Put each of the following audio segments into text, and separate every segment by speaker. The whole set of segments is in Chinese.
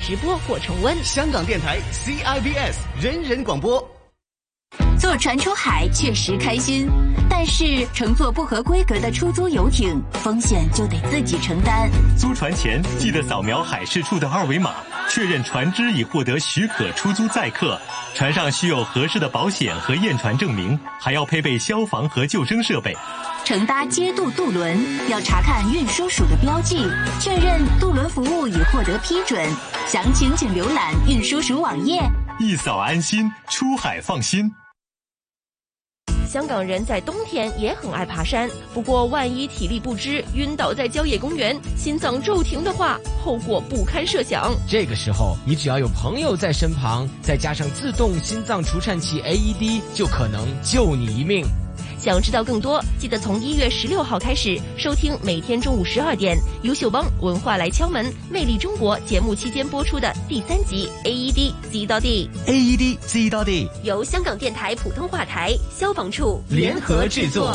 Speaker 1: 直播或重溫。
Speaker 2: 香港電台 CIBS 人人廣播。
Speaker 3: 坐船出海確實開心，但是乘坐不合規格的出租遊艇，風險就得自己承擔。
Speaker 4: 租船前記得掃描海事處的二維碼，確認船隻已獲得許可出租載客。船上需有合適的保險和驗船證明，還要配備消防和救生設備。
Speaker 3: 乘搭街渡渡輪要查看運輸署的標記，確認渡輪服務已獲得批准。詳情請瀏覽運輸署網頁。
Speaker 4: 一掃安心，出海放心。
Speaker 1: 香港人在冬天也很愛爬山，不過萬一體力不支暈倒在郊野公園，心臟驟停的話，後果不堪設想。
Speaker 5: 這個時候，你只要有朋友在身旁，再加上自動心臟除顫器 AED，就可能救你一命。
Speaker 1: 想知道更多，記得從一月十六號開始收聽每天中午十二點優秀幫文化來敲門《魅力中國》節目期間播出的第三集 AED 知多啲
Speaker 6: E
Speaker 7: ，AED 知多啲，
Speaker 1: 由香港電台普通話台消防處
Speaker 5: 聯合製作，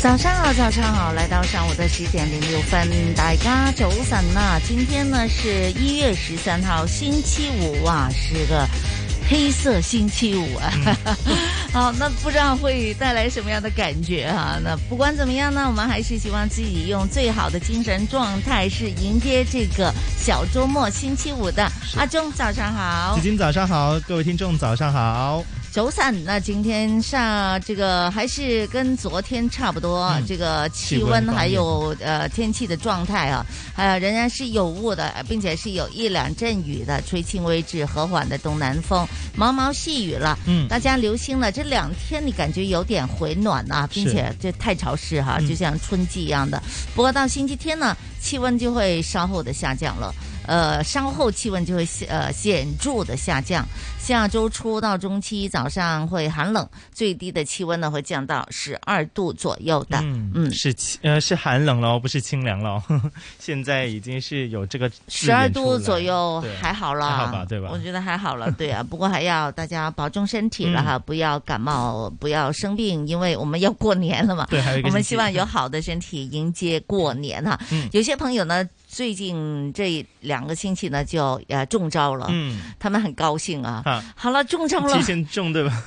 Speaker 8: 早上好，早上好，來到上午的十點零六分，大家早晨啦！今天呢是一月十三號，星期五啊，是個黑色星期五啊。 好，那不知道會帶來什麼樣的感覺啊？那不管怎麼樣呢，我們還是希望自己用最好的精神狀態是迎接這個小周末星期五的。阿中，早上好！
Speaker 9: 紫荊早上好，各位聽眾早上好。
Speaker 8: 早晨，那今天上這個還是跟昨天差不多，嗯、這個氣溫還有呃天氣的狀態啊，呃仍然是有霧的，並且是有一兩陣雨的，吹輕微至和緩的東南風，毛毛細雨了。嗯，大家留心了，這兩天你感覺有點回暖啊，並且這太潮濕哈、啊，就像春季一樣的。嗯、不過到星期天呢，氣溫就會稍後的下降了。呃，稍後氣溫就會呃顯著的下降，下周初到中期早上會寒冷，最低的氣溫呢會降到十二度左右的。嗯，
Speaker 9: 嗯是呃是寒冷咯，不是清涼 咯。現在已經是有這個
Speaker 8: 十二度左右還好啦，
Speaker 9: 還好吧，對吧？
Speaker 8: 我覺得還好了，對啊。不過還要大家保重身體了哈，嗯、不要感冒，不要生病，因為我們要過年了嘛。
Speaker 9: 對，還有一個
Speaker 8: 我們希望有好的身體迎接過年 哈。嗯、有些朋友呢。最近這兩個星期呢，就呃中招了，嗯，他們很高興啊。啊好了，中招了，
Speaker 9: 提前中對吧？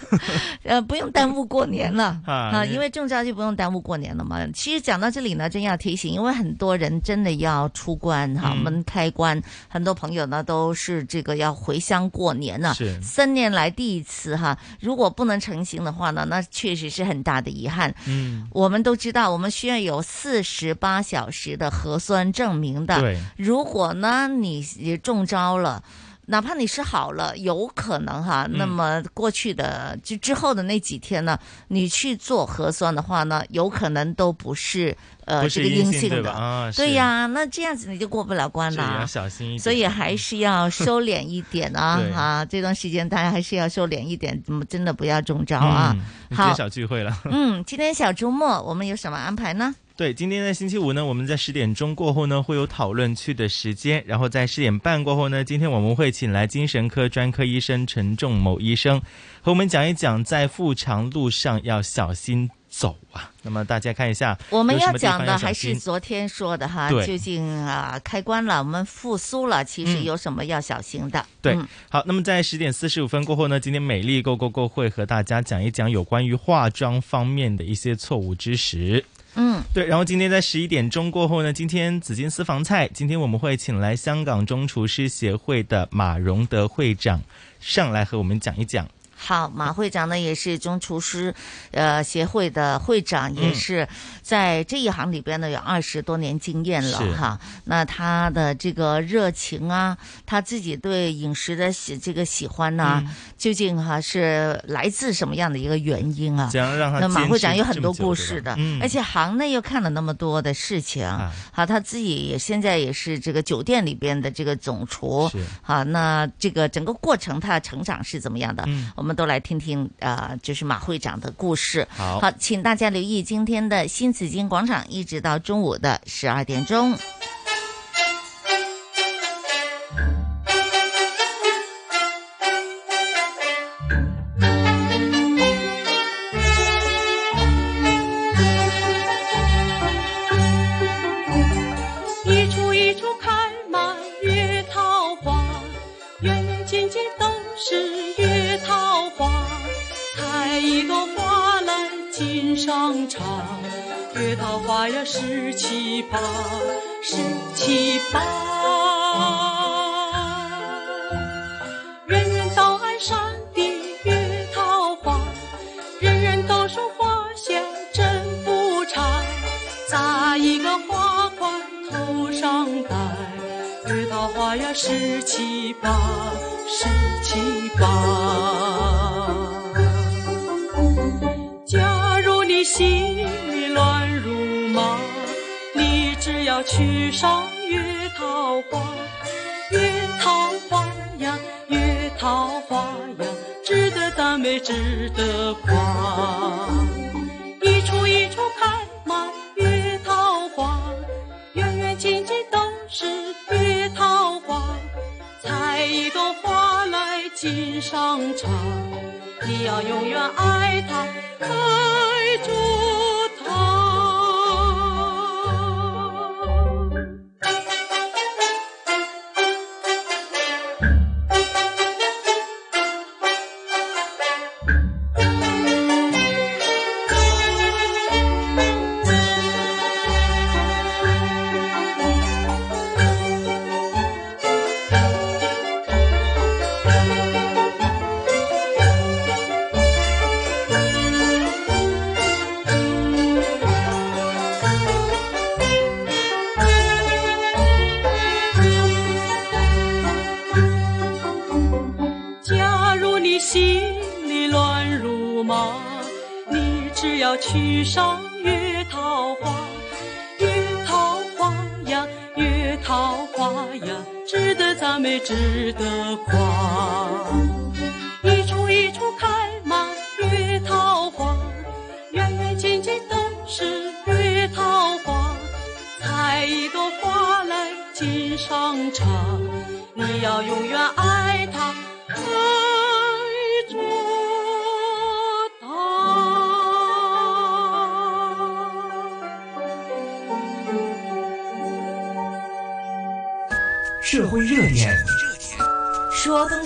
Speaker 8: 呃，不用耽誤過年了 啊，啊，因為中招就不用耽誤過年了嘛。其實講到這裡呢，真要提醒，因為很多人真的要出關哈，門、嗯、開關，很多朋友呢都是這個要回鄉過年呢，三年來第一次哈。如果不能成行的話呢，那確實是很大的遺憾。嗯，我們都知道，我們需要有四十八小時的核酸證明的。
Speaker 9: 對，
Speaker 8: 如果呢，你也中招了，哪怕你是好了，有可能哈，那麼過去的、嗯、就之後的那幾天呢，你去做核酸的話呢，有可能都不是。呃，這個陰性的，
Speaker 9: 啊、
Speaker 8: 對呀、啊，那這樣子你就過不了關了，
Speaker 9: 小心一點。
Speaker 8: 所以還是要收斂一點啊！啊，這段時間大家還是要收斂一點，真的不要中招啊！
Speaker 9: 嗯、好，小聚會了。
Speaker 8: 嗯，今天小周末我們有什麼安排呢？
Speaker 9: 對，今天的星期五呢，我們在十點鐘過後呢會有討論區的時間，然後在十點半過後呢，今天我們會請來精神科專科醫生陳仲謀醫生和我們講一講在復常路上要小心。走啊！ 那麼大家看一下，
Speaker 8: 我們要講的還是昨天說的哈，究竟啊開關了，我們復甦了，其實有什麼要小心的？嗯、
Speaker 9: 對，好，那麼在十點四十五分過後呢，今天美麗 Go Go Go 會和大家講一講有關於化妝方面的一些錯誤知識。
Speaker 8: 嗯，
Speaker 9: 對。然後今天在十一點鐘過後呢，今天紫荊私房菜，今天我們會請來香港中廚師協會的馬榮德會長上來和我們講一講。
Speaker 8: 好，马会长呢也是中厨师呃协会的会长，也
Speaker 10: 嗯
Speaker 8: 是在这一行里边呢有二十多年经验了
Speaker 10: 是
Speaker 8: 哈。那他的这个热情啊，他自己对饮食的喜这个喜欢呐、
Speaker 9: 嗯
Speaker 8: 究竟哈、是来自什么样的一个原因啊？
Speaker 9: 怎样让他
Speaker 8: 那马
Speaker 9: 坚
Speaker 8: 会
Speaker 9: 持
Speaker 8: 长有
Speaker 9: 这
Speaker 8: 很
Speaker 9: 么
Speaker 8: 多
Speaker 9: 久
Speaker 8: 故
Speaker 9: 对吧
Speaker 8: 事的，
Speaker 9: 嗯啊
Speaker 8: 而且行内又看了那么多的事情，好，他自己也现在也是这个酒店里边的这个总厨
Speaker 10: 是，
Speaker 8: 好，那这个整个过程他的成长是怎么样的？
Speaker 10: 嗯
Speaker 8: 我们都来听听呃，就是马会长的故事。
Speaker 10: 好
Speaker 8: 请大家留意今天的新紫金广场，一直到中午的十二点钟。
Speaker 11: 一株一株开满月桃花，远远近近都是月桃花。采一朵花来锦上茶，月桃花呀十七八，十七八。人人都爱上的月桃花，人人都说花香真不差。扎一个花冠头上戴，月桃花呀十七八，十七八。假如你心里乱如麻，你只要去赏月桃花，月桃花呀，月桃花呀，值得赞美，值得夸。一处一处开满月桃花，远远近近都是月桃花。采一朵花来锦上茶，你要永远爱它，爱住它。假如你心里乱如麻，你只要去赏月桃花，月桃花呀，月桃花呀，值得赞美，值得夸。一处一处开满月桃花，远远近近都是月桃花。采一朵花来锦上茶，你要永远爱它。爱着
Speaker 12: 社会热点，
Speaker 13: 说东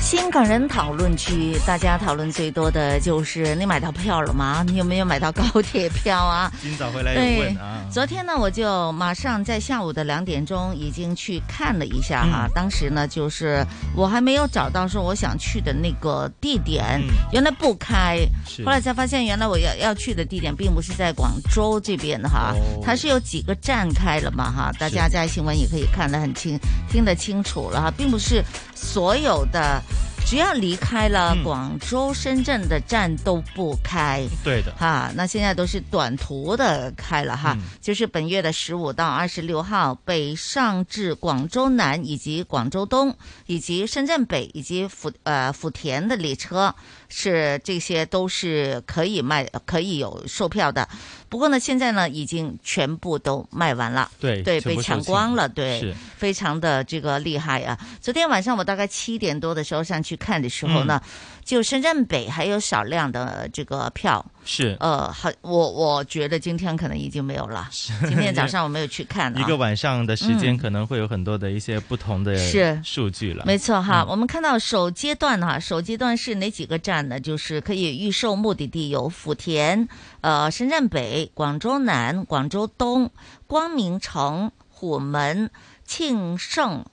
Speaker 8: 新港人讨论区，大家讨论最多的就是你买到票了吗？你有没有买到高铁票啊？
Speaker 9: 今早回来有问啊
Speaker 8: 对，，昨天呢，我就马上在下午的两点钟已经去看了一下哈。
Speaker 10: 嗯
Speaker 8: 当时呢，就是我还没有找到说我想去的那个地点，
Speaker 10: 嗯
Speaker 8: 原来不开。
Speaker 10: 是
Speaker 8: 后来才发现，原来我要要去的地点并不是在广州这边的哈，
Speaker 9: 哦
Speaker 8: 它是有几个站开了嘛哈，大家在新闻也可以看得很清，听得清楚了哈，并不是所有的。只要离开了
Speaker 9: 嗯
Speaker 8: 广州、深圳的站都不开，
Speaker 9: 对的，
Speaker 8: 哈，那现在都是短途的开了哈，
Speaker 10: 嗯
Speaker 8: 就是本月的十五到二十六号，北上至广州南以及广州东以及深圳北以及福呃福田的列车是这些都是可以卖可以有售票的，不过呢，现在呢已经全部都卖完了，
Speaker 10: 对
Speaker 8: 对，
Speaker 10: 全
Speaker 8: 被
Speaker 10: 部售
Speaker 8: 抢
Speaker 10: 罄
Speaker 8: 光了，对，
Speaker 10: 是
Speaker 8: 非常的这个厉害啊！昨天晚上我大概七点多的时候上去看的时候呢，就深圳北还有少量的这个票。
Speaker 9: 是
Speaker 8: 呃，好，我我觉得今天可能已经没有了。今天早上我没有去看、啊，
Speaker 9: 一个晚上的时间可能会有很多的一些不同的
Speaker 8: 嗯是
Speaker 9: 数据了。嗯
Speaker 8: 没错哈，我们看到首阶段哈，首阶段是哪几个站呢？就是可以预售目的地有福田、呃深圳北、广州南、广州东、光明城、虎门、庆盛、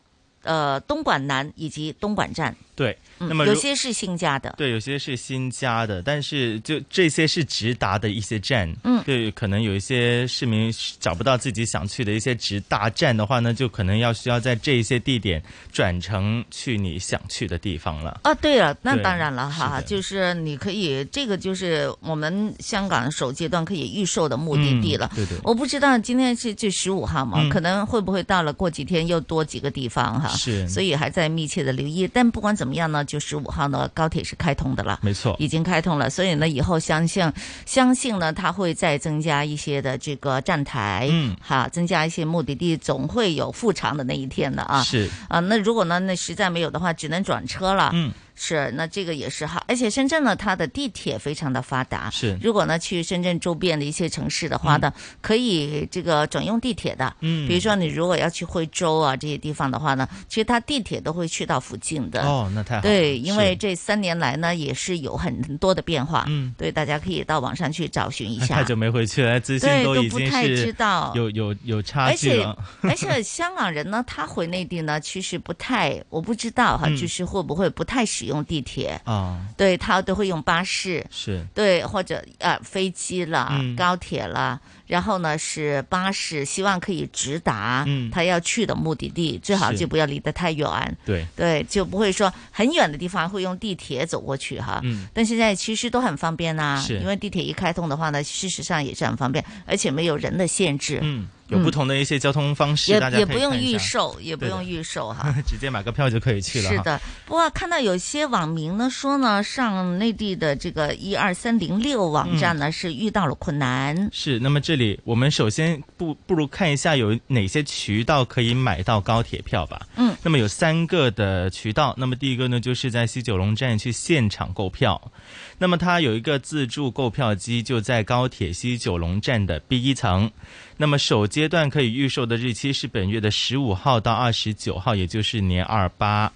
Speaker 8: 呃东莞南以及东莞站。
Speaker 9: 对，那么、
Speaker 8: 嗯、有些是新加的，
Speaker 9: 对，有些是新加的，但是就这些是直达的一些站，
Speaker 8: 嗯，
Speaker 9: 对，可能有一些市民找不到自己想去的一些直达站的话呢，就可能要需要在这一些地点转乘去你想去的地方了。
Speaker 8: 啊，对了，那当然了哈，
Speaker 9: 是的
Speaker 8: 就是你可以这个就是我们香港首阶段可以预售的目的地了。
Speaker 9: 嗯、对对，
Speaker 8: 我不知道今天是就十五号嘛，
Speaker 9: 嗯、
Speaker 8: 可能会不会到了过几天又多几个地方哈，
Speaker 9: 是，
Speaker 8: 所以还在密切的留意，但不管怎么。怎么样呢？就十五号呢，高铁是开通的了，
Speaker 9: 没错，
Speaker 8: 已经开通了。所以呢，以后相信相信呢，它会再增加一些的这个站台，
Speaker 9: 嗯，
Speaker 8: 哈，增加一些目的地，总会有复常的那一天的啊。
Speaker 9: 是
Speaker 8: 啊，那如果呢，那实在没有的话，只能转车了。
Speaker 9: 嗯。
Speaker 8: 是，那这个也是好，而且深圳呢，它的地铁非常的发达。
Speaker 9: 是，
Speaker 8: 如果呢去深圳周边的一些城市的话呢，嗯、可以这个转用地铁的。
Speaker 9: 嗯，
Speaker 8: 比如说你如果要去惠州啊这些地方的话呢，其实它地铁都会去到附近的。
Speaker 9: 哦，那太好。
Speaker 8: 对，因为这三年来呢，也是有很多的变化。
Speaker 9: 嗯，哎
Speaker 8: 对，大家可以到网上去找寻一下。
Speaker 9: 太久没回去了，资讯
Speaker 8: 都
Speaker 9: 已经
Speaker 8: 不太知道，
Speaker 9: 有有有差
Speaker 8: 而
Speaker 9: 距
Speaker 8: 了。而且而且香港人呢，他回内地呢，其实不太，我不知道哈，
Speaker 9: 嗯、
Speaker 8: 就是会不会不太使用地铁
Speaker 9: 啊，
Speaker 8: 对他都会用巴士，
Speaker 9: 是
Speaker 8: 对或者呃飞机啦、
Speaker 9: 嗯、
Speaker 8: 高铁啦，然后呢是巴士，希望可以直达
Speaker 9: 嗯
Speaker 8: 他要去的目的地，最好就不要离得太远，
Speaker 9: 对
Speaker 8: 对，就不会说很远的地方会用地铁走过去哈。
Speaker 9: 嗯，
Speaker 8: 但现在其实都很方便呐、
Speaker 9: 是
Speaker 8: 因为地铁一开通的话呢，事实上也是很方便，而且没有人的限制，
Speaker 9: 嗯，有不同的一些交通方式，
Speaker 8: 也
Speaker 9: 大家
Speaker 8: 也
Speaker 9: 可以
Speaker 8: 不用
Speaker 9: 看一
Speaker 8: 预
Speaker 9: 下，
Speaker 8: 售，也不
Speaker 9: 对
Speaker 8: 用
Speaker 9: 的
Speaker 8: 预售哈。
Speaker 9: 直接买个票就可以去了哈。
Speaker 8: 是的，不过看到有些网民呢说呢，上内地的这个一二三零六网站呢、是遇到了困难。
Speaker 9: 嗯是，那么这里我们首先不不如看一下有哪些渠道可以买到高铁票吧。
Speaker 8: 嗯，
Speaker 9: 那么有三个的渠道，那么第一个呢就是在西九龙站去现场购票，那么它有一个自助购票机，就在高铁西九龙站的 B 一层。那么首阶段可以预售的日期是本月的十五号到二十九号，也就是年二八。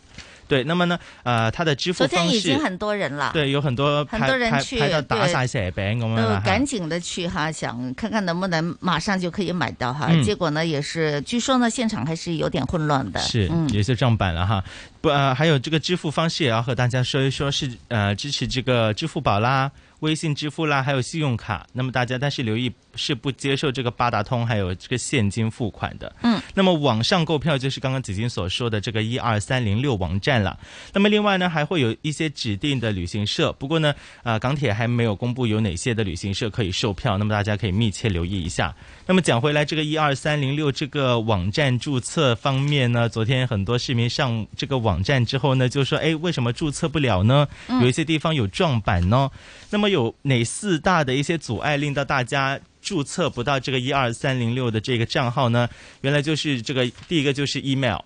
Speaker 9: 对，那么呢，呃，它的支付
Speaker 8: 昨
Speaker 9: 方式
Speaker 8: 天已经很多人了，
Speaker 9: 对，有很多
Speaker 8: 很
Speaker 9: 排
Speaker 8: 多人
Speaker 9: 排
Speaker 8: 去
Speaker 9: 排到打
Speaker 8: 对
Speaker 9: 晒蛇饼咁样
Speaker 8: 都
Speaker 9: 啦哈
Speaker 8: 赶紧的去哈，想看看能不能马上就可以买到哈。
Speaker 9: 嗯
Speaker 8: 结果呢，也是据说呢现场还是有点混乱的。
Speaker 9: 是
Speaker 8: 嗯，
Speaker 9: 也是正版了哈。不呃，还有这个支付方式也要和大家说一说是，呃支持这个支付宝啦、微信支付啦，还有信用卡。那么大家但是留意是不接受这个八达通还有这个现金付款的。
Speaker 8: 嗯，
Speaker 9: 那么网上购票就是刚刚紫金所说的这个一二三零六网站了。那么另外呢，还会有一些指定的旅行社，不过呢，呃，港铁还没有公布有哪些的旅行社可以售票，那么大家可以密切留意一下。那么讲回来，这个一二三零六这个网站注册方面呢，昨天很多市民上这个网站之后呢，就说，哎，为什么注册不了呢？
Speaker 10: 嗯
Speaker 9: 有一些地方有撞板呢。那么有哪四大的一些阻碍令到大家？注册不到这个一二三零六的这个账号呢，原来就是这个第一个就是 email，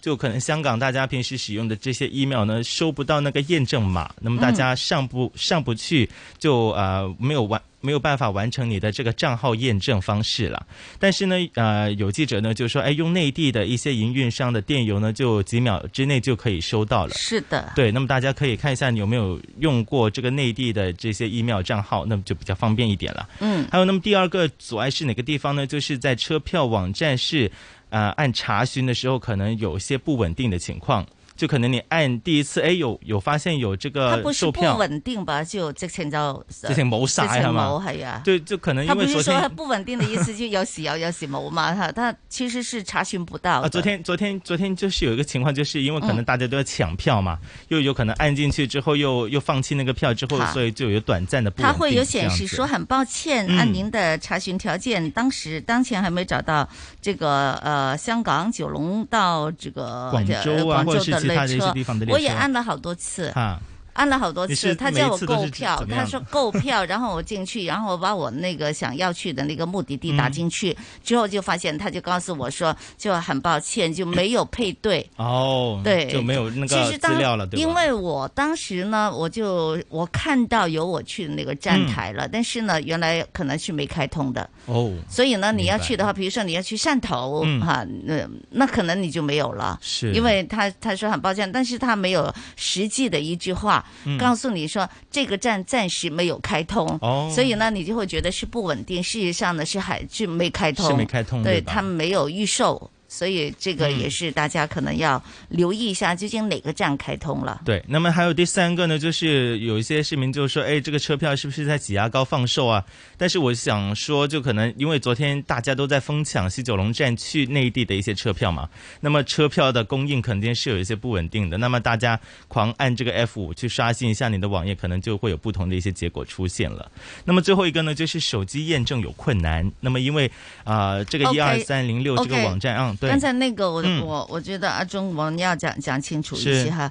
Speaker 9: 就可能香港大家平时使用的这些 email 呢，收不到那个验证码，那么大
Speaker 8: 嗯
Speaker 9: 家上不、上不去就呃没有完。没有办法完成你的这个账号验证方式了，但是呢，呃，有记者呢就说，哎，用内地的一些营运商的电邮呢，就几秒之内就可以收到了。
Speaker 8: 是的，
Speaker 9: 对，那么大家可以看一下你有没有用过这个内地的这些 email 账号，那么就比较方便一点了。
Speaker 8: 嗯
Speaker 9: 还有，那么第二个阻碍是哪个地方呢？就是在车票网站是，呃，按查询的时候可能有些不稳定的情况，就可能你按第一次，哎，有有发现有这
Speaker 8: 它
Speaker 9: 个
Speaker 8: 不
Speaker 9: 呃
Speaker 8: 是
Speaker 9: 售
Speaker 8: 不
Speaker 9: 票，
Speaker 8: 穩定吧？就直情就
Speaker 9: 之前冇晒
Speaker 8: 直情
Speaker 9: 係嘛？
Speaker 8: 冇係啊。
Speaker 9: 对，就可能
Speaker 8: 他
Speaker 9: 因
Speaker 8: 不
Speaker 9: 为
Speaker 8: 是
Speaker 9: 昨
Speaker 8: 说
Speaker 9: 天
Speaker 8: 它不穩定的意思，就有時有，有時冇嘛哈。它其實是查詢不到的。嗯
Speaker 9: 啊，昨天昨天昨天就是有一个情况，就是因为可能大家都要抢票嘛，又有可能按进去之后又又放弃那个票之后
Speaker 8: 好，
Speaker 9: 所以就有短暂的不稳
Speaker 8: 它
Speaker 9: 定。
Speaker 8: 会
Speaker 9: 这
Speaker 8: 有显
Speaker 9: 样
Speaker 8: 示
Speaker 9: 子
Speaker 8: 说很抱歉，
Speaker 9: 嗯
Speaker 8: 按您的查询条件，当时当前还没找到这个呃香港九龙到这个
Speaker 9: 广州啊
Speaker 8: 呃广
Speaker 9: 或者
Speaker 8: 州
Speaker 9: 是
Speaker 8: 的
Speaker 9: 其他的
Speaker 8: 列
Speaker 9: 一些地方的列车
Speaker 8: 我也按了好多次，
Speaker 9: 啊，
Speaker 8: 按了好多
Speaker 10: 你
Speaker 8: 次，
Speaker 10: 是
Speaker 8: 他
Speaker 10: 每
Speaker 8: 叫
Speaker 10: 一
Speaker 8: 我
Speaker 10: 次都
Speaker 8: 购
Speaker 10: 是
Speaker 8: 票
Speaker 10: 怎，么
Speaker 8: 他
Speaker 10: 样
Speaker 8: 说购票， 然后我进去，然后我把我那个想要去的那个目的地打
Speaker 10: 嗯
Speaker 8: 进去、之后，就发现他就告诉我说，就很抱歉，就没有配对。
Speaker 10: 哦，
Speaker 8: 对，
Speaker 10: 就没有那
Speaker 8: 其
Speaker 10: 个
Speaker 8: 实
Speaker 10: 资
Speaker 8: 当
Speaker 10: 料了，对吧？
Speaker 8: 因为我当时呢，我就我看到有我去的那个
Speaker 10: 嗯
Speaker 8: 站台了，但是呢，原来可能是没开通的。
Speaker 10: 哦，
Speaker 8: 所以呢，你要
Speaker 10: 明白
Speaker 8: 去的话，比如说你要去汕头
Speaker 10: 嗯
Speaker 8: 哈，那那可能你就没有了，
Speaker 10: 是
Speaker 8: 因为他他说很抱歉，但是他没有实际的一句话
Speaker 10: 嗯
Speaker 8: 告诉你说这个站暂时没有开通，
Speaker 10: 哦
Speaker 8: 所以呢，你就会觉得是不稳定。事实上呢，是还是没开通，
Speaker 10: 是没开通
Speaker 8: 对
Speaker 10: 对吧
Speaker 8: 他没有预售，所以这个
Speaker 10: 嗯
Speaker 8: 也是大家可能要留意一下，究竟哪个站开通了。
Speaker 9: 对，那么还有第三个呢，就是有一些市民就说，哎，这个车票是不是在挤牙膏放售啊？但是我想说，就可能因为昨天大家都在疯抢西九龙站去内地的一些车票嘛，那么车票的供应肯定是有一些不稳定的。那么大家狂按这个 F 五去刷新一下你的网页，可能就会有不同的一些结果出现了。那么最后一个呢，就是手机验证有困难。那么因为啊、呃这个一二三零六这个
Speaker 8: OK，OK
Speaker 9: 网站啊，对，
Speaker 8: 刚才那个我、
Speaker 9: 嗯
Speaker 8: 我我觉得阿忠我们要讲讲清楚一
Speaker 9: 是
Speaker 8: 些哈，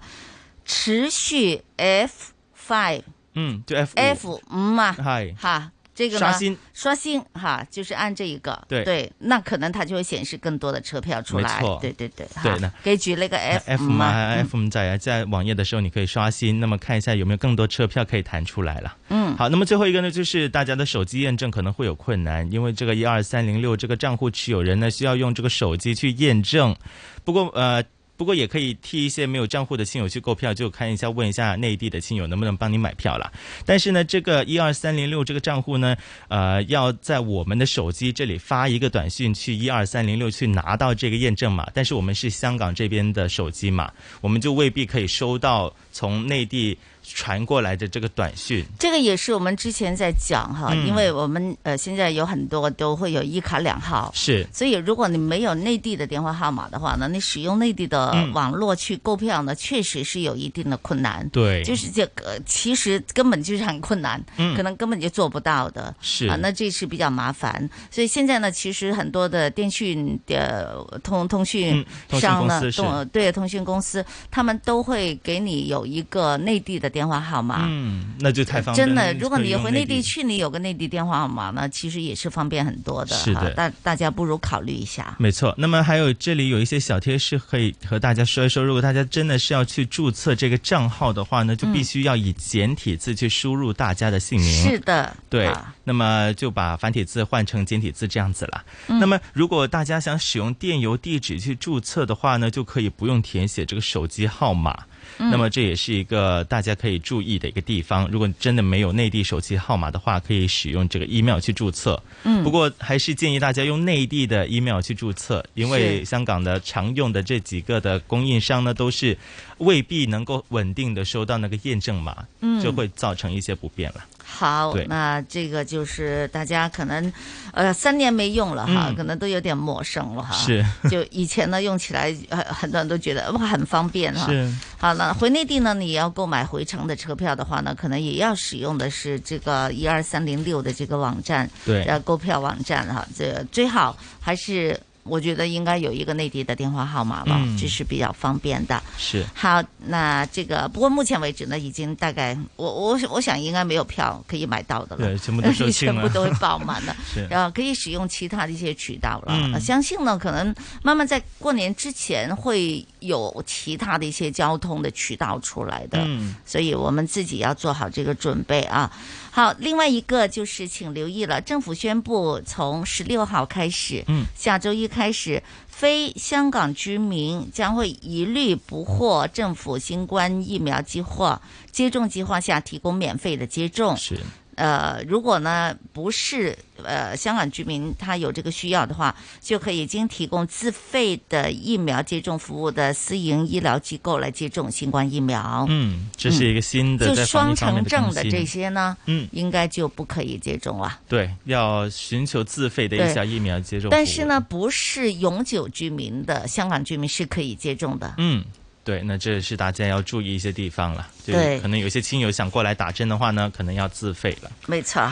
Speaker 8: 持续 F five
Speaker 9: 嗯，就 F
Speaker 8: F 五啊，
Speaker 9: 嗨，
Speaker 8: 哈。这个呢
Speaker 9: 刷新
Speaker 8: 刷新哈，就是按这一个
Speaker 9: 对
Speaker 8: 那可能它就会显示更多的车票出来
Speaker 9: 没错，
Speaker 8: 对对对，哈
Speaker 9: 对呢
Speaker 8: 给举那个 F
Speaker 9: F
Speaker 8: 五
Speaker 9: 嘛
Speaker 8: 啊，嗯
Speaker 9: ，F 五在啊，在网页的时候你可以刷新，那么看一下有没有更多车票可以弹出来了。
Speaker 8: 嗯
Speaker 9: 好，那么最后一个呢，就是大家的手机验证可能会有困难，因为这个一二三零六这个账户持有人呢需要用这个手机去验证，不过呃。不过也可以替一些没有账户的亲友去购票，就看一下问一下内地的亲友能不能帮你买票了。但是呢，这个一二三零六这个账户呢，呃，要在我们的手机这里发一个短讯去一二三零六去拿到这个验证码，但是我们是香港这边的手机码，我们就未必可以收到从内地传过来的这个短讯。
Speaker 8: 这个也是我们之前在讲哈，
Speaker 9: 嗯
Speaker 8: 因为我们呃现在有很多都会有一卡两号，
Speaker 9: 是
Speaker 8: 所以如果你没有内地的电话号码的话呢，你使用内地的
Speaker 10: 嗯
Speaker 8: 网络去购票呢，确实是有一定的困难。
Speaker 10: 对
Speaker 8: 就是这个其实根本就是很困难，
Speaker 10: 嗯
Speaker 8: 可能根本就做不到的。
Speaker 10: 是
Speaker 8: 啊，那这是比较麻烦。所以现在呢，其实很多的电讯的通通讯
Speaker 10: 嗯通讯
Speaker 8: 商呢
Speaker 10: 公，司是
Speaker 8: 通对通讯公司，他们都会给你有一个内地的电话号码。
Speaker 9: 嗯，那就太方便
Speaker 8: 真
Speaker 9: 了。
Speaker 8: 的，
Speaker 9: 那
Speaker 8: 如果
Speaker 9: 可以
Speaker 8: 你
Speaker 9: 用
Speaker 8: 回
Speaker 9: 内
Speaker 8: 内地去，你有个内地电话号码呢，其实也是方便很多的。
Speaker 9: 是的
Speaker 8: 啊大大家不如考虑一下。
Speaker 9: 没错，那么还有这里有一些小贴士可以和大家说一说。如果大家真的是要去注册这个账号的话呢，就必须要以简体字去输入大家的姓名。
Speaker 8: 是的，
Speaker 9: 对
Speaker 8: 啊，
Speaker 9: 那么就把繁体字换成简体字这样子了。
Speaker 8: 嗯
Speaker 9: 那么，如果大家想使用电邮地址去注册的话呢，就可以不用填写这个手机号码。
Speaker 14: 嗯
Speaker 9: 那么，这也是一个大家可以注意的一个地方。如果真的没有内地手机号码的话，可以使用这个 email 去注册。
Speaker 14: 嗯
Speaker 9: 不过还是建议大家用内地的 email 去注册，因为
Speaker 14: 是
Speaker 9: 香港的常用的这几个的供应商呢，都是未必能够稳定的收到那个验证码，
Speaker 8: 嗯
Speaker 9: 就会造成一些不便了。
Speaker 8: 好
Speaker 9: 对，
Speaker 8: 那这个就是大家可能，呃，三年没用了哈，
Speaker 9: 嗯
Speaker 8: 可能都有点陌生了哈。
Speaker 9: 是
Speaker 8: 就以前呢，用起来很很多人都觉得哇很方便哈。
Speaker 10: 是。
Speaker 8: 好，那回内地呢，你要购买回程的车票的话呢，可能也要使用的是这个一二三零六的这个网站，
Speaker 10: 对
Speaker 8: 呃，购票网站哈，这最好还是。我觉得应该有一个内地的电话号码吧，
Speaker 10: 嗯
Speaker 8: 这是比较方便的。
Speaker 9: 是
Speaker 8: 好，那这个不过目前为止呢，已经大概我我我想应该没有票可以买到的了，
Speaker 10: 对全部都售罄
Speaker 8: 全部
Speaker 10: 了
Speaker 8: 都会爆满了
Speaker 10: 是，
Speaker 8: 然后可以使用其他的一些渠道了。
Speaker 10: 嗯
Speaker 8: 相信呢，可能慢慢在过年之前会有其他的一些交通的渠道出来的，
Speaker 10: 嗯
Speaker 8: 所以我们自己要做好这个准备啊。好，另外一个就是请留意了，政府宣布从十六号开始，
Speaker 10: 嗯
Speaker 8: 下周一开始，非香港居民将会一律不获政府新冠疫苗计划接种计划下提供免费的接种。
Speaker 9: 是。
Speaker 8: 呃，如果呢不是呃香港居民他有这个需要的话，就可以经提供自费的疫苗接种服务的私营医疗机构来接种新冠疫苗。
Speaker 9: 嗯，这是一个新的
Speaker 8: 就
Speaker 9: 在防
Speaker 8: 双
Speaker 9: 疫方面
Speaker 8: 程
Speaker 9: 的
Speaker 8: 证
Speaker 9: 更
Speaker 8: 的
Speaker 9: 新
Speaker 8: 这些呢，
Speaker 9: 嗯
Speaker 8: 应该就不可以接种了。
Speaker 9: 对，要寻求自费的
Speaker 8: 对
Speaker 9: 一项疫苗接种。
Speaker 8: 但是，呢，不是永久居民的香港居民是可以接种的。
Speaker 9: 嗯，对，那这是大家要注意一些地方了。就
Speaker 8: 对
Speaker 9: 可能有些亲友想过来打针的话呢，可能要自费了。
Speaker 8: 没错，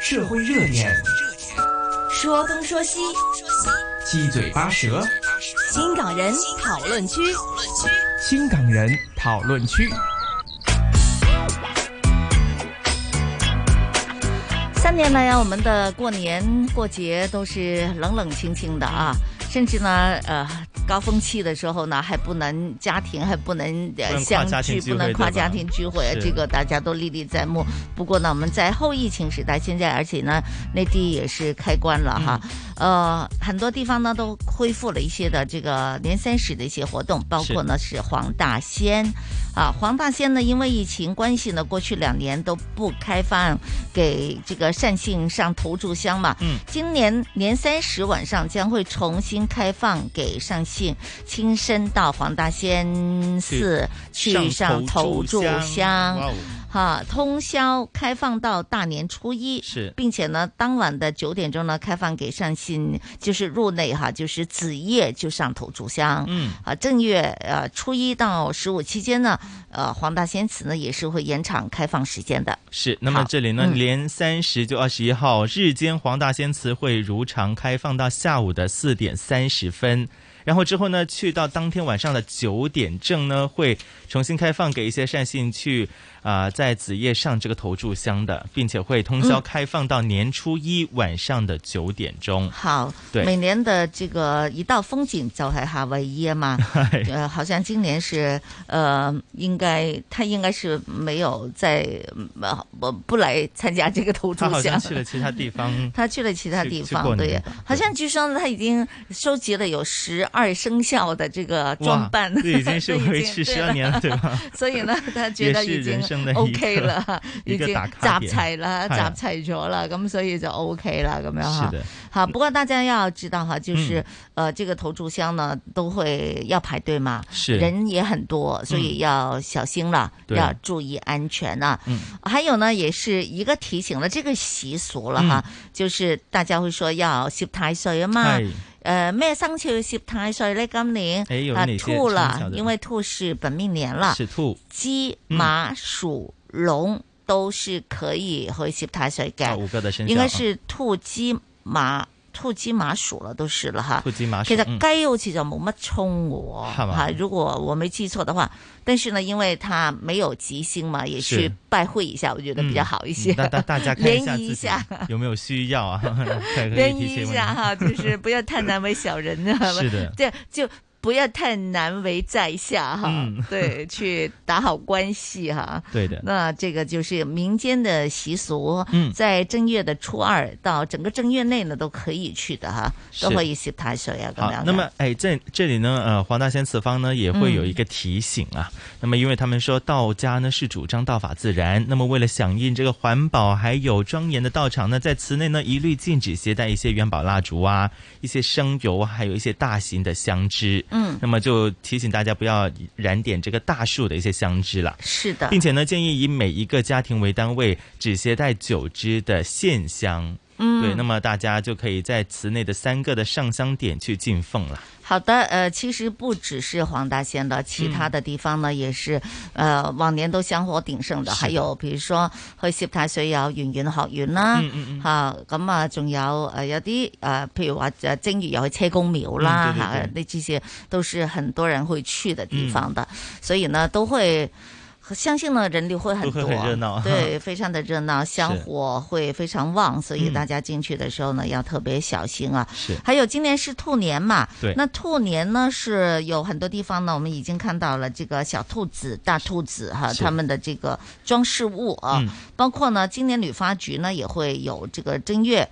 Speaker 12: 社会热点，
Speaker 13: 说东说西，
Speaker 12: 七嘴八舌，
Speaker 13: 新港人讨论区。
Speaker 12: 新港人讨论区。
Speaker 8: 三年来啊，我们的过年过节都是冷冷清清的啊，甚至呢，呃，高峰期的时候呢，还不能家庭还不能呃
Speaker 9: 不能跨
Speaker 8: 相
Speaker 9: 家庭
Speaker 8: 聚，
Speaker 9: 聚
Speaker 8: 不能
Speaker 9: 会
Speaker 8: 跨
Speaker 9: 对吧
Speaker 8: 家庭聚会，
Speaker 9: 是
Speaker 8: 这个大家都历历在目。不过呢，我们在后疫情时代，现在而且呢，内地也是开关了哈，呃，很多地方呢都恢复了一些的这个年三十的一些活动，包括呢是黄大仙。啊，黄大仙呢，因为疫情关系呢，过去两年都不开放给这个善信上头炷香嘛。
Speaker 10: 嗯
Speaker 8: 今年年三十晚上将会重新开放给善信亲身到黄大仙寺去
Speaker 10: 去上
Speaker 8: 上
Speaker 10: 头
Speaker 8: 头
Speaker 10: 炷
Speaker 8: 炷
Speaker 10: 香
Speaker 8: 香
Speaker 10: 哇哦，
Speaker 8: 哈、通宵开放到大年初一。
Speaker 10: 是
Speaker 8: 并且呢，当晚的九点钟呢，开放给善信，就是入内哈，就是子夜就上头炷香。
Speaker 10: 嗯
Speaker 8: 啊，正月呃初一到十五期间呢，呃，黄大仙祠呢也是会延长开放时间的。
Speaker 9: 是，那么这里呢，
Speaker 8: 嗯
Speaker 9: 连三十就二十一号日间黄大仙祠会如常开放到下午的四点三十分，然后之后呢，去到当天晚上的九点正呢，会重新开放给一些善信去啊、在子夜上这个头炷香的，并且会通宵
Speaker 8: 嗯
Speaker 9: 开放到年初一晚上的九点钟。
Speaker 8: 好，
Speaker 9: 对
Speaker 8: 每年的这个一道风景就係夏威夷啊 嘛，呃，好像今年是呃，应该他应该是没有在呃不不来参加这个头
Speaker 9: 他好
Speaker 8: 炷
Speaker 9: 像
Speaker 8: 香，，
Speaker 9: 去了其他地方
Speaker 8: 他去了其他
Speaker 9: 嗯去
Speaker 8: 地
Speaker 9: 去过
Speaker 8: 方，对
Speaker 9: 年
Speaker 8: 呀
Speaker 9: 吧，
Speaker 8: 好像据说他已经收集了有十二生肖的这个
Speaker 9: 哇
Speaker 8: 装扮，
Speaker 9: 这已经 是
Speaker 8: 这
Speaker 9: 维持
Speaker 8: 对
Speaker 9: 12
Speaker 8: 了
Speaker 9: 年了对吧
Speaker 8: 所以呢，他觉得
Speaker 9: 也是
Speaker 8: 已经
Speaker 9: 人生的一个
Speaker 8: OK 了，
Speaker 9: 一
Speaker 8: 已
Speaker 9: 個
Speaker 8: 經集
Speaker 9: 打卡點
Speaker 8: 齊啦，集
Speaker 9: 係啊
Speaker 8: 齊咗啦，咁所以就 OK 啦，咁樣
Speaker 9: 是
Speaker 8: 嚇。
Speaker 9: 的嗯
Speaker 8: 好，不过大家要知道哈，就是、呃，这个投注箱呢都会要排队嘛，
Speaker 10: 是
Speaker 8: 人也很多，所
Speaker 9: 嗯
Speaker 8: 以要小心了，
Speaker 10: 对
Speaker 8: 要注意安全啊呐、
Speaker 10: 嗯
Speaker 8: 还有呢，也是一个提醒了，这个习俗
Speaker 10: 嗯
Speaker 8: 了哈，就是大家会说要摄太岁啊嘛
Speaker 10: 是。
Speaker 8: 呃，咩生肖要摄太岁呢？今年
Speaker 10: 哎有
Speaker 8: 啊
Speaker 10: 哪些
Speaker 8: 兔
Speaker 10: 生肖
Speaker 8: 了，
Speaker 10: 的
Speaker 8: 因为兔是本命年了，
Speaker 9: 是兔
Speaker 8: 鸡、
Speaker 9: 嗯
Speaker 8: 马、鼠、龙都是可以去摄太岁嘅。
Speaker 9: 啊五个的身上
Speaker 8: 应该是兔、鸡、马、兔、鸡、马、鼠了，都是了哈。
Speaker 9: 兔鸡马鼠
Speaker 8: 其實
Speaker 9: 嗯
Speaker 8: 雞好似就冇乜衝我
Speaker 9: 係嘛
Speaker 8: 哈，如果我没记錯的話，但是呢，因為它沒有吉星嘛，也
Speaker 9: 是
Speaker 8: 去拜會一下，我覺得比較好一些。
Speaker 9: 嗯大大大家看
Speaker 8: 联
Speaker 9: 一下
Speaker 8: 谊一
Speaker 9: 自己
Speaker 8: 下，
Speaker 9: 有没有需要啊？ 可以可以
Speaker 8: 联
Speaker 9: 提
Speaker 8: 谊
Speaker 9: 前
Speaker 8: 一
Speaker 9: 问
Speaker 8: 下哈， 就是不要太难为小人啊。
Speaker 9: 是 的
Speaker 8: 这就不要太难为在下哈。
Speaker 10: 嗯
Speaker 8: 对， 去打好关系哈。
Speaker 10: 对的
Speaker 8: 那这个就是民间的习俗，
Speaker 10: 嗯
Speaker 8: 在正月的初二到整个正月内呢，都可以去的哈，
Speaker 9: 是
Speaker 8: 都可以洗太水啊，
Speaker 9: 好
Speaker 8: 咁，样。
Speaker 9: 那么，哎，这这里呢，呃，黄大仙祠方呢也会有一个提醒啊。那么，因为他们说道家呢是主张道法自然，那么为了响应这个环保还有庄严的道场呢，在祠内呢一律禁止携带一些元宝蜡烛啊、一些生油，还有一些大型的香枝。
Speaker 10: 嗯
Speaker 9: 那么就提醒大家不要燃点这个大树的一些香枝了。
Speaker 8: 是的，
Speaker 9: 并且呢，建议以每一个家庭为单位，只携带九支的线香。
Speaker 8: 嗯
Speaker 9: 对，那么大家就可以在祠内的三个的上香点去进奉了。
Speaker 8: 好的，呃，其实不只是黄大仙的，其他
Speaker 10: 嗯
Speaker 8: 的地方呢、也是，呃，往年都香火鼎盛的。还有，比如说去涉太水有圓圓學院啦
Speaker 10: 嗯嗯，嗯
Speaker 8: 嚇咁啊，仲有誒有啲誒，譬如話誒正月有去車公廟啦，
Speaker 10: 嗯
Speaker 8: 嚇、
Speaker 10: 對對
Speaker 8: 那這些都是很多人會去的地方
Speaker 10: 嗯
Speaker 8: 的，所以呢，都會。相信呢，人流会很
Speaker 10: 都
Speaker 8: 多，
Speaker 10: 会很热闹
Speaker 8: 对，非常的热闹，香火会非常旺，所以
Speaker 10: 嗯
Speaker 8: 大家进去的时候呢，要特别小心啊。
Speaker 10: 是
Speaker 8: 还有今年是兔年嘛，
Speaker 10: 对
Speaker 8: 那兔年呢是有很多地方呢，我们已经看到了这个小兔子、大兔子哈，
Speaker 10: 是
Speaker 8: 他们的这个装饰物啊，
Speaker 10: 嗯
Speaker 8: 包括呢，今年旅发局呢也会有这个正月。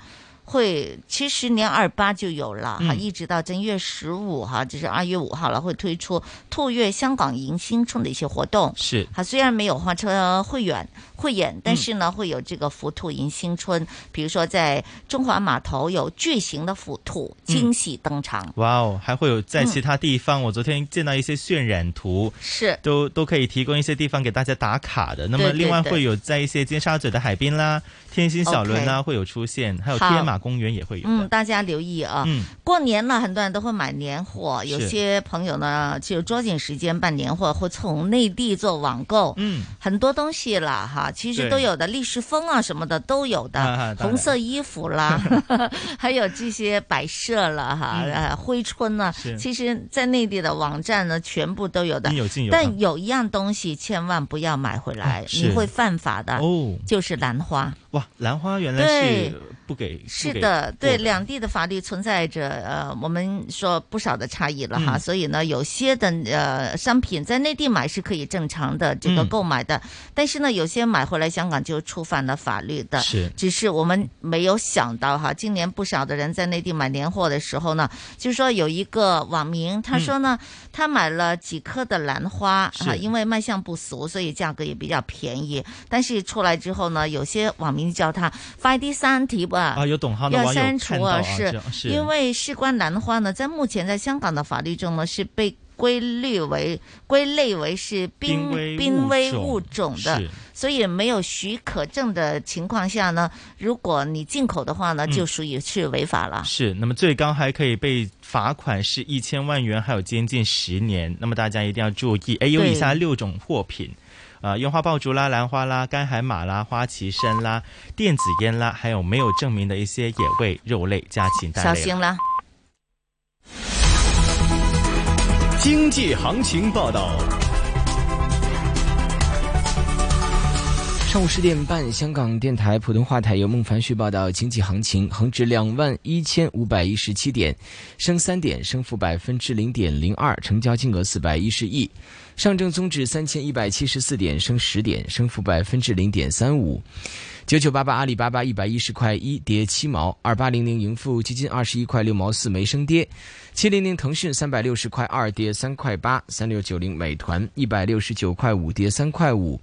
Speaker 8: 会，其实年二八就有了哈，
Speaker 10: 嗯
Speaker 8: 一直到正月十五哈，就是二月五号了，会推出兔月香港迎新春的一些活动。
Speaker 9: 是
Speaker 8: 它虽然没有花车汇演汇演，但是呢，会有这个浮兔迎新春。比如说在中华码头有巨型的浮兔惊喜登场，
Speaker 9: 哇哦，还会有在其他地方，我昨天见到一些渲染图，
Speaker 8: 是
Speaker 9: 都都可以提供一些地方给大家打卡的。那么
Speaker 8: 对对
Speaker 9: 另外
Speaker 8: 对
Speaker 9: 会有在一些尖沙咀的海边啦、天星小轮啦
Speaker 8: OK
Speaker 9: 会有出现，还有
Speaker 8: 好
Speaker 9: 天马公园也会有。
Speaker 8: 嗯，大家留意啊。
Speaker 9: 嗯
Speaker 8: 过年了，很多人都会买年货，有
Speaker 9: 是
Speaker 8: 些朋友呢就抓紧时间办年货，或从内地做网购。
Speaker 9: 嗯，
Speaker 8: 很多东西了哈，其实
Speaker 10: 对
Speaker 8: 都有的，立式风啊什么的都有的，
Speaker 10: 啊啊 当然
Speaker 8: 红色衣服啦， 还有这些摆设了哈，
Speaker 10: 嗯
Speaker 8: 呃挥春啊
Speaker 10: 是，
Speaker 8: 其实在内地的网站呢，全部都有的。
Speaker 10: 应有尽有啊
Speaker 8: 但有一样东西千万不要买回来，
Speaker 10: 是
Speaker 8: 你会犯法的
Speaker 10: 哦
Speaker 8: 就是兰花。
Speaker 9: 哇，兰花原来是不给，
Speaker 8: 是
Speaker 9: 不给
Speaker 8: 的，
Speaker 9: 过
Speaker 8: 对，两地的法律存在着呃，我们说不少的差异了哈，
Speaker 15: 嗯
Speaker 8: 所以呢，有些的呃商品在内地买是可以正常的这个
Speaker 15: 嗯
Speaker 8: 购买的，但是呢，有些买回来香港就触犯了法律的，
Speaker 15: 是
Speaker 8: 只是我们没有想到哈，今年不少的人在内地买年货的时候呢，就说有一个网民他说呢，他买了几颗的兰花
Speaker 15: 是
Speaker 8: 哈，因为卖相不俗，所以价格也比较便宜，但是出来之后呢，有些网民叫他快啲删帖吧。
Speaker 9: 啊，有懂行的
Speaker 8: 要
Speaker 9: 网友看
Speaker 8: 删除
Speaker 9: 到啊，这
Speaker 8: 是
Speaker 9: 样是
Speaker 8: 因为事关兰花呢，在目前在香港的法律中呢，是被归类为归类为是
Speaker 15: 濒
Speaker 8: 濒
Speaker 15: 危物
Speaker 8: 濒危
Speaker 15: 种
Speaker 8: 物种的
Speaker 15: 是，
Speaker 8: 所以没有许可证的情况下呢，如果你进口的话呢，
Speaker 9: 嗯
Speaker 8: 就属于是违法了。
Speaker 9: 是，那么最高还可以被罚款是一千万元，还有监禁十年。那么大家一定要注意，哎，有以下
Speaker 14: 对
Speaker 9: 六种货品。啊，烟花爆竹啦、兰花啦、干海马啦、花旗参啦、电子烟啦，还有没有证明的一些野味、肉类、家禽蛋类
Speaker 8: 小
Speaker 9: 啦。
Speaker 8: 心啦！
Speaker 2: 经济行情报道。
Speaker 16: 上午十点半，香港电台普通话台由孟凡旭报道经济行情：恒指两万一千五百一十七点，升三点，升幅百分之零点零二，成交金额四百一十亿；上证综指三千一百七十四点，升十点，升幅百分之零点三五。九九八八阿里巴巴一百一十块一跌七毛，二八零零盈富基金二十一块六毛四没升跌，七零零腾讯三百六十块二跌三块八，三六九零美团一百六十九块五跌三块五，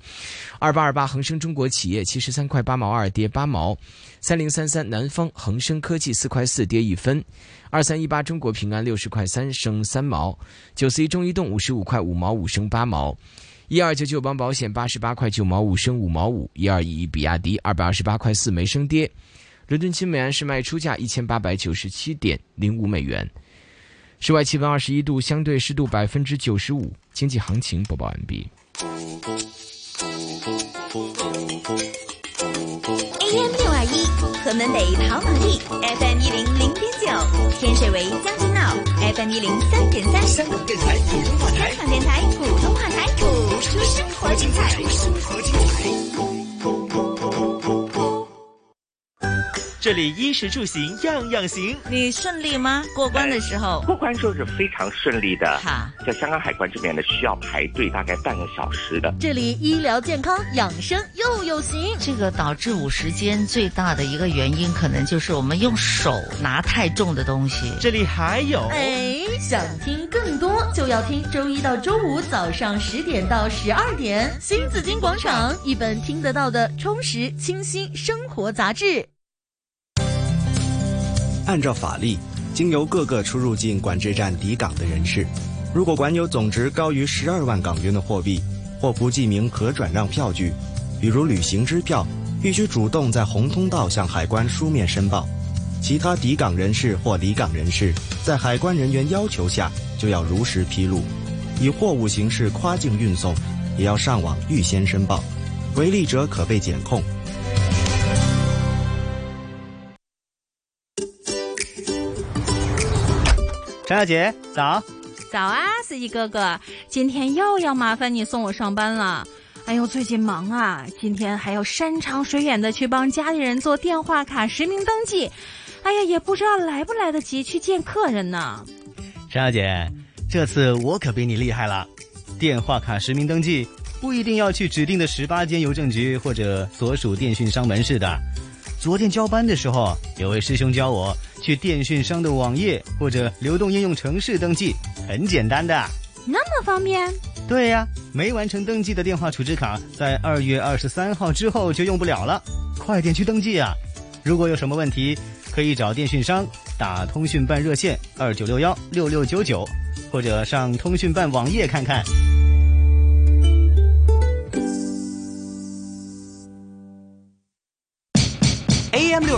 Speaker 16: 二八二八恒生中国企业七十三块八毛二跌八毛，三零三三南方恒生科技四块四跌一分。二三一八中国平安六十块三升三毛，九四一中移动五十五块五毛五升八毛，一二九九邦保险八十八块九毛五升五毛五，一二一一比亚迪二百二十八块四没升跌，伦敦金美安市卖出价一千八百九十七点零五美元，室外气温二十一度，相对湿度百分之九十五，经济行情播报完毕。
Speaker 13: AM 六二一，河门北跑马地；FM 一零零点九，天水围将军澳；FM 一零三点三。香港电台普通话台，香港电台普通话台，谱出生活精彩。生活精彩。
Speaker 14: 这里衣食住行样样行。
Speaker 8: 你顺利吗？过关的时候，
Speaker 10: 呃过关时候是非常顺利的
Speaker 8: 好，
Speaker 10: 在香港海关这边呢，需要排队大概半个小时的。
Speaker 15: 这里医疗健康、养生又有型。
Speaker 8: 这个导致五十肩最大的一个原因，可能就是我们用手拿太重的东西。
Speaker 14: 这里还有
Speaker 15: 哎，想听更多就要听周一到周五早上十点到十二点，《新紫金广场》一本听得到的充实清新生活杂志。
Speaker 17: 按照法令，经由各个出入境管制站抵港的人士，如果管有总值高于十二万港元的货币或不记名可转让票据，比如旅行支票，必须主动在红通道向海关书面申报。其他抵港人士或离港人士，在海关人员要求下，就要如实披露。以货物形式跨境运送，也要上网预先申报，违例者可被检控。
Speaker 14: 陈小姐，早。
Speaker 18: 早啊，司机哥哥，今天又要麻烦你送我上班了。哎呦，最近忙啊，今天还要山长水远的去帮家里人做电话卡实名登记。哎呀，也不知道来不来得及去见客人呢。
Speaker 14: 陈小姐，这次我可比你厉害了。电话卡实名登记不一定要去指定的十八间邮政局或者所属电讯商门市的。昨天交班的时候，有位师兄教我去电讯商的网页或者流动应用程式登记，很简单的。
Speaker 18: 那么方便？
Speaker 14: 对呀、没完成登记的电话储值卡，在二月二十三号之后就用不了了，快点去登记啊！如果有什么问题，可以找电讯商打通讯办热线二九六幺六六九九，或者上通讯办网页看看。
Speaker 2: AM 六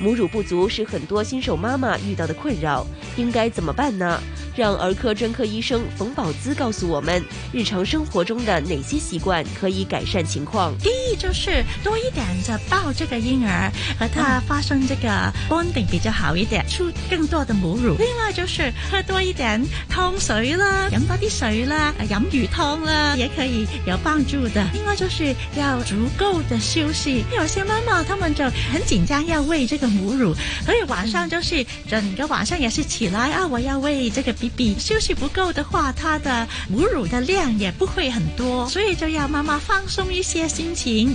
Speaker 15: 母乳不足是很多新手妈妈遇到的困扰，应该怎么办呢？
Speaker 1: 让儿科专科医生冯宝姿告诉我们，日常生活中的哪些习惯可以改善情况。
Speaker 18: 第一就是多一点的抱这个婴儿，和他发生这个 bonding 比较好一点，出更多的母乳。另外就是喝多一点汤水啦，饮多啲水啦，呃饮鱼汤啦，也可以有帮助的。另外就是要足够的休息，有些妈妈她们就很紧张要喂这个母乳，所以晚上就是整个晚上也是起来啊，我要喂这个 BB。休息不够的话，它的母乳的量也不会很多，所以就要妈妈放松一些心情。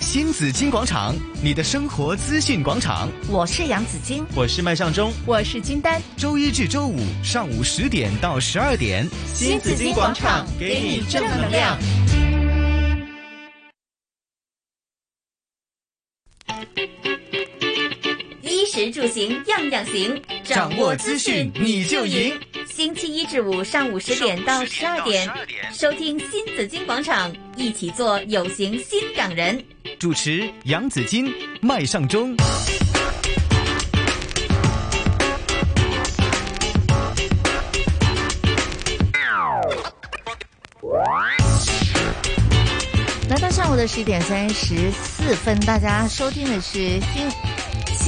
Speaker 2: 新紫金广场，你的生活资讯广场。
Speaker 19: 我是杨子金，
Speaker 9: 我是麦尚中，
Speaker 19: 我是金丹。
Speaker 2: 周一至周五上午十点到十二点，
Speaker 19: 新紫金广场给你正能量。
Speaker 13: 衣食住行样样行，
Speaker 2: 掌握资讯你就赢。
Speaker 13: 星期一至五上午十点到十二点，收听新紫金广场，一起做有型新港人。
Speaker 2: 主持杨紫金、麦尚中。
Speaker 8: 来到上午的十点三十四分，大家收听的是新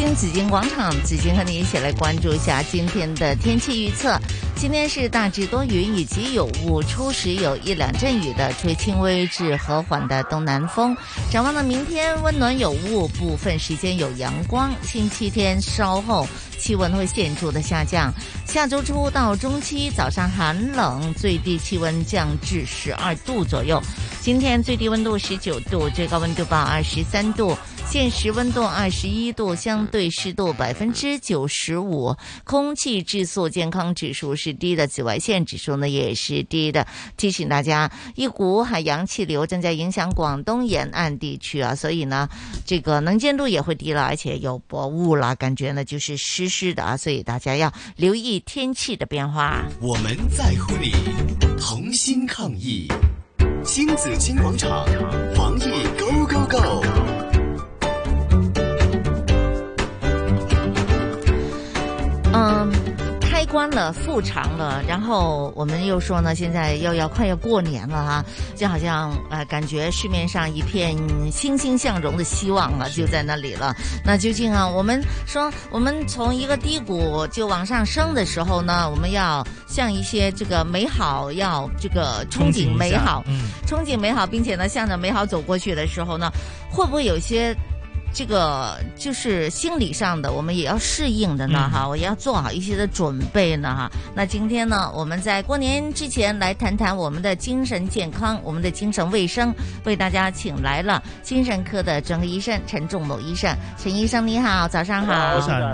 Speaker 8: 新紫金广场，紫金和你一起来关注一下今天的天气预测。今天是大致多云以及有雾，初时有一两阵雨的，吹轻微至和缓的东南风。展望到明天温暖有雾，部分时间有阳光。星期天稍后气温会显著的下降，下周初到中期早上寒冷，最低气温降至十二度左右。今天最低温度十九度，最高温度报二十三度，现时温度二十一度，相对湿度百分之九十五，空气质素健康指数是低的，紫外线指数呢也是低的。提醒大家，一股海洋气流正在影响广东沿岸地区啊，所以呢，这个能见度也会低了，而且有薄雾了，感觉呢就是湿湿的啊，所以大家要留意天气的变化。
Speaker 2: 我们在乎你，同心抗疫。新紫金广场，防疫 Go Go Go！
Speaker 8: 嗯，开关了，复常了，然后我们又说呢，现在又要快要过年了哈、就好像呃，感觉市面上一片欣欣向荣的希望啊，就在那里了。那究竟啊，我们说我们从一个低谷就往上升的时候呢，我们要向一些这个美好，要这个憧憬美好，
Speaker 11: 嗯
Speaker 8: 憧憬美好，并且呢，向着美好走过去的时候呢，会不会有些这个就是心理上的，我们也要适应的
Speaker 11: 嗯
Speaker 8: 呢？哈、我也要做好一些的准备呢？哈。那今天呢，我们在过年之前来谈谈我们的精神健康，我们的精神卫生，为大家请来了精神科的专科医生陈仲谋医生。陈医生你好，早上好，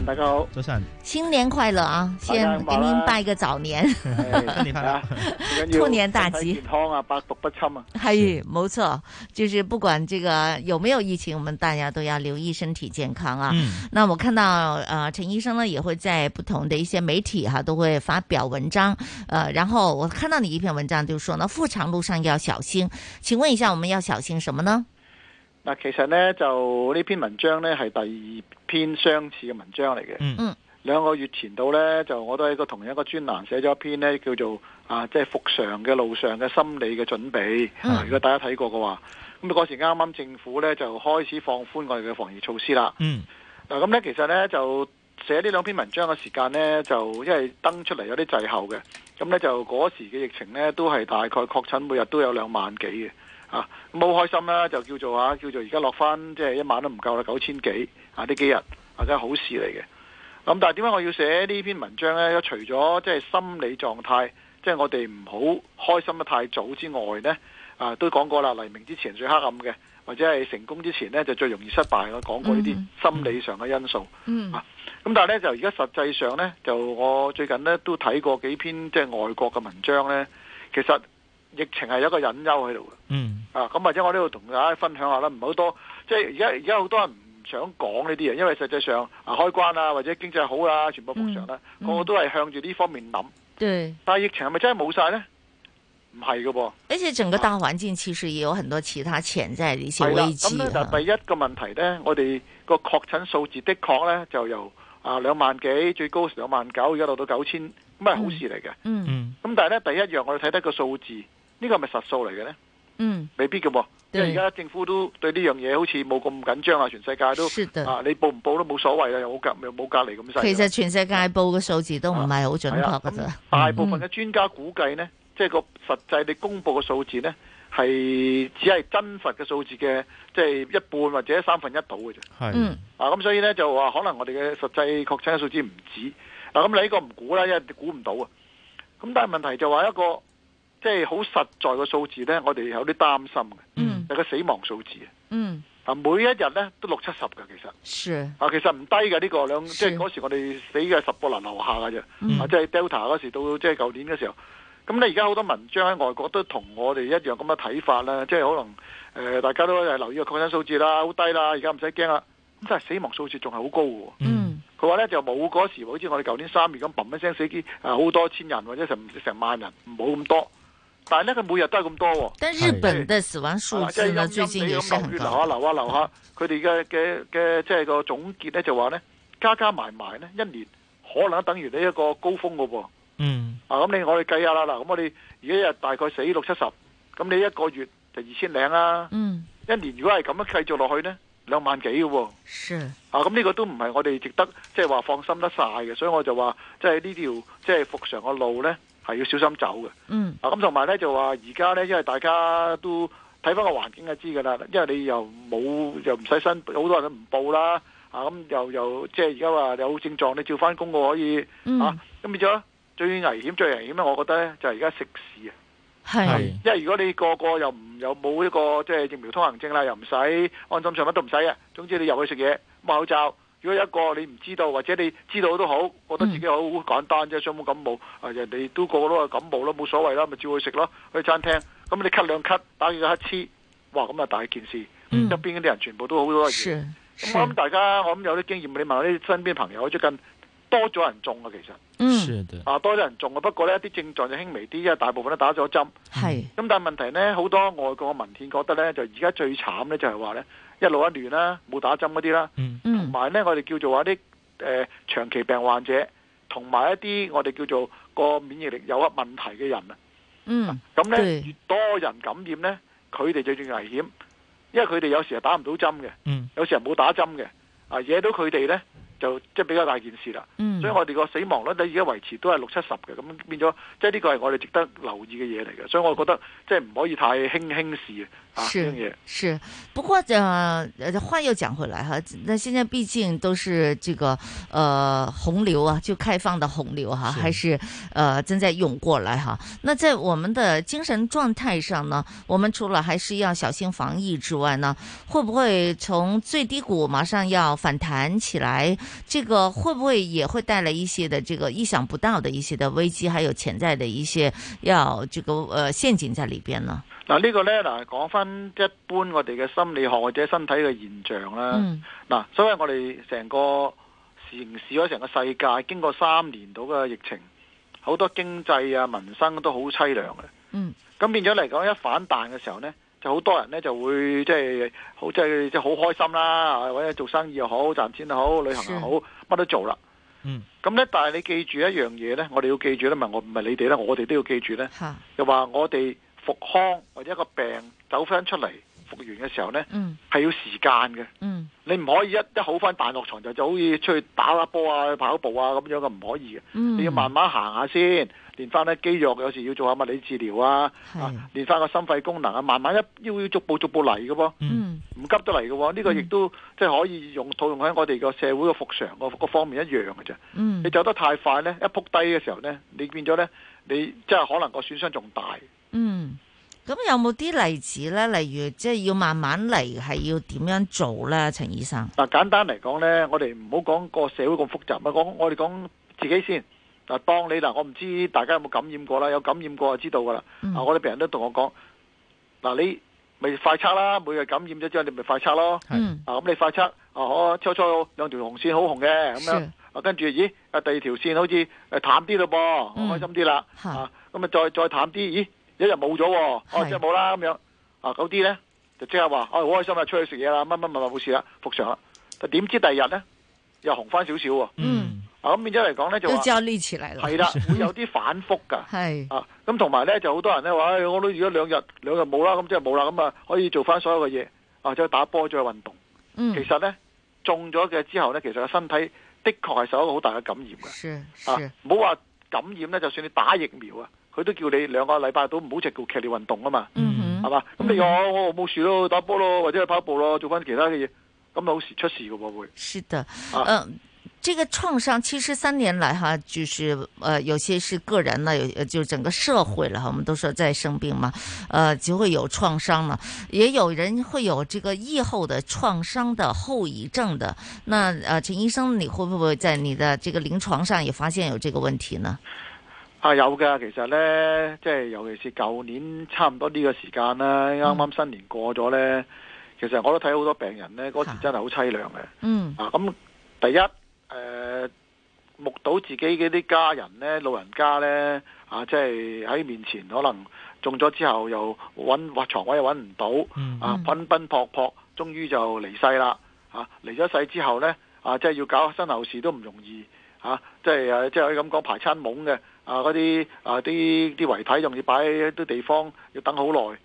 Speaker 20: 大家好，
Speaker 9: 早晨，
Speaker 8: 新年快乐啊！
Speaker 20: 大
Speaker 8: 先
Speaker 20: 家好
Speaker 8: 给您拜个早年，
Speaker 20: 哎啊
Speaker 8: 兔年大吉
Speaker 20: 健康啊，百毒不侵 啊！
Speaker 8: 嘿，哎没错，就是不管这个有没有疫情，我们大家都要留意身体健康啊。
Speaker 11: 嗯
Speaker 8: 那我看到呃，陈医生呢也会在不同的一些媒体哈、都会发表文章，呃，然后我看到你一篇文章就说呢，复常路上要小心，请问一下我们要小心什么呢？
Speaker 20: 嗱，其實呢，就呢篇文章呢係第二篇相似嘅文章嚟嘅。
Speaker 9: 嗯
Speaker 8: 嗯。
Speaker 20: 兩個月前到呢，就我都喺個同一個專欄寫咗一篇呢，叫做啊，即係復常嘅路上嘅心理嘅準備。
Speaker 11: 嗯
Speaker 20: 啊如果大家睇過嘅話，咁嗰時啱啱政府呢，就開始放寬我哋嘅防疫措施啦。
Speaker 9: 嗯
Speaker 20: 嗱，咁咧其實咧就寫呢兩篇文章嘅時間咧，就因為登出嚟有啲滯後嘅，咁咧就嗰時嘅疫情咧都係大概確診每日都有兩萬幾嘅，啊，咁好開心啦，就叫做啊，叫做而家落翻即係一萬都唔夠啦，九千幾啊，呢幾日啊真係好事嚟嘅。咁但係點解我要寫呢篇文章咧？除咗即係心理狀態，即係我哋唔好開心得太早之外咧，啊都講過啦，黎明之前最黑暗嘅，或者係成功之前咧就最容易失敗。我講過呢啲心理上嘅因素。
Speaker 11: 嗯
Speaker 20: 咁但係咧就而家實際上咧，就我最近咧都睇過幾篇即係外國嘅文章咧，其實疫情係有一個隱憂喺度
Speaker 9: 嗯
Speaker 20: 嘅。啊，咁或者我呢度同大家分享下啦，唔好多，即係而家而家好多人唔想講呢啲嘢，因為實際上啊開關啊或者經濟好啊，全部復常啦，
Speaker 8: 嗯嗯
Speaker 20: 個個都係向住呢方面諗。
Speaker 8: 对，
Speaker 20: 但係疫情係咪真係冇晒咧？唔係嘅噃。
Speaker 8: 而且整个大环境其实也有很多其他潜在的一些
Speaker 20: 係啦，
Speaker 8: 危
Speaker 20: 啊咁
Speaker 8: 机啊
Speaker 20: 咧
Speaker 8: 哈。
Speaker 20: 就第一個問題呢，我哋個確診數字的確呢，就由啊兩萬幾最高時兩萬九，而家落到九千咁係好事嚟嘅。
Speaker 8: 嗯嗯
Speaker 20: 咁但係咧，第一樣我哋睇得個數字，呢個係咪實數嚟嘅呢？
Speaker 8: 嗯
Speaker 20: 未必嘅喎，因為而
Speaker 8: 對
Speaker 20: 家政府都對呢樣嘢好似冇咁緊張啊，全世界都
Speaker 8: 是的
Speaker 20: 啊，你報唔報都冇所謂啦，啊又冇隔又冇隔離咁細。啊
Speaker 8: 其實全世界報嘅數字都唔係好準確㗎咋。
Speaker 20: 大部
Speaker 8: 嗯
Speaker 20: 分嘅專家估計呢，即係個實際你公佈嘅數字呢，係只係真實嘅數字嘅，即係一半或者三分一到嘅啫。
Speaker 9: 係
Speaker 8: 嗯
Speaker 20: 啊，咁所以呢，就話可能我哋嘅實際確診嘅數字唔止。嗱、咁你呢個唔估啦，因為你估唔到啊。咁但係問題就話一個即係好實在嘅數字呢，我哋有啲擔心嘅。嗯，有個死亡數字
Speaker 8: 嗯，
Speaker 20: 啊，每一日呢都六七十㗎，其實。
Speaker 8: 是，
Speaker 20: 啊，其實唔低嘅呢、個兩，即係嗰時我哋死嘅十個人樓下嘅啫，
Speaker 8: 嗯
Speaker 20: 啊，即係 Delta 嗰時到即係舊年嘅時候。咁你而家好多文章喺外國都同我哋一樣咁嘅睇法啦，即係可能誒、呃大家都係留意個確診數字啦，好低啦，而家唔使驚啦。咁但係死亡數字仲係好高嘅喎。
Speaker 8: 嗯，
Speaker 20: 佢話咧就冇嗰時好似我哋舊年三月咁砰一聲死機啊好多千人或者成成萬人，唔好咁多。但係咧佢每日都係咁多喎。
Speaker 8: 但日本的死亡數字
Speaker 20: 啊
Speaker 8: 呢，最近也是很
Speaker 20: 流下
Speaker 8: 高。
Speaker 20: 流下流下，佢哋嘅嘅嘅即係個總結咧就話咧，加加埋埋咧一年可能等於你一個高峰嘅喎。
Speaker 9: 嗯
Speaker 20: 啊，咁你我哋計下啦，嗱，咁我哋而家一日大概死六七十，咁你一個月就二千零啦。
Speaker 8: 嗯，
Speaker 20: 一年如果係咁樣繼續落去呢，兩萬幾嘅喎。
Speaker 8: 是，
Speaker 20: 啊，咁呢個都唔係我哋值得即係話放心得晒嘅，所以我就話即係呢條即係復常嘅路呢，係要小心走嘅。
Speaker 8: 嗯
Speaker 20: 啊，咁同埋咧就話而家咧，因為大家都睇翻個環境就知㗎啦，因為你又冇又唔使申，好多人都唔報啦，啊咁又又即係而家話有症狀你照翻工嘅可以，
Speaker 8: 嗯
Speaker 20: 啊咁變咗最危險最危險咧，我覺得咧就係而家食肆啊。
Speaker 8: 係
Speaker 20: 因為如果你個個又唔又冇呢個即係疫苗通行證啦，又唔使安心上乜都唔使啊，總之你入去食嘢冇口罩。如果有一個你唔知道，或者你知道都好，覺得自己好簡單啫，傷風感冒啊，人哋都個個都係感冒咯，冇所謂啦，咪照去食咯，去餐廳。咁你咳兩咳，打幾個乞嗤，哇，咁啊大件事。一邊嗰啲人全部都好多嘢。咁我諗大家，我諗有啲經驗，你問我啲身邊朋友，最近多咗人中啊，其實。
Speaker 8: 嗯
Speaker 9: 是的，
Speaker 20: 啊，多咗人中啊，不過呢啲症狀就輕微啲，因為大部分都打咗針。
Speaker 8: 係。
Speaker 20: 咁但係問題呢，好多外國嘅文獻覺得呢，就而家最慘呢，就係話呢，一老一嫩啦，冇打針嗰啲啦，
Speaker 10: 嗯
Speaker 8: 嗯
Speaker 20: 同埋呢，我哋叫做話啲誒長期病患者，同埋一啲我哋叫做個免疫力有一問題嘅人啊。
Speaker 8: 嗯，
Speaker 20: 咁呢，
Speaker 8: 對
Speaker 20: 越多人感染呢，佢哋就越危險，因為佢哋有時係打唔到針嘅，
Speaker 9: 嗯
Speaker 20: 有時係冇打針嘅，啊惹到佢哋呢，就即係比較大件事啦。
Speaker 8: 嗯
Speaker 20: 所以我哋個死亡率咧而家維持都係六七十嘅，咁變咗即係呢個係我哋值得留意嘅嘢嚟嘅，所以我覺得即係唔可以太輕輕視啊呢樣嘢
Speaker 8: 是。是，不过呃，呃话又讲回来哈，那现在毕竟都是这个呃洪流啊，就开放的洪流哈，还是呃正在涌过来哈。那在我们的精神状态上呢，我们除了还是要小心防疫之外呢，会不会从最低谷马上要反弹起来？这个会不会也会带来一些的这个意想不到的一些的危机，还有潜在的一些要这个呃陷阱在里边呢？
Speaker 20: 嗱呢個呢，嗱講翻一般我哋嘅心理學或者身體嘅現象啦。
Speaker 8: 嗯
Speaker 20: 嗱、所以我哋成個城市或者成個世界經過三年到嘅疫情，好多經濟啊民生都好凄涼啊嘅。
Speaker 8: 嗯
Speaker 20: 咁變咗嚟講，一反彈嘅時候呢，就好多人呢就會即係好即係即係好開心啦，或者做生意又好，賺錢又好，旅行又好，乜都做啦。
Speaker 9: 嗯，
Speaker 20: 咁呢，但係你記住一樣嘢呢，我哋要記住咧，唔係我唔係你哋咧，我哋都要記住呢，
Speaker 8: 吓，
Speaker 20: 就話我哋復康或者一個病走翻出嚟復原嘅時候呢，
Speaker 8: 嗯
Speaker 20: 係要時間嘅。
Speaker 8: 嗯
Speaker 20: 你唔可以一一好翻彈落床就就好似出去打下波啊、跑步啊咁樣嘅，唔可以嘅。
Speaker 8: 嗯
Speaker 20: 你要慢慢行下先，練翻啲肌肉，有時要做下物理治療啊，啊練翻個心肺功能啊，慢慢一要要逐步逐步嚟嘅噃，
Speaker 8: 嗯
Speaker 20: 唔急得嚟嘅喎。呢、個亦都即係可以用套用喺我哋個社會嘅復常個個方面一樣嘅啫。
Speaker 8: 嗯
Speaker 20: 你走得太快呢，一撲低嘅時候呢，你變咗呢，你即係可能個損傷仲大。
Speaker 8: 嗯，咁有冇啲例子咧？例如即係要慢慢嚟，係要點樣做咧？陳醫生，
Speaker 20: 嗱，簡單嚟講呢，我哋唔好講個社會咁複雜，啊咪講我哋講自己先。嗱，當你嗱，我唔知大家有冇感染過啦，有感染過就知道噶啦。
Speaker 3: 嗯
Speaker 20: 啊，我哋病人都同我講，嗱，你咪快測啦，每日感染咗之後，你咪快測咯。
Speaker 8: 嗯
Speaker 20: 啊，咁你快測啊，我初初兩條紅線好紅嘅咁樣
Speaker 8: 是，
Speaker 20: 啊跟住咦啊第二條線好似誒淡啲咯噃，
Speaker 8: 嗯
Speaker 20: 我開心啲啦，
Speaker 8: 嚇
Speaker 20: 啊咁啊再再淡啲，咦有一日冇咗喎，哦
Speaker 8: 係
Speaker 20: 即係冇啦咁樣，啊嗰啲咧就即刻話啊好開心啦，出去食嘢啦，乜乜乜乜冇事啦，復常啦，但點知第二日咧又紅翻少少喎，
Speaker 9: 嗯
Speaker 20: 啊，咁變咗嚟講咧就
Speaker 8: 又
Speaker 20: 話
Speaker 8: 焦慮起来了。
Speaker 20: 係啦，會有啲反覆㗎。
Speaker 8: 係
Speaker 20: 啊，咁同埋咧就好多人咧話，哎唉我都如果兩日兩日冇啦，咁即係冇啦，咁啊可以做翻所有嘅嘢，啊，再打波，再運動。
Speaker 8: 嗯
Speaker 20: 其實咧中咗嘅之後咧，其實個身體的確係受一個好大嘅感染嘅。
Speaker 8: 是
Speaker 20: 啊
Speaker 8: 是，
Speaker 20: 唔好話感染咧，就算你打疫苗啊，佢都叫你兩個禮拜都唔好直做劇烈運動啊嘛。
Speaker 8: 嗯
Speaker 20: 係嘛？咁你話哦我我冇事咯，打波咯，或者去跑步咯，做翻其他嘅嘢，咁好時出事嘅喎會。
Speaker 8: 是的，
Speaker 20: 啊
Speaker 8: 呃，这个创伤其实三年来哈，就是呃，有些是个人了，有呃就整个社会了哈。我们都说在生病嘛，呃，就会有创伤了，也有人会有这个疫后的创伤的后遗症的。那呃，陈医生，你会不会在你的这个临床上也发现有这个问题呢？
Speaker 20: 啊，有㗎，其實呢，即係尤其是舊年差唔多呢個時間啦，啱啱新年過咗呢，其實我都睇好多病人呢，嗰時真係好凄涼嘅。
Speaker 8: 嗯
Speaker 20: 啊，咁第一，誒、呃目睹自己嘅啲家人呢，老人家呢，啊，即係喺面前可能中咗之後又揾或床位又揾唔到，
Speaker 21: 嗯
Speaker 11: 嗯
Speaker 20: 啊，奔奔撲撲，終於就離世啦。啊，離咗世之後呢，啊，即係要搞身後事都唔容易。啊，即係誒，即係可以咁講排餐懵嘅啊，嗰啲啊啲啲遺體仲要擺喺啲地方，要等好耐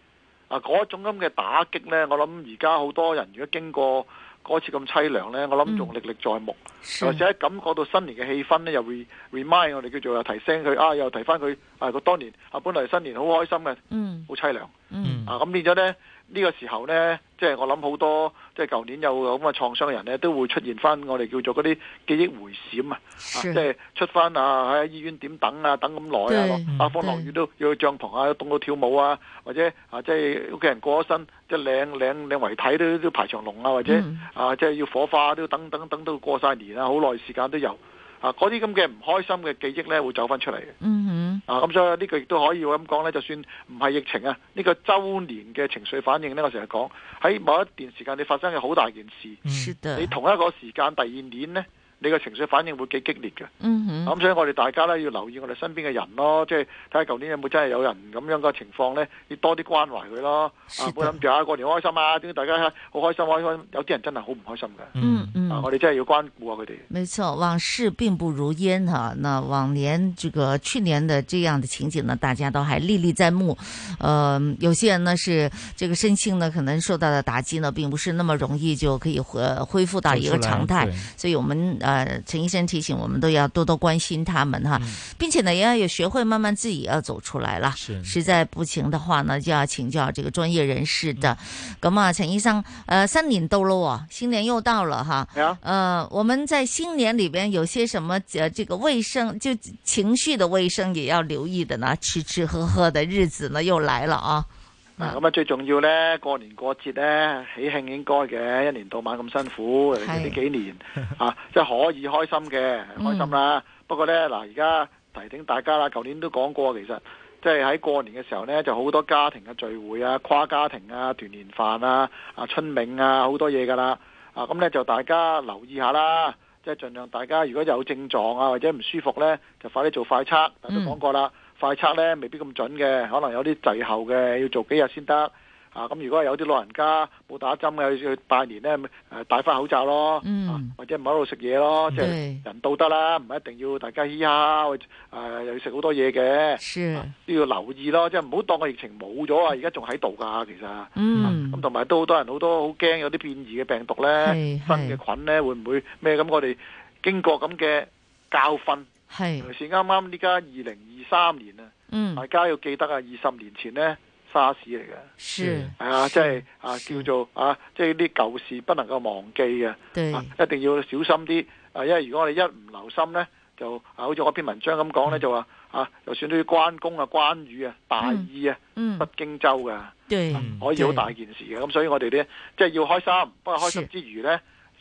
Speaker 20: 啊！嗰種咁嘅打擊呢，我諗而家好多人如果經過嗰次咁凄涼呢，我諗仲歷歷在目。
Speaker 8: 是
Speaker 20: 尤其喺感覺到新年嘅氣氛呢，又 re, remind 我哋叫做又提醒佢啊，又提翻佢啊，佢當年啊，本來新年好開心嘅，
Speaker 8: 嗯
Speaker 20: 好凄涼。
Speaker 8: 嗯
Speaker 20: 啊，咁變咗呢，呢、個時候呢，即係我諗好多即係舊年有咁嘅創傷嘅人呢，都會出現翻我哋叫做嗰啲記憶回閃啊，啊即
Speaker 8: 是
Speaker 20: 係出翻啊喺醫院點等啊，等咁耐啊，
Speaker 8: 對
Speaker 20: 落
Speaker 8: 嗯
Speaker 20: 打風落雨都要去帳篷啊，凍到跳舞啊，或者啊即係屋企人過咗身，即係領領領遺體都都排長龍啊，或者、
Speaker 8: 嗯
Speaker 20: 啊即係要火化都要等等等到過晒年啊，好耐時間都有啊，嗰啲咁嘅唔開心嘅記憶呢，會走翻出嚟嘅。
Speaker 8: 嗯
Speaker 20: 啊，咁所以呢個亦都可以咁講呢，就算唔係疫情啊，呢、個周年嘅情緒反應呢，我成日講喺某一段時間你發生嘅好大件事，
Speaker 8: 是的
Speaker 20: 你同一個時間第二年呢，你個情緒反應會幾激烈嘅。
Speaker 8: 嗯哼
Speaker 20: 咁所以我哋大家呢，要留意我哋身邊嘅人咯，即係睇下舊年有冇真係有人咁樣嘅情況呢，要多啲關懷佢咯。啊，唔好諗住啊過年開心啊，點解大家好開心開心？有啲人真係好唔開心嘅。
Speaker 8: 嗯嗯
Speaker 20: 啊，我哋真係要關顧下佢哋。
Speaker 8: 没错，往事并不如烟哈。那往年这个去年的这样的情景呢，大家都还历历在目。呃，有些人呢是这个身心呢，可能受到的打击呢，并不是那么容易就可以恢恢复到一个常态
Speaker 6: 走出来。
Speaker 8: 所以我们呃，陈医生提醒我们都要多多关心他们哈，并且呢，也要有学会慢慢自己要走出来啦。
Speaker 6: 是
Speaker 8: 实在不行的话呢，就要请教这个专业人士的。咁啊，陈医生，呃，新年到了哦，新年又到了哈。
Speaker 20: 哎
Speaker 8: 呃，我们在新年里边有些什么呃这个卫生，就情绪的卫生也要留意的呢？吃吃喝喝的日子呢又来了啊。
Speaker 20: 嗱咁啊，最重要咧，過年過節咧，喜慶應該嘅，一年到晚咁辛苦，尤其是呢幾年啊，即係可以開心嘅，
Speaker 9: 嗯
Speaker 20: 開
Speaker 8: 嗯
Speaker 20: 心啦。不過咧，嗱而家提醒大家啦，舊年都講過，其實即係喺過年嘅時候咧，就好多家庭嘅聚會啊、跨家庭啊、團年飯啊、啊春茗啊，好多嘢噶啦。啊，咁咧就大家留意下啦，即係盡量大家如果有症狀啊或者唔舒服咧，就快啲做快測。
Speaker 8: 嗯
Speaker 20: 大家呃都講過啦，快測咧未必咁準嘅，可能有啲滯後嘅，要做幾日先得。啊，咁如果有啲老人家冇打針嘅，要拜年咧，咪誒戴翻口罩咯，啊或者唔好喺度食嘢咯，即係
Speaker 8: 嗯對
Speaker 20: 人到得啦，唔一定要大家嘻哈，或者誒又要食好多嘢嘅。
Speaker 8: 是，
Speaker 20: 都要留意咯，即係唔好當個疫情冇咗啊！而家仲喺度㗎，其實。
Speaker 8: 嗯
Speaker 20: 啊咁同埋都好多人好多好驚有啲變異嘅病毒咧，
Speaker 8: 係
Speaker 20: 新嘅菌咧會唔會咩？咁我哋經過咁嘅教訓，
Speaker 8: 係
Speaker 20: 尤其是啱啱呢家二零二三年啊，
Speaker 8: 嗯
Speaker 20: 大家要記得啊，二十年前咧沙士嚟嘅，
Speaker 8: 是
Speaker 20: 係啊，即係啊叫做啊，即係啲舊事不能夠忘記嘅。
Speaker 8: 對，
Speaker 20: 一定要小心啲啊！因為如果我哋一唔留心呢，就啊，好似我篇文章咁
Speaker 8: 嗯
Speaker 20: 講呢，就話啊，就算啲關公啊、關羽啊、大意啊、
Speaker 8: 嗯
Speaker 20: 不經周㗎，
Speaker 8: 對，
Speaker 20: 可以好大件事嘅。咁所以我哋呢，即係要開心，不過開心之餘呢，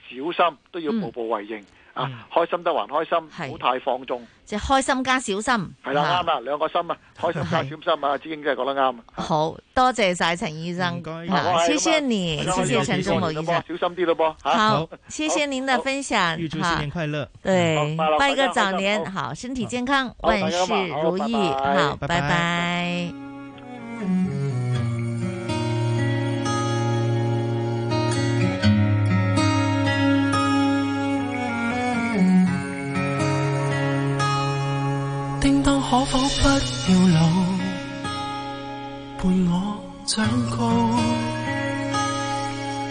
Speaker 20: 小心都要步步為
Speaker 8: 嗯
Speaker 20: 營啊！開心得還開心，唔好太放縱。
Speaker 8: 即係開心加小心。
Speaker 20: 係啦，
Speaker 8: 啊
Speaker 20: 啱啦，兩個心啊，開心加小心啊！子英真係講得啱啊！
Speaker 8: 好多謝晒陳醫生，好，謝謝
Speaker 20: 嗯
Speaker 8: 你，謝謝陳仲謀醫生。
Speaker 20: 小心啲咯噃嚇。
Speaker 8: 好，謝謝您的分享，
Speaker 20: 预祝新
Speaker 8: 哈
Speaker 20: 年快乐
Speaker 8: 对
Speaker 20: 好拜，了
Speaker 8: 拜个
Speaker 20: 大家
Speaker 8: 早年，好，身体健康，
Speaker 20: 好
Speaker 8: 万
Speaker 20: 大家
Speaker 8: 事
Speaker 20: 晚安
Speaker 8: 如
Speaker 20: 拜
Speaker 8: 意，
Speaker 20: 拜
Speaker 8: 好，
Speaker 20: 拜拜
Speaker 8: 拜拜
Speaker 6: 天可否不要老，伴我長高？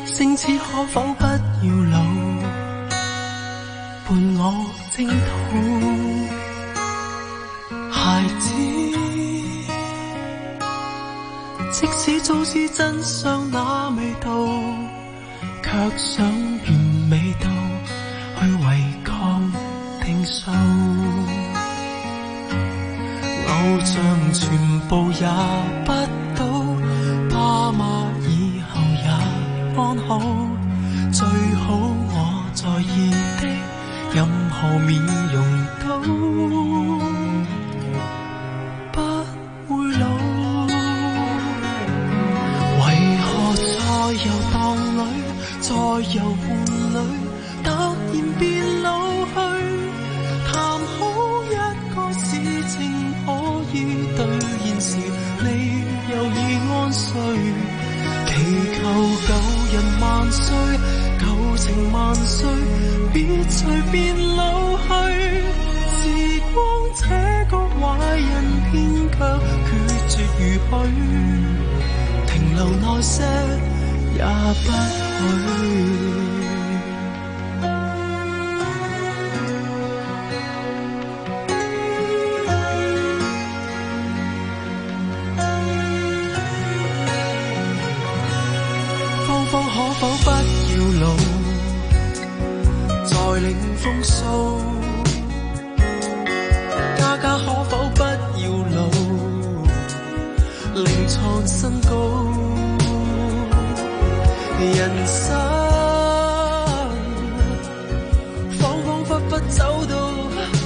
Speaker 6: 星子可否不要老，伴我征討？孩子，即使早知真相那味道，卻想完美到去違抗定數。偶像全部也不到，爸媽以後也安好，最好我在意的任何面容都不會老。為何在遊蕩裏，在遊玩裏突然變老去？談好一個事情可以兌現時，你又已安睡。祈求舊人萬歲，舊情萬歲，別隨便老去。時光這個壞人，偏卻決絕如許，停留耐些也不許。芳芳可否不要老，再領風騷？家家可否不要老，另創新高？人生恍恍惚惚走到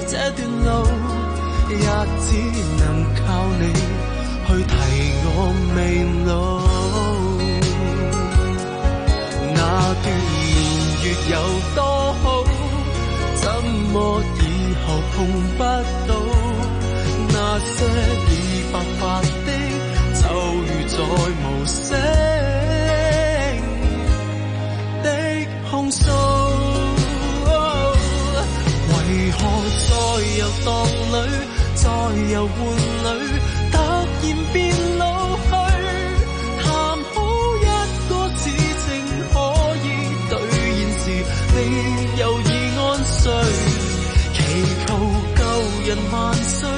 Speaker 6: 這段路，也只能靠你去提我未老。那段年月有多好，怎麼以後碰不到？那些已白髮的，就如在無聲的控訴。為何在遊蕩裏，在遊玩裏，突然變老去？談好一個事情可以兌現時，你又已安睡。祈求舊人萬歲，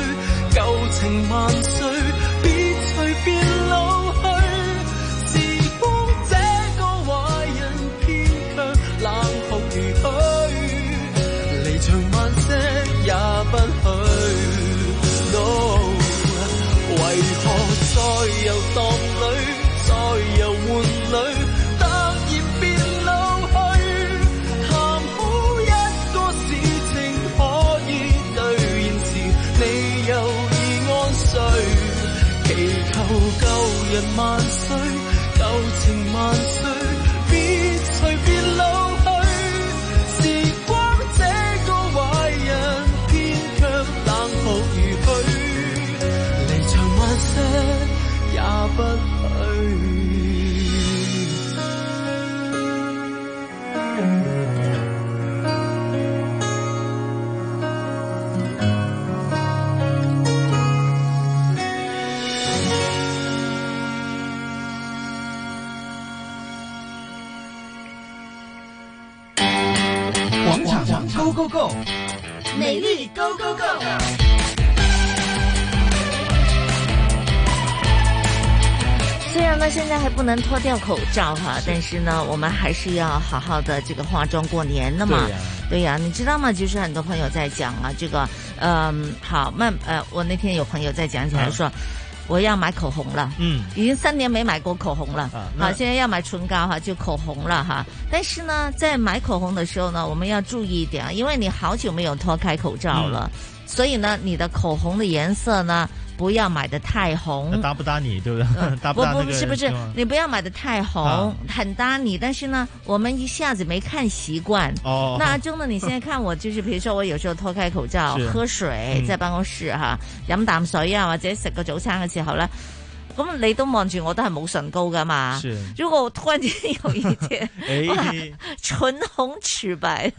Speaker 6: 舊情萬歲，別隨便老去。時光這個壞人，偏卻冷酷如許，離場慢些也不許。No。為何在遊蕩裏，在遊玩裏，突然變老去？談好一個事情可以兌現時，你又已安睡。祈求舊人萬歲，舊情萬歲，別隨便老去。時光這個壞人，偏卻冷酷如許。離場慢些也不許。
Speaker 12: 广场上 Go Go Go，
Speaker 19: 美丽 Go Go Go。
Speaker 8: 虽然呢，现在还不能脱掉口罩哈，但是呢，我们还是要好好的这个化妆过年的嘛
Speaker 19: 对呀。
Speaker 8: 对呀、你知道吗？就是很多朋友在讲啊，这个，嗯，好，那呃，我那天有朋友在讲起
Speaker 9: 嗯
Speaker 8: 来说，我要买口红了，
Speaker 19: 嗯
Speaker 8: 已经三年没买过口红了，
Speaker 19: 那
Speaker 9: 啊
Speaker 8: 好，现在要买唇膏哈，就口红了哈。但是呢，在买口红的时候呢，我们要注意一点啊，因为你好久没有脱开口罩了，
Speaker 9: 嗯
Speaker 8: 所以呢，你的口红的颜色呢，不要买的太红，
Speaker 9: 搭不搭你，对不对？
Speaker 8: 嗯
Speaker 9: 搭不
Speaker 8: 不
Speaker 9: 搭那
Speaker 8: 不
Speaker 9: 个
Speaker 8: 是不是
Speaker 9: 对吗，
Speaker 8: 你不要买的太红
Speaker 9: 啊，，
Speaker 8: 很搭你。但是呢，我们一下子没看习惯。
Speaker 19: 哦
Speaker 8: 那真的，你现在看我，就是比如说我有时候脱开口罩
Speaker 19: 是
Speaker 8: 喝水，
Speaker 19: 嗯
Speaker 8: 在办公室哈，饮啖水啊，或者食個早餐嘅時候呢，咁你都望住我都係冇唇膏噶嘛。如果我突然間有一天
Speaker 9: 哎啊
Speaker 8: 哇唇紅齒白，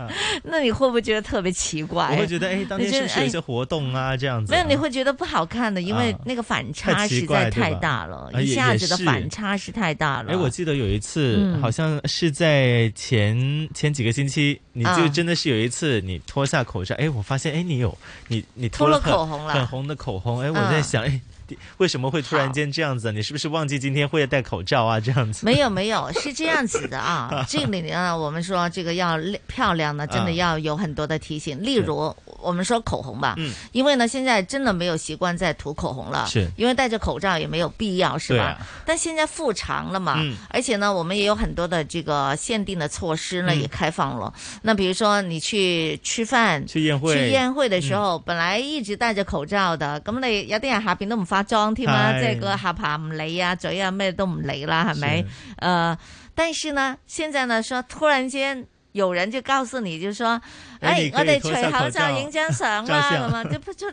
Speaker 8: 那你會不會覺得特別奇怪？
Speaker 9: 我会觉得，哎，当天是不是有一
Speaker 8: 你
Speaker 9: 些
Speaker 8: 覺得哎
Speaker 9: 活动啊？这样子
Speaker 8: 没有，你会觉得不好看的，因为
Speaker 9: 啊
Speaker 8: 那个反差
Speaker 9: 太奇
Speaker 8: 实
Speaker 9: 怪
Speaker 8: 在
Speaker 9: 对吧
Speaker 8: 太大了，
Speaker 9: 啊也
Speaker 8: 一下子的
Speaker 9: 也是
Speaker 8: 反差是太大了。
Speaker 9: 哎，我记得有一次，
Speaker 8: 嗯
Speaker 9: 好像是在前前几个星期，你就
Speaker 8: 啊
Speaker 9: 真的是有一次，你脱下口罩，哎，我发现，哎，你有你你
Speaker 8: 脱
Speaker 9: 了
Speaker 8: 了
Speaker 9: 很
Speaker 8: 口红了
Speaker 9: 很红的口红，哎，我
Speaker 8: 嗯
Speaker 9: 在想，哎，第为什么会突然间这样子？你是不是忘记今天会戴口罩啊？这样子。
Speaker 8: 没有没有，是这样子的啊 这里呢，我们说这个要靓漂亮呢，真的
Speaker 9: 嗯
Speaker 8: 要有很多的提醒。例如，我们说口红吧，
Speaker 9: 嗯
Speaker 8: 因为呢，现在真的没有习惯再涂口红了，
Speaker 22: 是
Speaker 8: 因为戴着口罩也没有必要，是
Speaker 22: 对
Speaker 8: 吧？
Speaker 22: 啊
Speaker 8: 但现在复常了嘛，
Speaker 22: 嗯
Speaker 8: 而且呢，我们也有很多的这个限定的措施呢，
Speaker 22: 嗯
Speaker 8: 也开放了。那比如说你去吃饭、
Speaker 22: 去宴会嗯
Speaker 8: 去宴會嘅時候，本來一直戴着口罩的，咁你有啲人下邊都唔化妝添啊，
Speaker 22: 係
Speaker 8: 即係個下巴唔理啊，嘴啊咩都唔理啦，係咪
Speaker 22: 是？
Speaker 8: 呃，但是呢，現在呢，說突然間有人就告訴你，就說，
Speaker 22: 哎
Speaker 8: 哎
Speaker 22: 你，可
Speaker 8: 我
Speaker 22: 以
Speaker 8: 哋除
Speaker 22: 脱下口
Speaker 8: 口罩
Speaker 22: 罩
Speaker 8: 影張相
Speaker 22: 照
Speaker 8: 啦，
Speaker 22: 相
Speaker 8: 咁啊，就不就。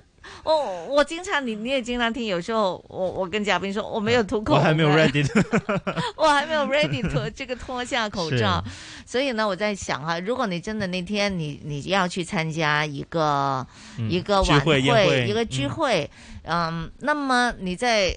Speaker 8: 我我經常你你也經常聽，有時候我我跟嘉賓說我沒有涂 口
Speaker 9: 我
Speaker 8: 紅啊，
Speaker 9: 还没有 ready 呢
Speaker 8: 我还没有 ready 脱 这个脱下口罩
Speaker 9: 是，
Speaker 8: 所以呢，我在想哈，如果你真的那天你你要去参加一个、
Speaker 22: 嗯
Speaker 8: 一个晚
Speaker 22: 聚会宴会
Speaker 8: 一个聚会，嗯那么你在。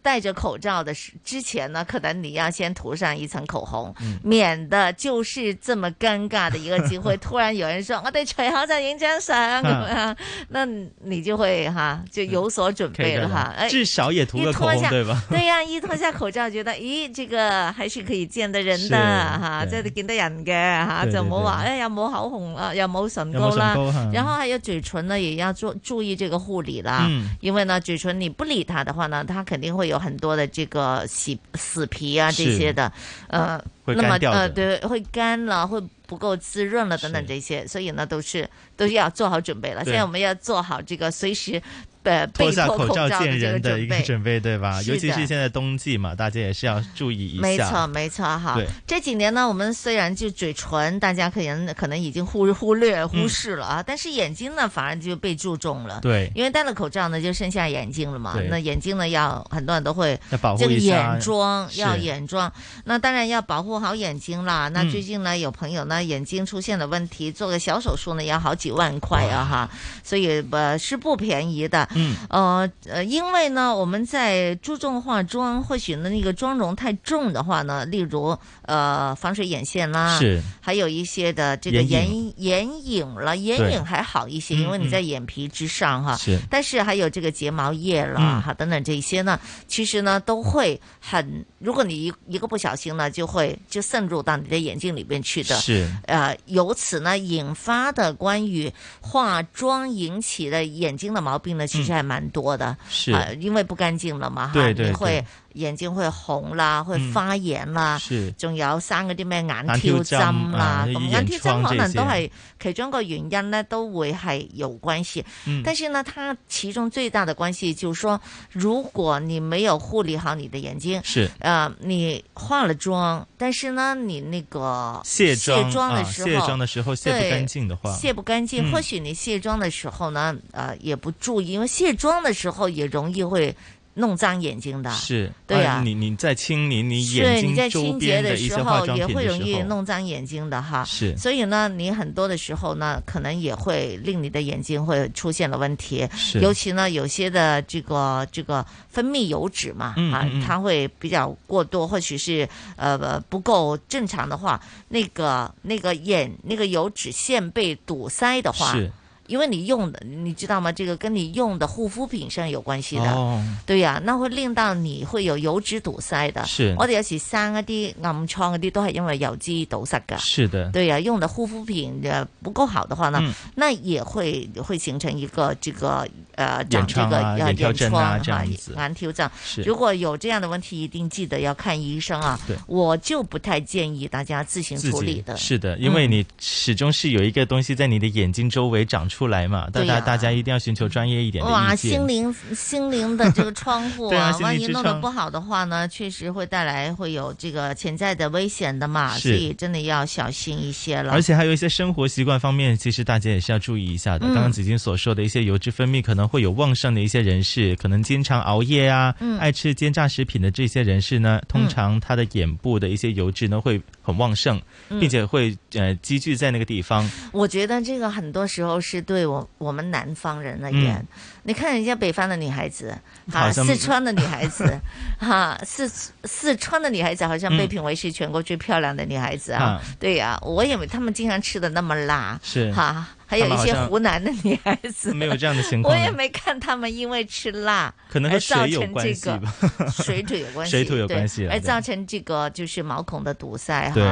Speaker 8: 戴着口罩的时之前呢，可能你要先涂上一层口红，
Speaker 22: 嗯
Speaker 8: 免得就是这么尴尬的一个 机会，突然有人说我得除口罩影张相
Speaker 9: 嗯
Speaker 8: 咁样，那你就会哈就有所准
Speaker 9: 嗯可以
Speaker 8: 备
Speaker 9: 的
Speaker 8: 了哈
Speaker 9: 吧，
Speaker 8: 哎，
Speaker 9: 至少也涂
Speaker 8: 一
Speaker 9: 个口
Speaker 8: 脱
Speaker 9: 红
Speaker 8: 下，
Speaker 9: 对吧？
Speaker 8: 对呀、一脱下口罩，觉得咦，这个还是可以見得人
Speaker 9: 是
Speaker 8: 的吓，即
Speaker 9: 對
Speaker 8: 係見得人嘅吓，
Speaker 9: 對
Speaker 8: 就唔好
Speaker 9: 對
Speaker 8: 話
Speaker 9: 對
Speaker 8: 诶有冇口紅啦，有冇唇
Speaker 22: 有冇
Speaker 8: 膏
Speaker 22: 唇
Speaker 8: 啦
Speaker 22: 膏嚇，
Speaker 8: 然後還有嘴唇呢，也要注注意这個護理啦。
Speaker 22: 嗯
Speaker 8: 因為呢，嘴唇你不理它的話呢，它肯定會有很多的这個死死皮啊
Speaker 22: 是
Speaker 8: 这些的，呃，
Speaker 22: 會
Speaker 8: 那
Speaker 22: 乾
Speaker 8: 麼
Speaker 22: 掉的
Speaker 8: 呃对，會乾了，會不夠滋潤了等等这些，所以呢都是都是要做好準備了。
Speaker 9: 對
Speaker 8: 現在我們要做好这個隨時呃
Speaker 9: 脱
Speaker 8: 被
Speaker 9: 下
Speaker 8: 脱
Speaker 9: 口
Speaker 8: 口
Speaker 9: 罩
Speaker 8: 罩的
Speaker 9: 见
Speaker 8: 这
Speaker 9: 人
Speaker 8: 個
Speaker 9: 的一
Speaker 8: 準
Speaker 9: 个
Speaker 8: 備。
Speaker 9: 准备，对吧？
Speaker 8: 是
Speaker 9: 尤其是
Speaker 8: 的
Speaker 9: 现在冬季嘛，大家也是要注意一下。
Speaker 8: 没错，没错哈
Speaker 9: 对。
Speaker 8: 这几年呢，我们虽然就嘴唇，大家可能可能已经忽忽略、忽
Speaker 9: 嗯
Speaker 8: 视了啊，但是眼睛呢，反而就被注重了。
Speaker 22: 对
Speaker 8: 因为戴了口罩呢，就剩下眼睛了嘛
Speaker 22: 对。
Speaker 8: 那眼睛呢，要很多人都会
Speaker 22: 要保护
Speaker 8: 这个
Speaker 22: 一下
Speaker 8: 眼妆
Speaker 22: 是
Speaker 8: 要眼妆，那当然要保护好眼睛啦。那
Speaker 22: 嗯
Speaker 8: 最近呢，有朋友呢眼睛出现了问题，做个小手术呢，要好几万块啊哈，所以呃是不便宜的。
Speaker 22: 嗯
Speaker 8: 呃呃，因为呢，我们在注重化妆，或许呢那个妆容太重的话呢，例如呃防水眼线啦，
Speaker 22: 是
Speaker 8: 还有一些的这个
Speaker 22: 眼
Speaker 8: 眼
Speaker 22: 影
Speaker 8: 眼影了，眼
Speaker 22: 对
Speaker 8: 影还好一些，
Speaker 22: 嗯
Speaker 8: 因为你在
Speaker 22: 嗯
Speaker 8: 眼皮之上哈，
Speaker 22: 是
Speaker 8: 但是还有这个睫毛液啦
Speaker 22: 嗯
Speaker 8: 哈、等等这些呢，其实呢都会很，如果你一一个不小心呢，就会就渗入到你的眼睛里边去的，
Speaker 22: 是
Speaker 8: 呃，由此呢引发的关于化妆引起的眼睛的毛病呢，其实还蛮多的，
Speaker 22: 嗯是
Speaker 8: 啊因为不干净了嘛哈，
Speaker 22: 对对
Speaker 8: 你会
Speaker 22: 对
Speaker 8: 眼睛會紅啦，會
Speaker 22: 嗯
Speaker 8: 發炎啦，
Speaker 22: 是
Speaker 8: 仲有生嗰啲咩眼
Speaker 22: 眼
Speaker 8: 挑
Speaker 22: 挑
Speaker 8: 針
Speaker 22: 針
Speaker 8: 啦
Speaker 22: 啊，
Speaker 8: 咁
Speaker 22: 眼
Speaker 8: 眼挑針
Speaker 22: 瘡
Speaker 8: 可
Speaker 22: 這
Speaker 8: 能都
Speaker 22: 些
Speaker 8: 係其中一個原因呢，都會係有關係。
Speaker 22: 嗯
Speaker 8: 但是呢，它其中最大的關係就是說，如果你沒有護理好你的眼睛，
Speaker 22: 是
Speaker 8: 呃，你化了妝，但是呢，你那個
Speaker 22: 卸
Speaker 8: 妆
Speaker 22: 妝
Speaker 8: 的
Speaker 22: 啊
Speaker 8: 時候，
Speaker 22: 卸妝的時候卸不
Speaker 8: 對
Speaker 22: 乾淨的話
Speaker 8: 卸不干
Speaker 22: 嗯
Speaker 8: 净，或许你卸妆的时候呢，呃，也不注意，因为卸妆的时候也容易会弄脏眼睛的。
Speaker 9: 是，
Speaker 8: 对
Speaker 9: 啊
Speaker 8: 呀、
Speaker 9: 你你在清理你眼
Speaker 8: 对，你在
Speaker 9: 睛周
Speaker 8: 清洁
Speaker 9: 边
Speaker 8: 的
Speaker 9: 一
Speaker 8: 时
Speaker 9: 些化
Speaker 8: 候
Speaker 9: 妆
Speaker 8: 也
Speaker 9: 品
Speaker 8: 会
Speaker 9: 的
Speaker 8: 容
Speaker 9: 时
Speaker 8: 易
Speaker 9: 候，
Speaker 8: 弄脏眼睛的哈。
Speaker 9: 是
Speaker 8: 所以呢，你很多的时候呢，可能也会令你的眼睛会出现了问题。
Speaker 22: 是
Speaker 8: 尤其呢，有些的这个这个分泌油脂嘛，
Speaker 22: 嗯
Speaker 8: 啊
Speaker 22: 嗯嗯，
Speaker 8: 它会比较过多，或许是呃不够正常的话，那个那个眼那个油脂腺被堵塞的话。
Speaker 22: 是
Speaker 8: 因为你用的，你知道吗？这个跟你用的护肤品上有关系的。
Speaker 22: 哦
Speaker 8: 对呀、那會令到你會有油脂堵塞的。
Speaker 22: 是
Speaker 8: 我哋有時生一啲暗瘡嗰啲都係因為油脂堵塞㗎。
Speaker 22: 是的
Speaker 8: 對呀、用的護膚品呃不夠好的話呢，
Speaker 22: 嗯
Speaker 8: 那也會會形成一個這個呃長這
Speaker 22: 瘡
Speaker 8: 個
Speaker 22: 啊
Speaker 8: 呃
Speaker 22: 眼
Speaker 8: 眼
Speaker 22: 挑
Speaker 8: 瘡
Speaker 22: 針啊這
Speaker 8: 哈
Speaker 22: 樣子
Speaker 8: 眼挑症
Speaker 22: 是。
Speaker 8: 如果有這樣的問題，一定記得要看醫生啊
Speaker 9: 對。
Speaker 8: 我就不太建議大家自行
Speaker 9: 自
Speaker 8: 處理
Speaker 9: 己
Speaker 8: 的。
Speaker 9: 是的，因为
Speaker 8: 嗯
Speaker 9: 你始终是有一个东西在你的眼睛周围长出来嘛，但
Speaker 8: 对呀
Speaker 9: 大大家一定要寻求专业一点的
Speaker 8: 哇，
Speaker 9: 意
Speaker 8: 心
Speaker 9: 见。
Speaker 8: 灵心灵的这个窗 户
Speaker 9: 对啊
Speaker 8: 啊，
Speaker 9: 心灵
Speaker 8: 万一
Speaker 9: 之
Speaker 8: 弄得
Speaker 9: 窗
Speaker 8: 不好的话呢，确实会带来会有这个潜在的危险的嘛，
Speaker 9: 是
Speaker 8: 所以真的要小心一些了。
Speaker 9: 而且还有一些生活习惯方面，其实大家也是要注意一下的。
Speaker 8: 嗯
Speaker 9: 刚刚紫金所说的一些油脂分泌可能会有旺盛的一些人士，可能经常熬夜啊，
Speaker 8: 嗯
Speaker 9: 爱吃煎炸食品的这些人士呢，通常他的眼部的一些油脂呢会很旺盛，
Speaker 8: 嗯
Speaker 9: 并且会呃积聚在那个地 方。
Speaker 8: 我觉得这个很多时候是对我我们南方人而言，
Speaker 9: 嗯
Speaker 8: 你看人家北方的女孩子，啊，
Speaker 9: 好像
Speaker 8: 四川的女孩子，哈、四四川的女孩子好像被评为是全国最漂亮的女孩子啊，
Speaker 9: 嗯
Speaker 8: 对呀、我以为她们经常吃的那么辣，
Speaker 9: 是
Speaker 8: 哈、还有一些
Speaker 9: 她们好像
Speaker 8: 湖南的女孩子，
Speaker 9: 没有这样的情况
Speaker 8: 我也没看她们因为吃辣，
Speaker 9: 可能和水有关系吧
Speaker 8: 吧， 水土有关系，
Speaker 9: 水土有关系
Speaker 8: 对
Speaker 9: 了
Speaker 8: 而
Speaker 9: 对
Speaker 8: 造成这个就是毛孔的堵塞哈
Speaker 9: 对。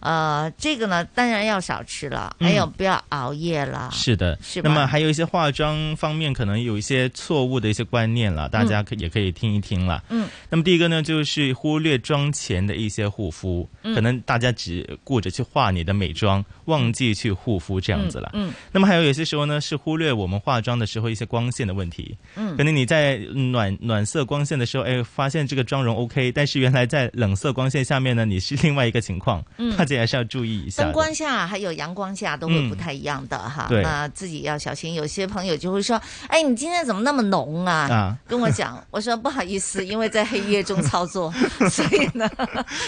Speaker 8: 呃，这个呢，当然要少吃了，
Speaker 9: 嗯
Speaker 8: 还有不要熬夜了。
Speaker 9: 是的，
Speaker 8: 啊是吧
Speaker 9: 那么还有一些化妆方面可能有一些错误的一些观念了，大家可也可以听一听了。
Speaker 8: 嗯，
Speaker 9: 那么第一个呢，就是忽略妆前的一些护肤，
Speaker 22: 嗯
Speaker 9: 可能大家只顾着去化你的美妆，忘记去护肤这样子了。
Speaker 22: 嗯嗯
Speaker 9: 那么还有有些时候呢，是忽略我们化妆的时候一些光线的问题。
Speaker 22: 嗯
Speaker 9: 可能你在暖暖色光线的时候，哎，发现这个妆容 OK，但是原来在冷色光线下面呢，你是另外一个情况，
Speaker 8: 嗯
Speaker 9: 大家还是要注意一下
Speaker 8: 灯
Speaker 9: 的。
Speaker 8: 光下还有阳光下都会不太一样的哈，
Speaker 9: 对
Speaker 8: 那自己要小心。有些朋友就会说：“哎，你今天怎么那么浓啊？”
Speaker 9: 啊
Speaker 8: 跟我讲，我说不好意思，因为在黑夜中操作， 所以呢，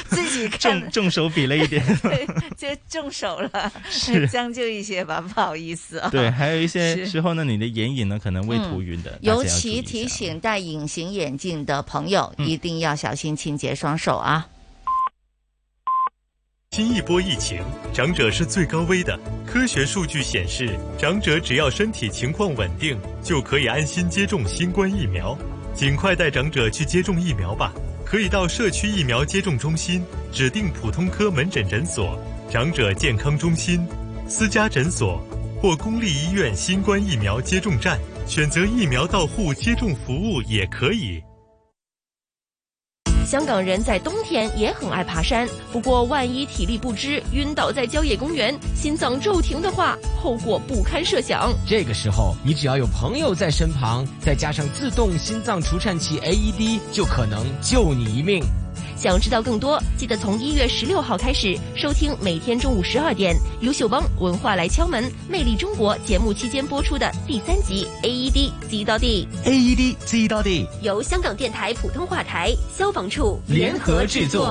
Speaker 8: 自己看
Speaker 9: 重重手比了 一点。
Speaker 8: 就中手了
Speaker 9: 是，
Speaker 8: 将就一些吧，不好意思啊。
Speaker 9: 对，还有一些
Speaker 8: 是嗯
Speaker 9: 时候呢，你的眼影呢可能会涂云的，大家要
Speaker 8: 尤
Speaker 9: 注意嗯
Speaker 8: 其提醒戴隐形眼镜的朋友，一定要小心清洁双手啊！
Speaker 4: 新一波疫情，长者是最高危的。科学数据显示，长者只要身体情况稳定，就可以安心接种新冠疫苗。尽快带长者去接种疫苗吧，可以到社区疫苗接种中心、指定普通科门诊诊所、长者健康中心、私家诊所或公立医院新冠疫苗接种站，选择疫苗到户接种服务也可以。
Speaker 1: 香港人在冬天也很爱爬山，不过万一体力不支晕倒在郊野公园，心脏骤停的话，后果不堪设想。
Speaker 16: 这个时候，你只要有朋友在身旁，再加上自动心脏除颤器 E AED，就可能救你一命。
Speaker 1: 想知道更多，记得从一月十六号开始收听每天中午十二点由秀邦文化来敲门《魅力中国》节目期间播出的第三集 AED 知道地
Speaker 23: E
Speaker 7: AED 知多啲。
Speaker 1: 由香港电台普通话台消防处
Speaker 7: 联合制作。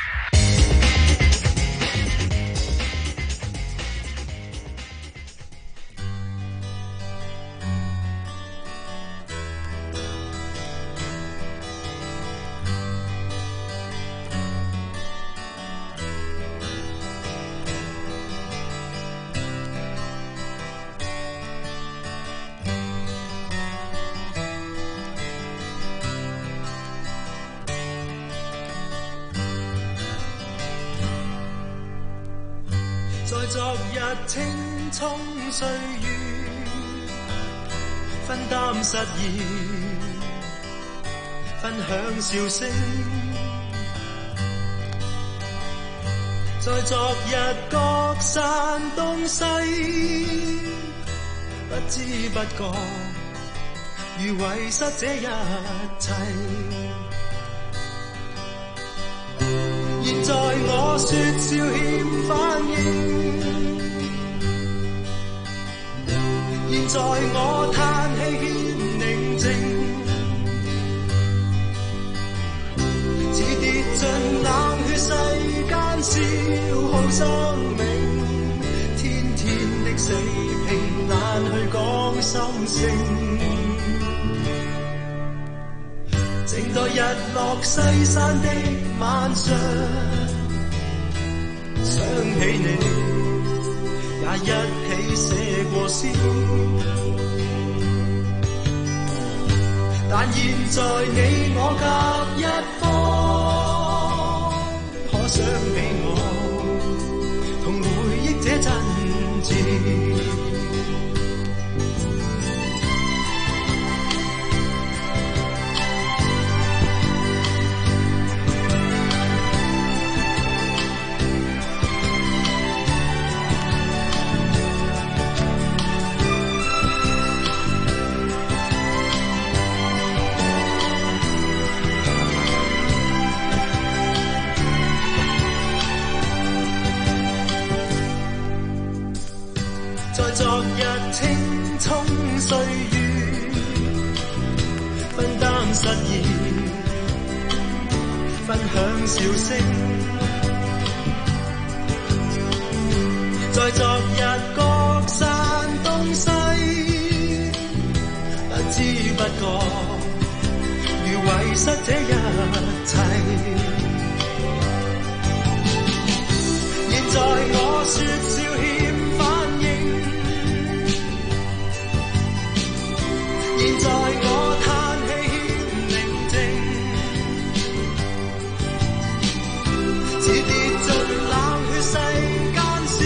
Speaker 24: 在昨日青葱歲月，分擔失意，分享笑聲。在昨日各散東西，不知不覺如遺失這一切。現在我説笑欠反應，現在我嘆氣欠寧靜，似跌進冷血世間，消耗生命，天天的死拼，懶去講心聲。靜待日落西山的晚上，想起你，也一起寫過詩。但現在你我隔一方，可想起我，同回憶這陣歲月，分擔失意，分享笑聲。在昨日各散東西，不知不覺如遺失這一切。現在我説笑欠反應，現在我嘆氣欠寧靜，似跌進冷血世間消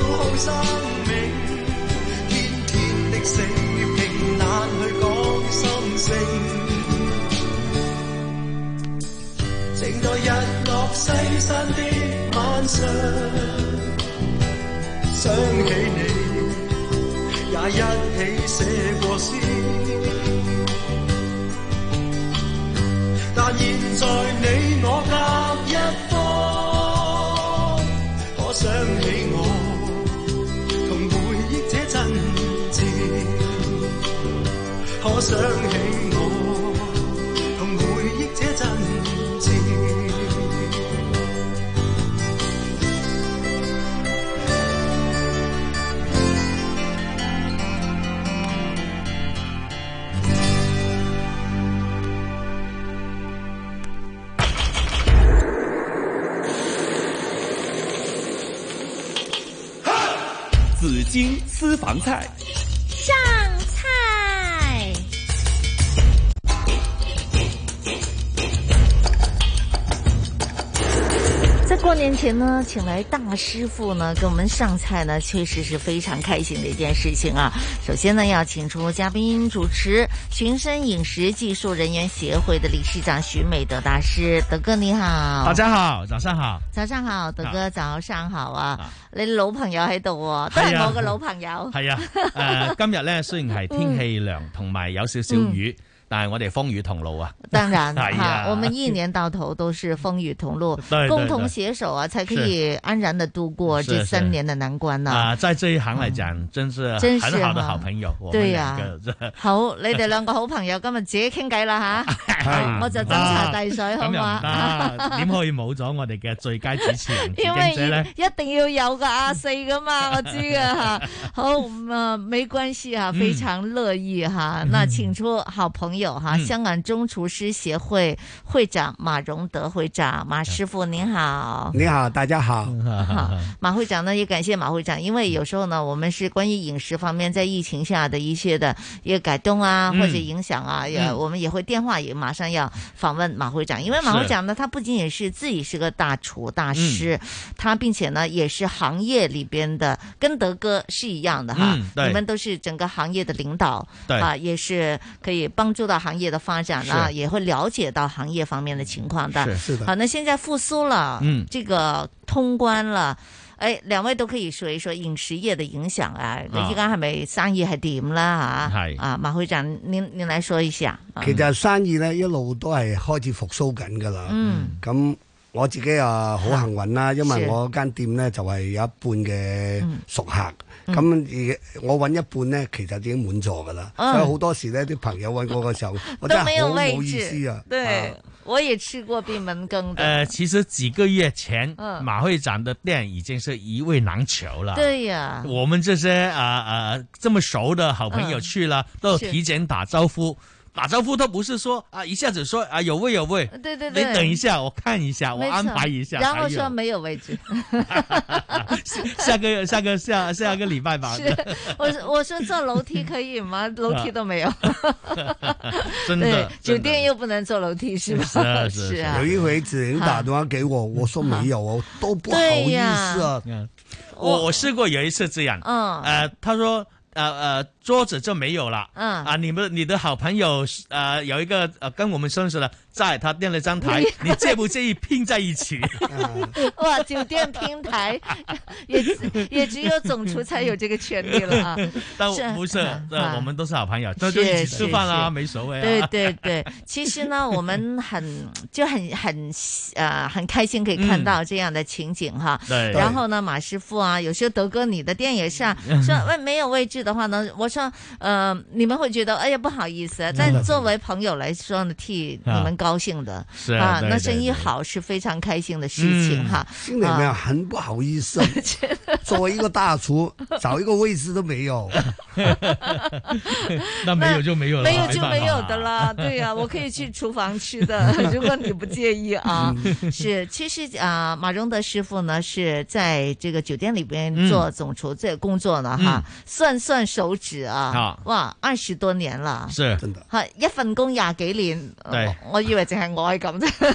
Speaker 24: 耗生命，天天的死拼難去講心聲。靜待日落西山的晚上，想起你，也一起寫過詩。但現在你我隔一方，可想起我，同回憶這真摯，可想起我，同回憶這真。
Speaker 3: 紫荆私房菜，
Speaker 5: 上菜。
Speaker 8: 在过年前呢，请来大师傅呢给我们上菜呢，确实是非常开心的一件事情啊。首先呢，要请出嘉宾主持寻声饮食技术人员协会的理事长徐美德大师，德哥你好，
Speaker 22: 大家好，早上好，
Speaker 8: 早上好，德哥早上好啊！你老朋友喺度喎，都係
Speaker 22: 啊
Speaker 8: 我嘅老朋友。
Speaker 22: 係啊，誒、呃今日咧雖然係天氣涼，同埋有少少雨，但係我哋風雨同路啊。
Speaker 8: 嗯 当然
Speaker 22: 哎呀
Speaker 8: 哈，我们一年到头都是风雨同路
Speaker 22: 对，对
Speaker 8: 共同携手啊，才可以安然的度过
Speaker 22: 是
Speaker 8: 这
Speaker 22: 是
Speaker 8: 三年的难关呢、嗯
Speaker 22: 啊、在这一行嚟講，真是
Speaker 8: 真是
Speaker 22: 很好的
Speaker 8: 哈
Speaker 22: 好朋友。我
Speaker 8: 對
Speaker 22: 們
Speaker 8: 呀
Speaker 22: 兩個真係
Speaker 8: 好，你 哋兩個好朋友今日自己傾偈啦吓，我就斟茶遞水
Speaker 22: 哎啊咁
Speaker 8: 好
Speaker 22: 又唔
Speaker 8: 嘛。
Speaker 22: 得，點 可以冇咗我哋嘅最佳主持人
Speaker 8: 因
Speaker 22: 競
Speaker 8: 為
Speaker 22: 者咧？
Speaker 8: 一定要有個阿四噶 嘛，我知噶吓。好，咁啊，没关系哈，
Speaker 22: 嗯
Speaker 8: 非常樂意哈。那請出好朋友哈，
Speaker 22: 嗯
Speaker 8: 香港中廚師協會會長馬榮德會長，馬師傅您好。
Speaker 21: 你好，大家好。
Speaker 23: 嗯
Speaker 8: 马会长呢，也感谢马会长，因为有时候呢，我们是关于饮食方面在疫情下的一些的一个改动啊，
Speaker 23: 嗯
Speaker 8: 或者影响啊，也、
Speaker 23: 嗯
Speaker 8: 我们也会电话也马上要访问马会长，因为马会长呢，他不仅仅是自己是个大厨大师，
Speaker 23: 嗯
Speaker 8: 他并且呢也是行业里边的，跟德哥是一样的哈，
Speaker 23: 嗯对
Speaker 8: 你们都是整个行业的领导，
Speaker 23: 对
Speaker 8: 啊，也是可以帮助到行业的发展啊，
Speaker 23: 是
Speaker 8: 也会了解到行业方面的情况的，
Speaker 23: 是是的
Speaker 8: 好，那现在复苏了，
Speaker 23: 嗯
Speaker 8: 这个通关了。诶，兩位都可以說一說飲食業的影響啊！你依家係咪生意係點啦？吓，
Speaker 21: 係
Speaker 8: 啊，馬會長，您您來說一下。啊
Speaker 21: 其實生意咧一路都係開始復甦緊㗎啦。
Speaker 8: 嗯，
Speaker 21: 咁我自己啊好幸運啦，因為
Speaker 25: 是
Speaker 21: 我間店咧就係有一半嘅熟客。
Speaker 25: 嗯
Speaker 21: 咁而我揾一半咧，其實已經滿座㗎啦。
Speaker 8: 嗯
Speaker 21: 所以好多時咧，啲朋友揾我嘅 時候，我真
Speaker 8: 都沒
Speaker 21: 係
Speaker 8: 有
Speaker 21: 好
Speaker 8: 位
Speaker 21: 冇意思
Speaker 8: 置
Speaker 21: 啊。。
Speaker 8: 對，我也吃過閉門羹的。
Speaker 22: 呃，其實幾個月前，
Speaker 8: 嗯
Speaker 22: 馬會長的店已經是一位難求了。
Speaker 8: 對呀，
Speaker 22: 我们这些啊啊这么熟的好朋友
Speaker 8: 嗯
Speaker 22: 去了，都有
Speaker 8: 是
Speaker 22: 提前打招呼。打招呼都不是说啊，一下子说啊有位有位，
Speaker 8: 对对
Speaker 22: 你
Speaker 8: 对
Speaker 22: 等一下，我看一哎下，我
Speaker 8: 沒錯
Speaker 22: 安排一下。哎
Speaker 8: 然後
Speaker 22: 才有
Speaker 8: 說沒有位置，
Speaker 22: 下个月下个下下個禮拜吧，
Speaker 8: 是我說我說坐樓梯可以嗎？樓梯都沒有，
Speaker 21: 真
Speaker 8: 對，酒店又不能坐樓梯是吧？是啊
Speaker 21: 有，一回子人打電話給我，我說沒有啊，我都不好
Speaker 8: 對
Speaker 21: 意
Speaker 8: 呀
Speaker 21: 思啊。
Speaker 22: 我我试过有一次这样，
Speaker 21: 嗯
Speaker 22: 呃，他说，呃呃，桌子就没有了，
Speaker 21: 嗯
Speaker 22: 啊，你们你的好朋友，呃，有一个呃跟我们认识的，在他订了张 台，你介不介意拼在一起？。
Speaker 8: 哇，酒店平台 也也只有总厨才有这个权利了啊
Speaker 22: 但
Speaker 8: 是
Speaker 22: 我不是，
Speaker 8: 啊
Speaker 22: 呃，我们都是好朋友，那就一起吃饭啦，
Speaker 8: 是
Speaker 22: 没所谓
Speaker 8: 对
Speaker 22: 啊。
Speaker 8: 对对，其实呢，我们很就很很呃很开心可以
Speaker 22: 嗯
Speaker 8: 看到这样的情景哈。
Speaker 23: 对
Speaker 8: 哎然后呢，马师傅啊，有时候德哥你的店也是啊，说喂没有位置的话呢，我说说，呃，你们会觉得哎呀不好意思，但作为朋友来说呢，替
Speaker 22: 啊
Speaker 8: 你们高兴的
Speaker 21: 是
Speaker 8: 啊，
Speaker 21: 对
Speaker 8: 那
Speaker 21: 对
Speaker 8: 生意好是非常开心的事
Speaker 22: 嗯
Speaker 8: 情哈。啊
Speaker 21: 心里面很不好意 思，作为一个大厨，找一个位置都没有。
Speaker 22: 那没有就没有了，
Speaker 8: 没有
Speaker 22: 办
Speaker 8: 就
Speaker 22: 法
Speaker 8: 没有的啦，对呀、我可以去厨房 吃的，如果你不介意啊。
Speaker 22: 嗯
Speaker 8: 是，其实啊、马荣德师傅呢是在这个酒店里边做
Speaker 14: 嗯
Speaker 8: 总厨这个工作呢哈，
Speaker 14: 嗯
Speaker 8: 算算手指啊
Speaker 14: 啊，
Speaker 8: 哇，二十多年啦，
Speaker 22: 是真
Speaker 21: 的，
Speaker 8: 吓一份工廿幾年，
Speaker 22: 對
Speaker 8: 我我以為淨係我係咁啫，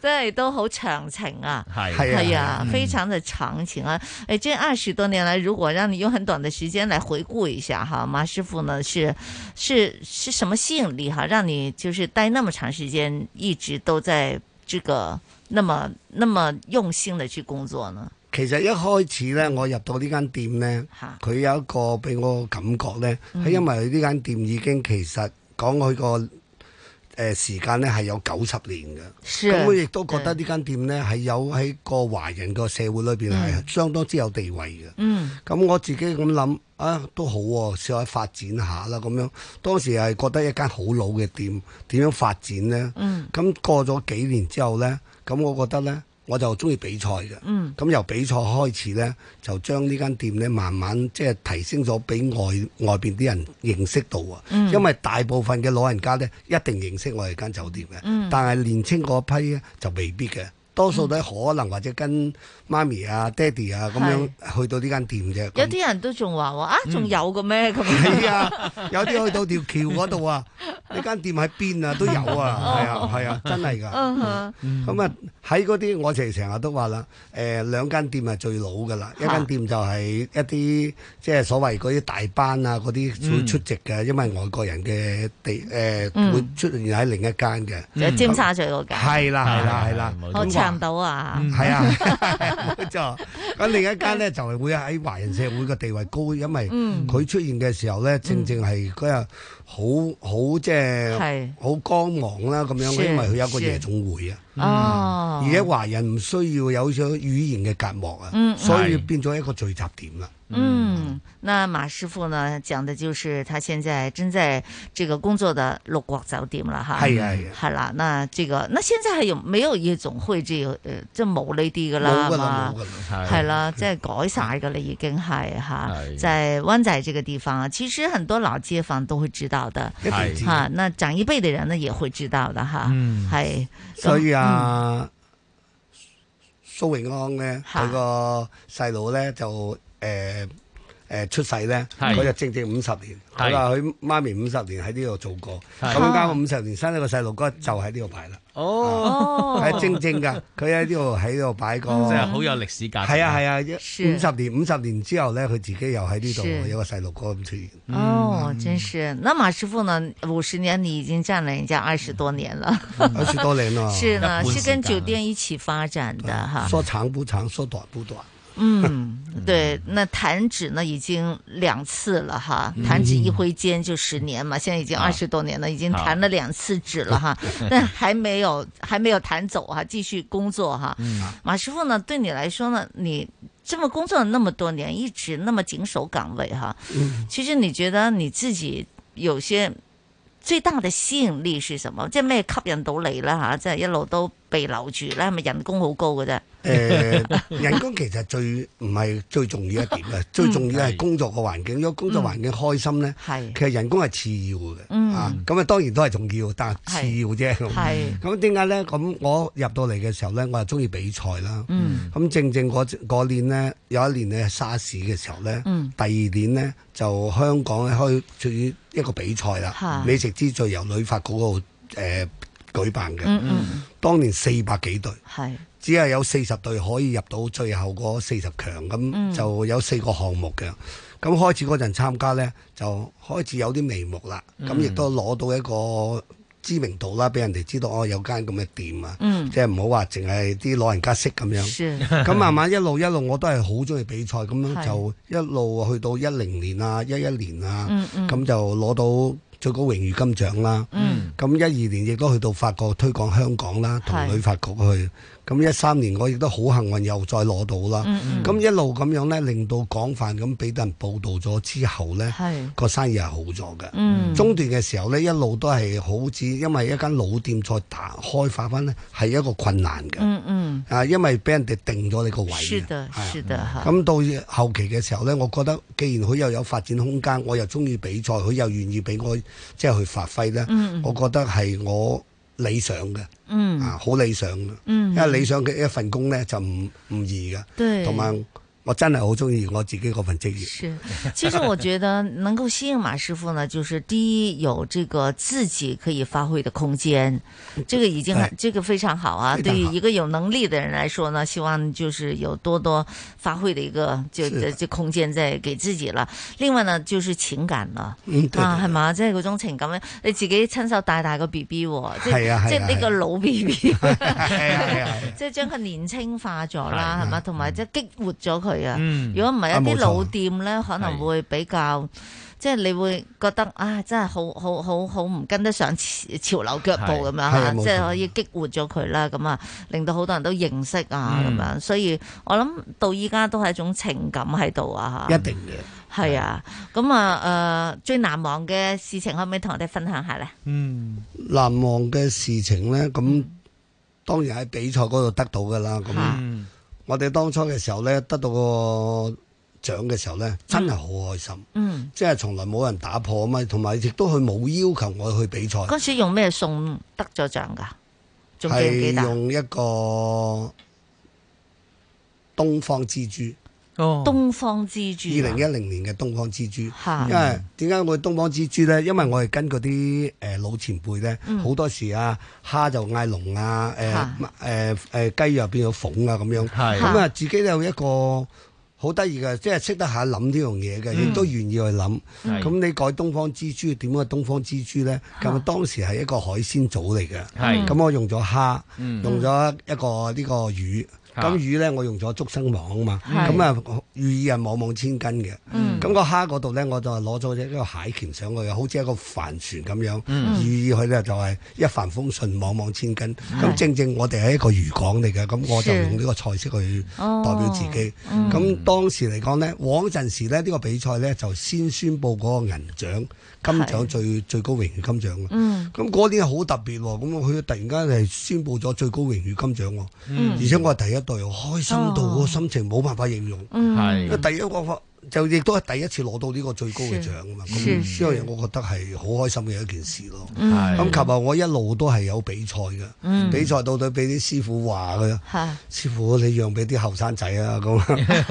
Speaker 8: 真係都好長情啊，
Speaker 22: 係
Speaker 8: 係
Speaker 22: 係
Speaker 8: 啊
Speaker 22: 啊，
Speaker 8: 非常的長情啊！誒，這二十多年來，如果讓你用很短的時間來回顧一下哈，馬師傅呢是是是什麼吸引力哈，讓你就是待那麼長時間，一直都在這個那麼那麼用心的去工作呢？
Speaker 21: 其實一開始咧，我入到呢間店咧，佢有一個俾我感覺咧，係、
Speaker 14: 嗯
Speaker 21: 因為佢呢間店已經其實講佢個誒時間咧係有九十年嘅，
Speaker 14: 是
Speaker 21: 咁我亦都覺得呢間店咧係有喺個華人個社會裏邊
Speaker 14: 嗯
Speaker 21: 係相當之有地位嘅。
Speaker 24: 음,
Speaker 14: 嗯
Speaker 21: 咁我自己咁諗啊，都好喎、試下發展下啦咁樣。當時係覺得一間好老嘅店，點樣發展呢？
Speaker 14: 嗯
Speaker 21: 咁過咗幾年之後呢，咁我覺得呢，我就中意比賽嘅。
Speaker 14: 嗯
Speaker 21: 咁由比賽開始呢，就將呢間店呢慢慢即係提升咗俾外外邊啲人認識到啊。
Speaker 14: 嗯
Speaker 21: 因為大部分嘅老人家呢，一定認識我哋間酒店嘅，
Speaker 14: 嗯
Speaker 21: 但係年青嗰批呢，就未必嘅。多數都
Speaker 14: 嗯
Speaker 21: 可能或者跟媽咪啊、爹哋啊咁樣去到呢間店啫。
Speaker 8: 有啲人都仲話我啊，仲
Speaker 21: 嗯
Speaker 8: 有嘅咩咁？
Speaker 21: 係啊，有啲去到條橋嗰度 啊，呢間店喺邊啊，都有啊，係啊，係啊， 真係㗎。
Speaker 8: 哦嗯哼
Speaker 21: 咁啊，喺嗰啲我哋成日都話啦，誒兩間店係最老㗎啦，一間店就係一啲即係所謂嗰啲大班啊嗰啲會
Speaker 14: 嗯
Speaker 21: 出席嘅，因為外國人嘅地誒
Speaker 8: 嗯
Speaker 21: 會出現喺另一間嘅，
Speaker 8: 就尖沙咀嗰間
Speaker 21: 嗯
Speaker 8: 哦
Speaker 21: 係啦係啦係啦，
Speaker 8: 我
Speaker 21: 咁
Speaker 8: 唱到啊，
Speaker 21: 係啊，冇 錯。咁另一間咧就係會喺華人社會嘅地位高，因為
Speaker 14: 嗯
Speaker 21: 佢出現嘅時候咧，正正係嗰日好好即
Speaker 14: 係
Speaker 21: 係好光芒啦咁樣，
Speaker 14: 是
Speaker 21: 因為佢有一個夜總會
Speaker 14: 是
Speaker 21: 啊
Speaker 14: 哦，
Speaker 21: 而且華人唔需要有咗語言嘅隔膜
Speaker 8: 嗯
Speaker 21: 啊，
Speaker 8: 嗯
Speaker 21: 所以變咗一個聚集點啦。
Speaker 8: 嗯，那马师傅呢讲的就是他现在正在这个工作的六国酒店了哈。
Speaker 21: 係啊係啊
Speaker 8: 好啦，那这个那现在还有没有夜總會这個呃即係冇呢啲噶啦
Speaker 21: 冇㗎啦
Speaker 8: 嘛
Speaker 21: 冇㗎啦係
Speaker 8: 係啦，即係改晒噶啦，已經係哈，在灣仔這個地方啊，其實很多老街坊都會知道的
Speaker 21: 一定知，道
Speaker 8: 哈，那長一輩的人呢也會知道的哈，
Speaker 21: 嗯
Speaker 8: 係，咁嗯
Speaker 21: 所以，啊，蘇永康咧，佢個細佬咧就誒誒出世咧，
Speaker 14: 係
Speaker 21: 佢就正正五十年。
Speaker 14: 係
Speaker 21: 佢話佢媽咪五十年喺呢度做過，
Speaker 14: 係
Speaker 21: 咁啱好五十年生咗個細路哥就喺呢度擺啦。
Speaker 22: 哦嗯
Speaker 21: 係正正㗎，佢喺呢度喺度擺個，
Speaker 22: 真係好有歷史價值。
Speaker 21: 哦係啊係啊，五十年五十年之後咧，佢自己又喺呢
Speaker 8: 是
Speaker 21: 度有個細路哥咁出現。
Speaker 8: 哦，真是。那馬師傅呢？五十年你已經佔了人家二十多年了，
Speaker 21: 嗯二十多年啦
Speaker 8: 是呢，
Speaker 21: 一半
Speaker 8: 是
Speaker 21: 時
Speaker 8: 跟
Speaker 21: 間
Speaker 8: 酒店一起發展的哈。
Speaker 21: 嗯說長不長，說短不短。
Speaker 8: 嗯，对，那弹指呢已经两次了哈，
Speaker 21: 嗯
Speaker 8: 弹指一挥间就十年嘛，现在已经二十多年了，已经弹了两次指 了哈，但还没有还没有弹走哈，继续工作哈。
Speaker 14: 嗯
Speaker 8: 马师傅呢，对你来说呢，你这么工作了那么多年，一直那么紧守岗位哈，其实你觉得你自己有些最大嘅吸引力是什麼？即係咩吸引到你啦吓？即係一路都被留住啦，係咪人工好高嘅啫？
Speaker 21: 誒、呃人工其實最唔係最重要一點嘅，最重要係工作個環境。如
Speaker 14: 嗯
Speaker 21: 果工作環境開心咧，其實人工係次要嘅。
Speaker 14: 嗯
Speaker 21: 啊，咁啊當然都係重要，但係次要啫。咁
Speaker 14: 係
Speaker 21: 咁點解咧？咁我入到嚟嘅時候咧，我係中意比賽啦。
Speaker 14: 嗯
Speaker 21: 咁正正嗰嗰年咧，有一年咧沙士嘅時候咧，
Speaker 14: 嗯
Speaker 21: 第二年咧就香港咧開屬於一個比賽啦
Speaker 14: 嚇，
Speaker 21: 美食之最由旅發局嗰度誒舉辦嘅。
Speaker 14: 嗯嗯
Speaker 21: 當年四百幾隊。
Speaker 8: 係
Speaker 21: 只係有四十隊可以入到最後嗰四十強，
Speaker 14: 嗯
Speaker 21: 咁就有四個項目嘅。咁開始嗰陣參加呢，就開始有啲眉目啦。咁
Speaker 14: 嗯
Speaker 21: 亦都攞到一個知名度啦，俾人哋知道哦，有間咁嘅店啊。
Speaker 14: 嗯
Speaker 21: 即係唔好話淨係啲老人家識咁
Speaker 14: 是
Speaker 21: 樣。咁慢慢一路一路我都係好中意比賽，咁樣
Speaker 14: 係
Speaker 21: 就一路去到一零年啊、一一年啊
Speaker 14: 嗯，嗯
Speaker 21: 咁就攞到最高榮譽金獎啦。
Speaker 8: 嗯，
Speaker 21: 咁一二年亦都去到法國推廣香港啦，同
Speaker 8: 係
Speaker 21: 旅發局去。咁一三年我亦都好幸運又再攞到啦。
Speaker 8: 嗯嗯
Speaker 21: 咁一路咁樣呢，令到廣泛咁俾人報道咗之後呢，
Speaker 8: 係
Speaker 21: 個生意係好咗嘅。
Speaker 8: 嗯
Speaker 21: 中段嘅時候呢，一路都係好似因為一間老店再打開發翻呢，係一個困難嘅。
Speaker 8: 嗯嗯，
Speaker 21: 啊，因為俾人哋定咗你個位嘅。
Speaker 8: 是的，是的哈。
Speaker 21: 咁到後期嘅時候呢，我覺得既然佢又有發展空間，我又中意比賽，佢又願意俾我即係去發揮呢，
Speaker 8: 嗯
Speaker 21: 我覺得係我理想嘅，
Speaker 8: 嗯
Speaker 21: 啊好理想嘅，
Speaker 8: 嗯
Speaker 21: 因為理想嘅一份工呢就唔唔易
Speaker 8: 對
Speaker 21: 嘅，同埋我真係好中意我自己嗰份職業。
Speaker 8: 其实我觉得能够吸引马师傅呢，就是第一有这个自己可以发挥的空间，这个已经很
Speaker 14: 对
Speaker 8: 这个非常好啊。
Speaker 14: 哎非
Speaker 8: 对
Speaker 14: 常
Speaker 8: 于
Speaker 14: 好
Speaker 8: 一个有能力的人来说呢，希望就是有多多发挥的一个就是
Speaker 14: 的
Speaker 8: 就空间在给自己了。另外呢，就是情感啦，
Speaker 14: 嗯对
Speaker 8: 啊
Speaker 14: 对
Speaker 8: 系嘛，即系嗰种情感咧，你自己亲手帶大個 B B，即
Speaker 14: 係啊係啊
Speaker 8: 即系呢
Speaker 14: 係
Speaker 8: 個
Speaker 14: 啊
Speaker 8: 老 B B，哎
Speaker 21: 啊
Speaker 8: 即係將佢年青化咗啦，
Speaker 14: 係
Speaker 8: 係嘛，同埋即係激活咗佢啊
Speaker 14: 嗯。
Speaker 8: 如果唔係一
Speaker 14: 啊冇
Speaker 8: 啲
Speaker 14: 錯
Speaker 8: 老店咧，可能會比較。即係你會覺得啊，真係好好好好唔跟得上潮潮流腳步
Speaker 23: 嗯
Speaker 8: 咁樣
Speaker 14: 係係
Speaker 23: 哎
Speaker 8: 嚇，
Speaker 14: 冇錯
Speaker 8: 即係可以激活咗佢啦，咁啊，令到好多人都認識啊咁
Speaker 14: 嗯
Speaker 8: 樣，所以我諗到依家都係一種情感喺度啊嚇。
Speaker 21: 一定
Speaker 8: 嘅。係啊，咁啊誒，最難忘嘅事情可唔可以同我哋分享下咧？
Speaker 21: 嗯，難忘嘅事情
Speaker 8: 嗯
Speaker 21: 呢，咁當然喺比賽嗰度得到噶啦。咁、我哋當初嘅時候呢，得到個獎嘅時候呢，真係好開心。
Speaker 8: 嗯，
Speaker 21: 即係從來冇人打破啊嘛，同埋亦都佢冇要求我去比
Speaker 14: 哦
Speaker 21: 賽，
Speaker 8: 嗰時用咩餸得咗獎㗎？仲記唔記
Speaker 21: 係
Speaker 8: 得？啊
Speaker 21: 用一個東方之珠。
Speaker 22: 哦
Speaker 8: 東方之珠
Speaker 21: 二
Speaker 8: 啊。
Speaker 21: 零一零年嘅東方之珠，
Speaker 8: 嚇
Speaker 21: 因為點解我東方之珠呢？因為我係跟嗰啲誒老前輩呢，
Speaker 14: 嗯
Speaker 21: 好多時啊蝦就嗌龍啊，誒誒誒雞呃又變咗鳳啊咁樣，
Speaker 14: 係
Speaker 21: 咁啊自己有一個好得意嘅，即係識得下諗呢樣嘢嘅，
Speaker 14: 嗯
Speaker 21: 亦都願意去諗。
Speaker 14: 係
Speaker 21: 咁你改東方之珠點解東方之珠呢？
Speaker 14: 嚇
Speaker 21: 咁當時係一個海鮮組嚟嘅，
Speaker 14: 係
Speaker 21: 咁我用咗蝦，
Speaker 14: 嗯
Speaker 21: 用咗一個呢個魚，
Speaker 14: 嚇
Speaker 21: 咁魚呢，我用咗竹笙網啊嘛，
Speaker 14: 係
Speaker 21: 咁啊。寓意係望望千斤嘅。
Speaker 14: 嗯
Speaker 21: 咁、個蝦嗰度咧，我就係攞咗一個蟹鉗上去，好似一個帆船咁樣，
Speaker 14: 嗯
Speaker 21: 寓意佢咧就係一帆風順，望望千斤。
Speaker 14: 係
Speaker 21: 咁正正我哋係一個漁港嚟嘅，咁我就是用呢個菜式去
Speaker 14: 哦
Speaker 21: 代表自己。
Speaker 14: 嗯
Speaker 21: 咁、當時嚟講咧，往陣時咧呢、呢個比賽咧就先宣佈嗰個銀獎、金獎
Speaker 14: 係
Speaker 21: 最最高榮譽金獎嘅。
Speaker 14: 嗯
Speaker 21: 咁嗰年好特別喎，咁佢突然間係宣佈咗最高榮譽金獎喎，
Speaker 14: 嗯哦
Speaker 21: 而且我係第一隊，開心到個心情冇辦法形容。
Speaker 14: 嗯係
Speaker 21: 因為第一個發就亦都係第一次攞到呢個最高嘅獎啊嘛，咁
Speaker 14: 是
Speaker 21: 呢
Speaker 14: 是
Speaker 21: 樣嘢我覺得係好開心嘅一件事咯。
Speaker 14: 嗯係
Speaker 21: 咁及後我一路都係有比賽
Speaker 14: 嗯
Speaker 21: 嘅，比賽到底俾啲師傅話嘅
Speaker 8: 嚇，
Speaker 21: 師傅你讓俾啲後生仔啊咁，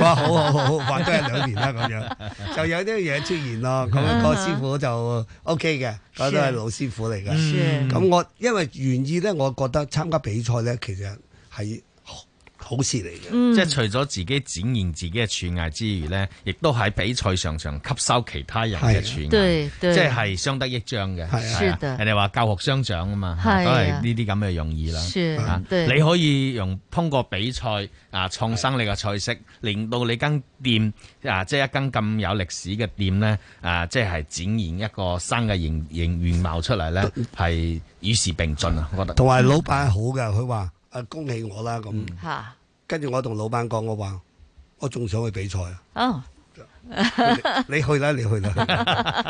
Speaker 21: 哇好好好，話都係兩年啦咁樣，就有呢樣嘢出現咯。咁
Speaker 14: 嗯
Speaker 21: 個師傅就 OK 嘅，嗰都係老師傅嚟
Speaker 14: 是
Speaker 21: 嘅。咁我因為願意咧，我覺得參加比賽咧，其實係好好事嚟嘅。
Speaker 8: 嗯
Speaker 14: 即係除咗自己展現自己嘅廚藝之餘呢，亦都喺比賽上上吸收其他人嘅廚藝，
Speaker 8: 係對對
Speaker 14: 即係相得益彰嘅。
Speaker 8: 係啊是的
Speaker 14: 人哋話教學相長啊嘛，
Speaker 8: 係啊
Speaker 14: 都係呢啲咁嘅用意啦。
Speaker 8: 是
Speaker 14: 啊
Speaker 8: 對
Speaker 14: 你可以用通過比賽啊創新你嘅菜式，令到你間店啊即係一間咁有歷史嘅店呢，啊即係展現一個新嘅形形面貌出嚟呢，係與時並進啊！我覺得
Speaker 21: 同埋老闆係好嘅，佢話：誒恭喜我啦
Speaker 14: 嗯
Speaker 21: 咁。
Speaker 8: 嚇
Speaker 21: 跟住我同老闆講，我話我仲想去比賽啊！
Speaker 8: 哦，
Speaker 21: 你去啦，你去啦。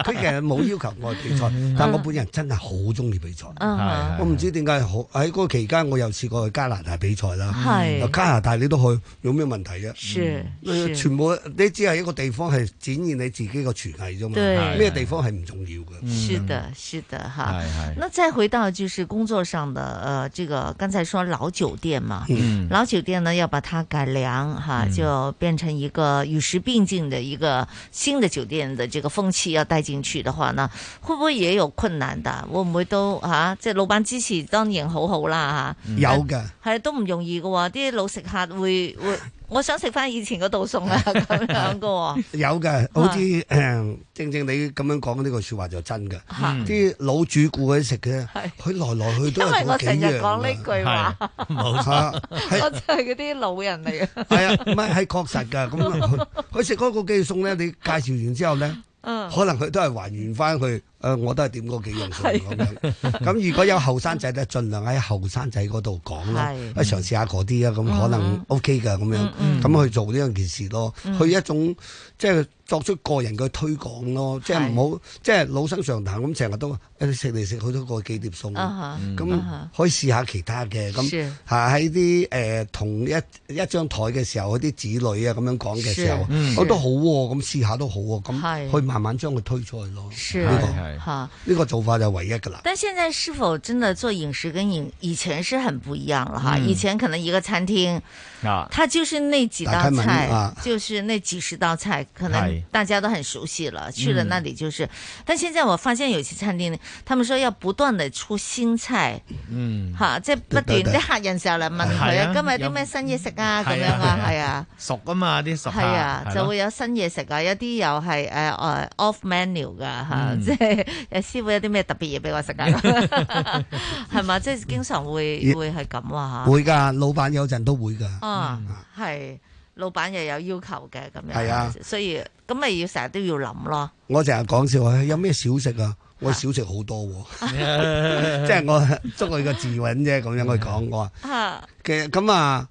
Speaker 21: 佢其實冇要求我去比賽，但我本人真係好中意比賽。
Speaker 14: 嗯係
Speaker 21: 我唔知點解好喺嗰個期間，我又試過去加拿大比賽啦。
Speaker 14: 係
Speaker 21: 由加拿大你都去，有咩問題
Speaker 14: 是
Speaker 21: 啫？
Speaker 14: 是
Speaker 21: 你全部你只係一個地方係展現你自己個廚藝啫
Speaker 8: 對
Speaker 21: 嘛。咩地方係唔重要嘅？
Speaker 8: 是的，是的
Speaker 21: 哎
Speaker 8: 哈。
Speaker 14: 嗯係
Speaker 8: 那再回到就是工作上的，呃，这个刚才说老酒店嘛，
Speaker 14: 嗯
Speaker 8: 老酒店呢要把它改良哈，
Speaker 14: 嗯
Speaker 8: 就变成一个与时并进的一个新的酒店的这个风气要带进去的话呢，会不会也有困难的？会唔会都吓，即系老板支持當然好好啦吓，
Speaker 21: 有㗎。
Speaker 8: 係都唔容易嘅喎，啲老食客會會，我想食翻以前嗰道餸啊咁樣嘅喎，
Speaker 21: 有
Speaker 8: 啊
Speaker 21: 嘅，好似誒正正你咁樣講呢個説話就真嘅。
Speaker 8: 嗯
Speaker 21: 啲老主顧佢食嘅，佢來來去都
Speaker 8: 因
Speaker 21: 係
Speaker 8: 為我
Speaker 21: 嗰幾
Speaker 8: 成日
Speaker 21: 樣啊
Speaker 8: 講
Speaker 21: 㗎
Speaker 8: 呢句話，
Speaker 21: 冇錯
Speaker 8: 我真係嗰啲老人嚟嘅，
Speaker 21: 係啊，唔係係確實㗎。 咁佢佢食嗰個雞餸咧，你介紹完之後咧，
Speaker 8: 嗯
Speaker 21: 可能佢都係還原翻佢誒、我都係點嗰幾樣嘢咁樣。咁如果有後生仔咧，盡量喺後生仔嗰度講啦，
Speaker 10: 係嗯
Speaker 21: 誒嘗試下嗰啲啊，咁可能 OK 㗎咁樣，咁去做呢樣件事咯，
Speaker 10: 嗯
Speaker 21: 去一種即係作出個人嘅推廣咯，即係唔好即係老生常談咁成日都誒你食嚟食去都個幾碟餸，
Speaker 10: 啊哈
Speaker 21: 咁
Speaker 10: 嗯啊哈
Speaker 21: 可以試下其他嘅咁
Speaker 10: 是
Speaker 21: 嚇喺啲誒同一一張台嘅時候，嗰啲子女啊咁樣講嘅時候哦
Speaker 10: 是嗯，
Speaker 21: 我都好喎，咁試下都好喎，
Speaker 8: 係
Speaker 21: 咁去慢慢將佢推出去咯，
Speaker 8: 是
Speaker 21: 呢個
Speaker 8: 係哈。
Speaker 21: 呢個做法就唯一㗎啦。
Speaker 8: 但现在是否真的做饮食跟以以前是很不一样了哈？
Speaker 21: 嗯
Speaker 8: 以前可能一个餐厅，
Speaker 22: 啊
Speaker 8: 它就是那几
Speaker 22: 打
Speaker 8: 道
Speaker 22: 开门
Speaker 8: 菜，
Speaker 22: 啊
Speaker 8: 就是那几十道菜，可能
Speaker 22: 哎
Speaker 8: 大家都很熟悉了，去了
Speaker 22: 嗯
Speaker 8: 那里就是。但现在我发现有些餐厅，他们说要不断的出新菜，
Speaker 22: 嗯，
Speaker 8: 吓，即系不
Speaker 22: 對對
Speaker 8: 斷啲客人成日嚟問
Speaker 22: 係
Speaker 8: 佢
Speaker 22: 啊嗯
Speaker 8: 啊，今日有啲咩新嘢食啊咁
Speaker 22: 係
Speaker 8: 樣啊，係啊。
Speaker 22: 熟啊嘛啲熟客
Speaker 8: 係啊，就會
Speaker 22: 有
Speaker 8: 有新嘢食啊，有啲又係誒誒 off menu 噶嚇，
Speaker 22: 嗯
Speaker 8: 即係 誒師傅有啲咩特別嘢俾我食 啊， 係嘛？即係經常會
Speaker 21: 也
Speaker 8: 會係咁啊嚇。
Speaker 21: 嗯會㗎，老闆有陣都會㗎。
Speaker 8: 啊，係老闆又有要求嘅咁樣。
Speaker 21: 係啊
Speaker 8: 所以咁咪要成日都要諗咯。
Speaker 21: 我成日講笑話，有咩小食啊？我小食好多喎， 即係我 捉佢個字韻啫，咁樣去講我話。
Speaker 8: 啊，
Speaker 21: 其實咁啊，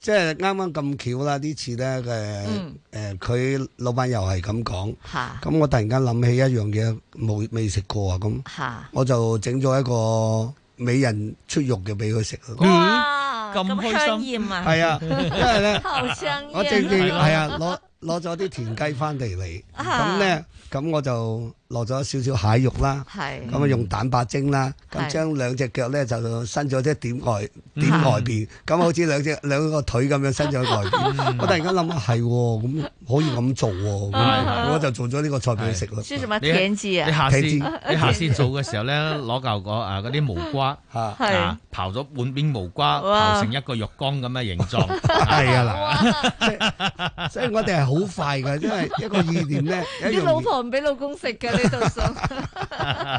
Speaker 21: 即係啱啱咁巧啦，呢次咧嘅誒，
Speaker 8: 嗯
Speaker 21: 佢、老闆又係咁講，
Speaker 8: 嚇
Speaker 21: 咁我突然間諗起一樣嘢冇未食過啊，咁
Speaker 8: 嚇，
Speaker 21: 我就整咗一個美人出肉嘅俾佢食。啊
Speaker 8: 哇，
Speaker 22: 咁
Speaker 8: 咁香豔啊！
Speaker 21: 係啊因為呢
Speaker 8: 好香豔啊
Speaker 21: 我正正係啊，攞攞咗啲田雞翻嚟嚟，
Speaker 8: 啊
Speaker 21: 咁咧咁我就落咗少少蟹肉啦，
Speaker 8: 係
Speaker 21: 咁啊用蛋白蒸啦，
Speaker 8: 係
Speaker 21: 咁將兩隻腳咧就伸咗啲點外點外邊，咁好似兩隻 兩個腿咁樣伸咗外邊。
Speaker 8: 嗯
Speaker 21: 我突然間諗啊，係喎，咁可以咁做喎，
Speaker 22: 係
Speaker 8: 啊
Speaker 21: 咁我就做咗呢個菜俾佢食咯。
Speaker 8: 是什麼田雞啊？
Speaker 22: 你下次
Speaker 21: 田雞
Speaker 22: 你下次做嘅時候咧，攞嚿個啊嗰啲無瓜
Speaker 8: 係
Speaker 22: 啊，刨咗半邊無瓜，
Speaker 21: 哇
Speaker 22: 刨成一個浴缸咁嘅形狀，
Speaker 21: 係啊嗱， 所以我哋係好快㗎，因為一個意念 咧，一
Speaker 8: 啲
Speaker 21: 樣
Speaker 8: 老婆唔俾老公食嘅呢度想。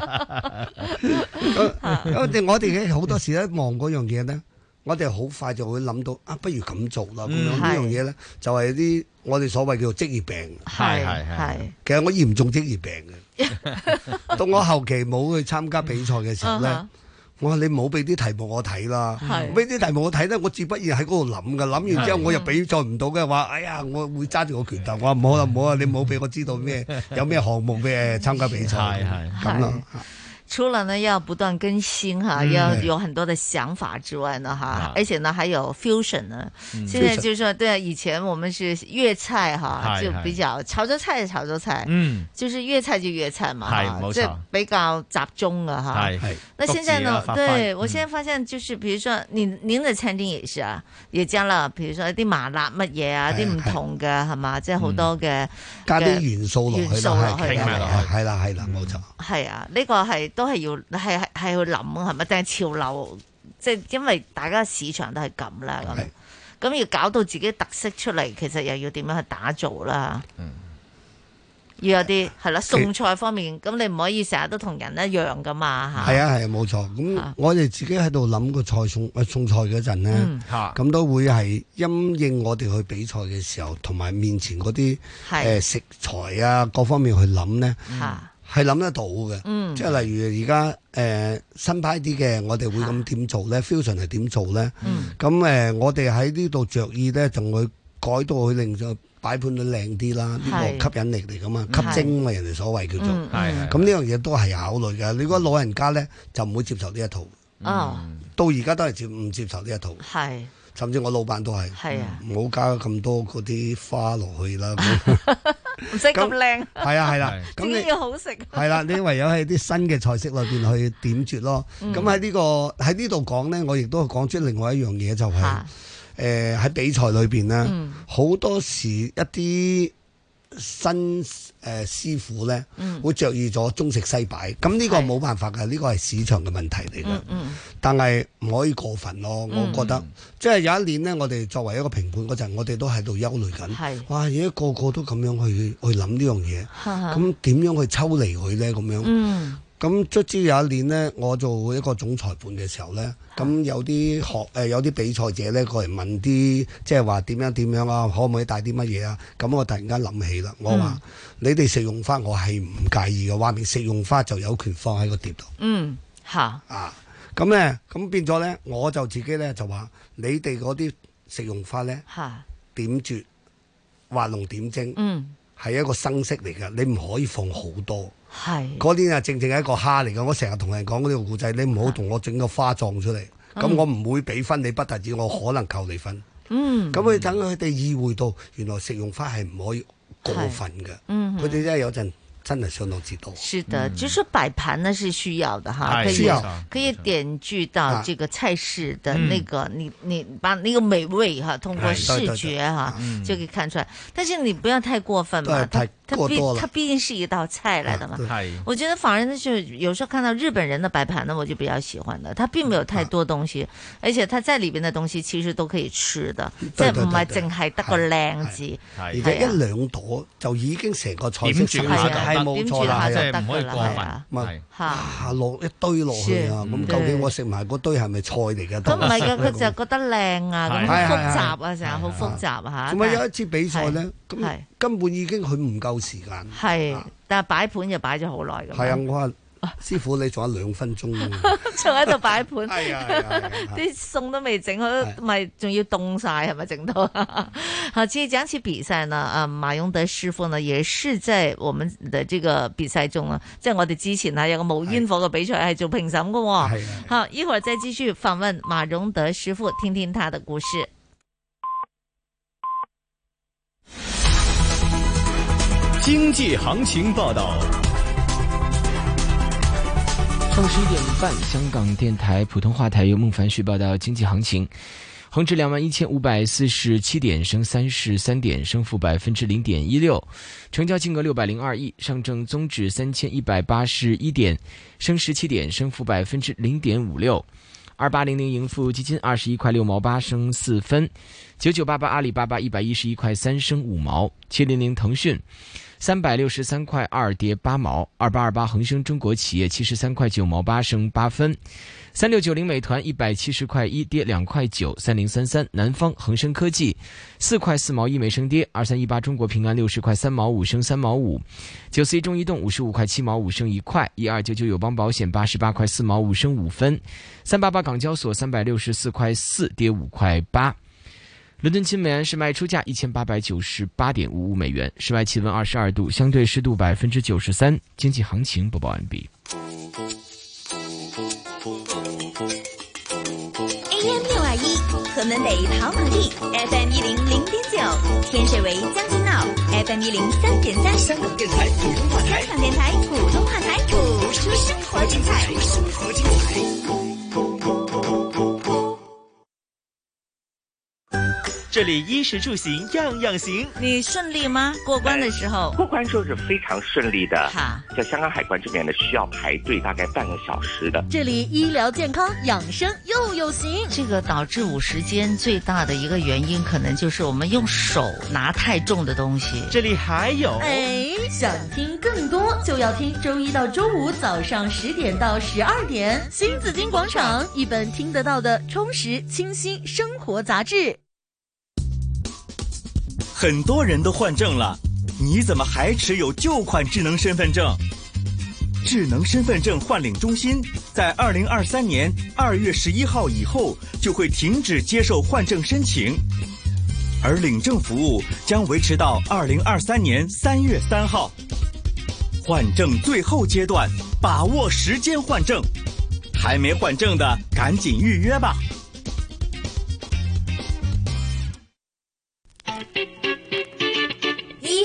Speaker 21: 咁
Speaker 22: 啊
Speaker 21: 我哋我哋嘅好多時咧望嗰樣嘢咧，我哋好快就會諗到啊，不如咁做啦咁樣
Speaker 22: 嗯
Speaker 21: 呢樣嘢咧，就係啲我哋所謂叫做職業病。
Speaker 22: 係係係係
Speaker 21: 其實我嚴重職業病 嘅，到我後期冇去參加比賽嘅時候咧
Speaker 22: 嗯。
Speaker 21: 我話你唔好俾啲題目我睇啦
Speaker 22: 係，
Speaker 21: 俾啲題目我睇咧，我自不然喺嗰度諗噶，諗完之後我又比賽唔到嘅話，哎呀，我會揸住個拳頭，我話唔好啦，唔好啦，你唔好俾我知道咩有咩項目嘅參加比賽，咁啦。
Speaker 8: 除了呢要不断更新哈，
Speaker 21: 嗯
Speaker 8: 要
Speaker 21: 对
Speaker 8: 有很多的想法之外呢哈
Speaker 21: 啊，
Speaker 8: 而且呢还有 fusion 呢。
Speaker 21: 嗯
Speaker 8: 现在就是说，对，啊以前我们是粤菜哈，
Speaker 22: 是
Speaker 8: 就是比较潮州菜就潮州菜，
Speaker 22: 嗯
Speaker 8: 就是粤菜就粤菜嘛，
Speaker 22: 是
Speaker 8: 哈
Speaker 22: 没
Speaker 8: 即
Speaker 22: 错
Speaker 8: 係比较集中啊哈。
Speaker 22: 係
Speaker 8: 那现在
Speaker 22: 各
Speaker 8: 呢
Speaker 22: 自啊發？揮
Speaker 8: 对
Speaker 22: 嗯
Speaker 8: 我现在发现就是，比如说您您的餐厅也是啊，也加了，比如说一啲麻辣乜嘢啊，啲唔同嘅係嘛，即係好多嘅
Speaker 21: 嗯加啲
Speaker 8: 嘅
Speaker 21: 元素落
Speaker 8: 元
Speaker 21: 去
Speaker 8: 素落
Speaker 21: 啦，
Speaker 8: 去
Speaker 21: 係
Speaker 8: 係啊
Speaker 21: 啦，係啦，係啦，冇錯。
Speaker 8: 係啊，呢、個係都係要係係係要諗啊係咪？定係潮流，即係因為大家市場都係咁啦咁。咁要搞到自己特色出嚟，其實又要點樣去打造啦？
Speaker 21: 嗯
Speaker 8: 要有啲係啦，餸菜方面，咁你唔可以成日都同人一樣噶嘛嚇。
Speaker 21: 係啊，係啊，冇錯。咁我哋自己喺度諗個菜餸誒餸菜嗰陣咧
Speaker 8: 嗯，
Speaker 21: 咁都會係因應我哋去比賽嘅時候，同埋面前嗰啲
Speaker 8: 係
Speaker 21: 誒食材啊各方面去諗咧，
Speaker 8: 嚇
Speaker 21: 係諗得到嘅。
Speaker 8: 嗯
Speaker 21: 即係例如而家誒新派啲嘅，我哋會咁點做咧？fusion 係點做咧？
Speaker 8: 嗯
Speaker 21: 咁誒、呃我哋喺呢度着意咧，就會改到去令到擺盤都靚啲啦，呢、
Speaker 22: 係
Speaker 21: 個吸引力嚟噶嘛，
Speaker 22: 嗯
Speaker 21: 吸睛嘛，人哋所謂叫做。
Speaker 22: 嗯係係
Speaker 21: 咁呢樣嘢都係考慮嘅。你如果老人家咧，就唔會接受呢一套。
Speaker 8: 啊，
Speaker 21: 到而家都係接唔接受呢一套。
Speaker 8: 係
Speaker 21: 甚至我老闆都係。嗯
Speaker 8: 係啊，
Speaker 21: 唔好加咁多嗰啲花落去啦。 咁
Speaker 8: 唔使咁靚。
Speaker 21: 係啊係啦咁
Speaker 8: 自
Speaker 21: 你
Speaker 8: 己要好食。
Speaker 21: 係啦，你唯有喺啲新嘅菜式裏邊去點綴咯。
Speaker 8: 嗯
Speaker 21: 咁喺呢個喺呢度講呢，我亦都講出另外一樣嘢，就係誒喺比賽裏邊呢
Speaker 22: 嗯，
Speaker 21: 好、多時一啲新誒、呃、師傅呢，
Speaker 22: 嗯
Speaker 21: 會着意咗中式西擺。咁呢個冇辦法㗎，呢個係市場嘅問題嚟㗎。
Speaker 22: 嗯
Speaker 21: 但係唔可以過分咯，我
Speaker 22: 嗯
Speaker 21: 覺得，即係有一年呢，我哋作為一個評判嗰陣，我哋都喺度憂慮緊。哇！而家個個都咁樣去去諗呢樣嘢，
Speaker 8: 哈哈
Speaker 21: 咁點樣去抽離佢呢？咁樣，
Speaker 8: 啊嗯
Speaker 21: 咁卒之有一年呢，我做一個總裁判嘅時候呢，
Speaker 8: 啊
Speaker 21: 咁有啲學誒、呃有啲比賽者呢過嚟問啲，即係話點樣點樣啊，可唔可以帶啲乜嘢啊？咁我突然間諗起啦，我話、
Speaker 8: 嗯
Speaker 21: 你哋食用花我係唔介意嘅，話明食用花就有權放喺個碟度。啊
Speaker 8: 嗯，好，
Speaker 21: 咁咧，咁變咗咧，我就自己咧就話，你哋嗰啲食用花咧
Speaker 8: 吓，
Speaker 21: 點綴、畫龍點睛，
Speaker 24: 음.
Speaker 8: 嗯，
Speaker 21: 係一個生色嚟㗎，你唔可以放好多。
Speaker 8: 係
Speaker 21: 嗰啲啊，正正係一個蝦嚟㗎。我成日同人講呢個故仔，你唔好同我整個花葬出嚟，咁、
Speaker 8: 嗯
Speaker 21: 我唔會俾分你，不但止我可能扣你分。
Speaker 8: 嗯，
Speaker 21: 咁佢等佢哋意會到，原來食用花係唔可以過分嘅。
Speaker 8: 嗯
Speaker 21: 佢哋真係有陣真係相當之多。
Speaker 8: 是的，就是说摆盘呢是需要的哈，
Speaker 21: 嗯哎
Speaker 8: 可
Speaker 21: 需
Speaker 8: 以
Speaker 21: 要
Speaker 8: 可以点缀到
Speaker 21: 啊
Speaker 8: 这个菜式的
Speaker 21: 嗯
Speaker 8: 那个，你你把那个美味哈，通过
Speaker 21: 哎对
Speaker 8: 视
Speaker 21: 对
Speaker 8: 觉
Speaker 21: 对
Speaker 8: 哈
Speaker 21: 嗯
Speaker 8: 就可以看出来。但是你不要太过分嘛，
Speaker 21: 对
Speaker 8: 它
Speaker 21: 太
Speaker 8: 它
Speaker 21: 过
Speaker 8: 毕
Speaker 21: 多了哎
Speaker 8: 它毕竟是一道菜来的嘛。
Speaker 22: 系
Speaker 8: 我觉得反而就是有时候看到日本人的摆盘呢，我就比较喜欢的，它并没有太多东西，而且它在里边的东西其实都可以吃的，即
Speaker 21: 嗯对
Speaker 8: 系
Speaker 21: 对哎
Speaker 8: 唔系
Speaker 21: 对对
Speaker 8: 净系得个靓字，
Speaker 21: 而
Speaker 8: 係
Speaker 21: 且
Speaker 8: 啊
Speaker 21: 一兩朵就已經成個菜
Speaker 22: 點
Speaker 21: 式
Speaker 22: 綴
Speaker 21: 上
Speaker 22: 下
Speaker 21: 晒
Speaker 22: 就
Speaker 21: 係
Speaker 22: 得
Speaker 21: 冇
Speaker 22: 點
Speaker 21: 錯
Speaker 22: 綴
Speaker 21: 啦，
Speaker 22: 下
Speaker 21: 係
Speaker 22: 即
Speaker 21: 啊
Speaker 22: 係唔可以過分
Speaker 21: 係啊
Speaker 22: 係
Speaker 21: 下落一堆落去啊！
Speaker 22: 是
Speaker 21: 咁究竟我食埋嗰堆係咪菜嚟嘅？
Speaker 8: 佢唔係 嘅，佢就係覺得靚啊，
Speaker 21: 係
Speaker 8: 咁好
Speaker 21: 係
Speaker 8: 複
Speaker 21: 係
Speaker 8: 雜啊，成日好複雜啊嚇。
Speaker 21: 同埋有一次比賽咧，咁
Speaker 8: 係
Speaker 21: 根本已經佢唔夠時間。
Speaker 8: 係，但係擺盤就擺咗好耐咁樣。
Speaker 21: 啊係啊，我話師傅你仲有兩分鐘喎
Speaker 8: 仲喺度擺 盤，
Speaker 21: 啊
Speaker 8: 啲餸都未整好，咪仲要凍晒係咪整到？啊 好，其實講起比賽呢，啊，馬勇德師傅呢，也是在我們的這個比賽中啊，即係我哋之前啊有個冒煙火嘅比賽係做評審嘅喎。好，一會兒再繼續訪問馬榮德師傅，聽聽他的故事。
Speaker 3: 经济行情报道。
Speaker 16: 上午十一点半，香港电台普通话台由孟凡旭报道经济行情。恒指两万一千五百四十七点，升三十三点，升幅百分之零点一六，成交金额六百零二亿。上证综指三千一百八十一点，升十七点，升幅百分之零点五六。二八零零盈富基金二十一块六毛八升四分，九九八八阿里巴巴一百一十一块三升五毛，七零零腾讯三百六十三块二跌八毛，二八二八恒生中国企业七十三块九毛八升八分，三六九零美团一百七十块一跌两块九，三零三三南方恒生科技四块四毛一没升跌，二三一八中国平安六十块三毛五升三毛五，九四一中移动五十五块七毛五升一块，一二九九友邦保险八十八块四毛五升五分，三八八港交所三百六十四块四跌五块八。伦敦金美元是卖出价一千八百九十八点五五美元，室外气温二十二度，相对湿度百分之九十三。经济行情播报完毕。
Speaker 13: AM 六二一，河门北跑马地；FM 一零零点九，天水围将军澳；FM 一零三点三，香港电台普通话台。香港电台普通话台，谱出生活精彩。生活精
Speaker 10: 这里衣食住行样样行。
Speaker 8: 你顺利吗？过关的时候？
Speaker 10: 呃过关时候是非常顺利的
Speaker 8: 好，
Speaker 10: 在香港海关这边呢，需要排队大概半个小时的。
Speaker 8: 这里医疗健康、养生又有型。这个导致五十肩最大的一个原因，可能就是我们用手拿太重的东西。
Speaker 10: 这里还有
Speaker 15: 哎，想听更多就要听周一到周五早上十点到十二点，《新紫金广场》一本听得到的充实清新生活杂志。
Speaker 3: 很多人都换证了，你怎么还持有旧款智能身份证？智能身份证换领中心在二零二三年二月十一号以后就会停止接受换证申请，而领证服务将维持到二零二三年三月三号。换证最后阶段，把握时间换证，还没换证的赶紧预约吧。
Speaker 13: 衣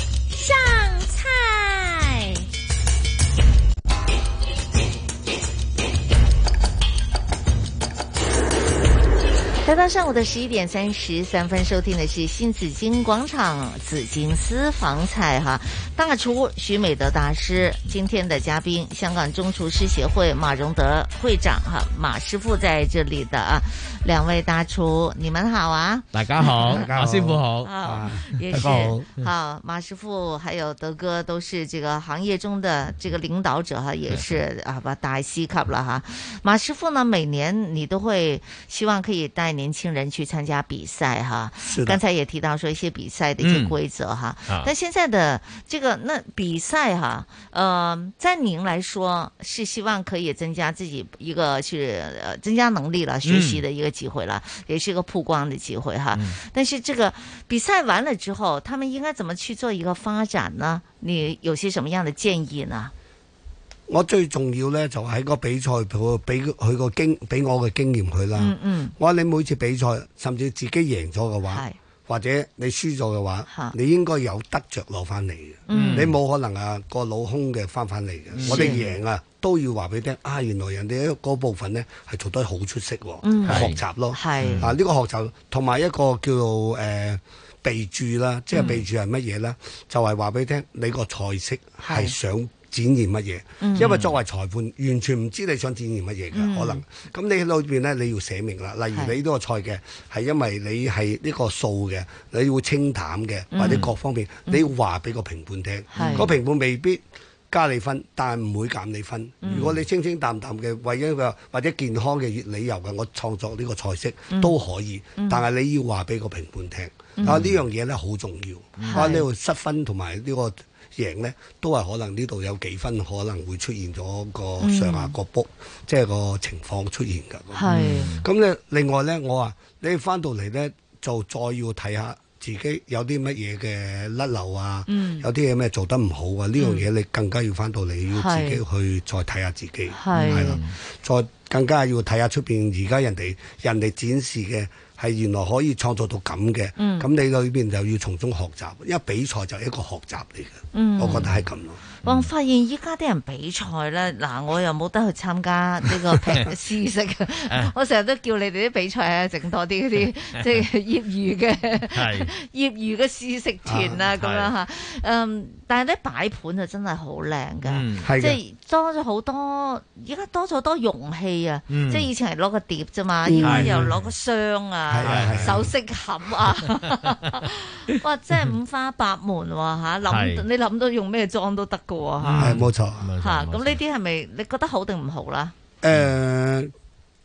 Speaker 5: 上菜，
Speaker 8: 来到上午的十一点三十三分，收听的是新紫金广场紫金私房菜哈。大厨徐美德大师，今天的嘉宾香港中厨师协会马荣德会长哈，马师傅在这里的啊，两位大厨，你们好啊！
Speaker 22: 大家好，
Speaker 21: 大家好啊
Speaker 22: 马师傅好，
Speaker 8: 好，啊也
Speaker 22: 大
Speaker 8: 是
Speaker 22: 家好
Speaker 21: 嗯
Speaker 8: 好，马师傅还有德哥都是这个行业中的这个领导者哈，也是啊把大师级了哈。马师傅呢，每年你都会希望可以带年轻人去参加比赛哈。
Speaker 21: 是的
Speaker 8: 刚才也提到说一些比赛的一些规则哈，
Speaker 21: 嗯啊
Speaker 8: 但现在的这个那比赛哈，呃，在您来说是希望可以增加自己一个是呃增加能力了，学习的一个机会了，也是一个曝光的机会哈。但是这个比赛完了之后，他们应该怎么去做一个发展呢？你有些什么样的建议呢？
Speaker 21: 我最重要呢，就喺個比賽度俾佢個經，俾我嘅經驗佢啦。
Speaker 8: 嗯嗯，
Speaker 21: 我話你每次比賽，甚至自己贏咗嘅話，或者你輸咗嘅話，你應該有得着攞翻嚟嘅。
Speaker 11: 嗯
Speaker 21: 你冇可能啊個腦空嘅翻翻嚟嘅。
Speaker 11: 是
Speaker 21: 我哋贏啊都要話俾你聽啊，原來人哋嗰部分呢係做得好出色喎，
Speaker 11: 嗯
Speaker 21: 學習咯。
Speaker 11: 係
Speaker 21: 啊，呢個學習同埋一個叫做誒。呃備註啦，即係
Speaker 11: 嗯
Speaker 21: 備註係乜嘢咧？就係話俾你聽，你個菜式係
Speaker 11: 係
Speaker 21: 想展現乜嘢？
Speaker 11: 嗯
Speaker 21: 因為作為裁判，完全唔知你想展現乜嘢嘅，
Speaker 11: 嗯
Speaker 21: 可能咁你喺裏邊咧，你要寫明啦。例如
Speaker 11: 係
Speaker 21: 你呢個菜嘅係因為你係呢個素嘅，你會清淡嘅，
Speaker 11: 嗯
Speaker 21: 或者各方面，你要話俾個評判聽
Speaker 11: 係。
Speaker 21: 個評判未必加你分，但係唔會減你分。
Speaker 11: 嗯
Speaker 21: 如果你清清淡淡嘅，為一個或者健康嘅理由嘅，我創作呢個菜式
Speaker 11: 嗯
Speaker 21: 都可以
Speaker 11: 嗯，
Speaker 21: 但係你要話俾個評判聽。
Speaker 11: 嗯
Speaker 21: 啊，呢樣嘢咧好重要。
Speaker 11: 係
Speaker 21: 啊，呢度失分同埋呢個。贏呢都係可能呢度有幾分可能會出現咗個上下個 book，、即係個情況出現㗎。
Speaker 11: 嗯係
Speaker 21: 咁咧，另外呢，我話你翻到嚟呢，就再要睇下自己有啲乜嘢嘅甩漏啊，
Speaker 11: 嗯
Speaker 21: 有啲嘢咩做得唔好啊，呢樣嘢你更加要翻到嚟要自
Speaker 11: 係
Speaker 21: 己去再睇下自己，
Speaker 11: 係
Speaker 21: 啦，再更加要睇下出邊而家人哋人哋展示嘅。係原來可以創造到咁嘅，咁、
Speaker 8: 嗯
Speaker 21: 你裏邊就要從中學習，因為比賽就係一個學習嚟嘅，
Speaker 8: 嗯
Speaker 21: 我覺得係咁咯。
Speaker 8: 我發現依家啲人比賽咧，嗱，我又冇得去參加呢 個評試式
Speaker 11: 啊
Speaker 8: 嘅，我成日都叫你哋啲比賽啊，整多啲 嗰啲即係業餘嘅
Speaker 11: 係
Speaker 8: 業餘嘅試食團啊，
Speaker 11: 啊
Speaker 8: 咁樣嚇。嗯，但係咧擺盤就真係好靚
Speaker 11: 嗯
Speaker 8: 㗎，
Speaker 11: 係嘅
Speaker 8: 即係多咗好多，而家多咗好多容器啊，
Speaker 11: 嗯
Speaker 8: 即係以前係攞個碟啫嘛，
Speaker 11: 嗯係
Speaker 8: 而家又攞個箱啊
Speaker 11: 係係、係
Speaker 8: 首飾盒啊。 哇！真係五花八門喎嚇，諗
Speaker 21: 係嗯
Speaker 8: 你諗到用咩裝都得㗎喎嚇
Speaker 21: 係冇錯。
Speaker 8: 嚇，咁呢啲係咪你覺得好定唔好啦？
Speaker 21: 誒、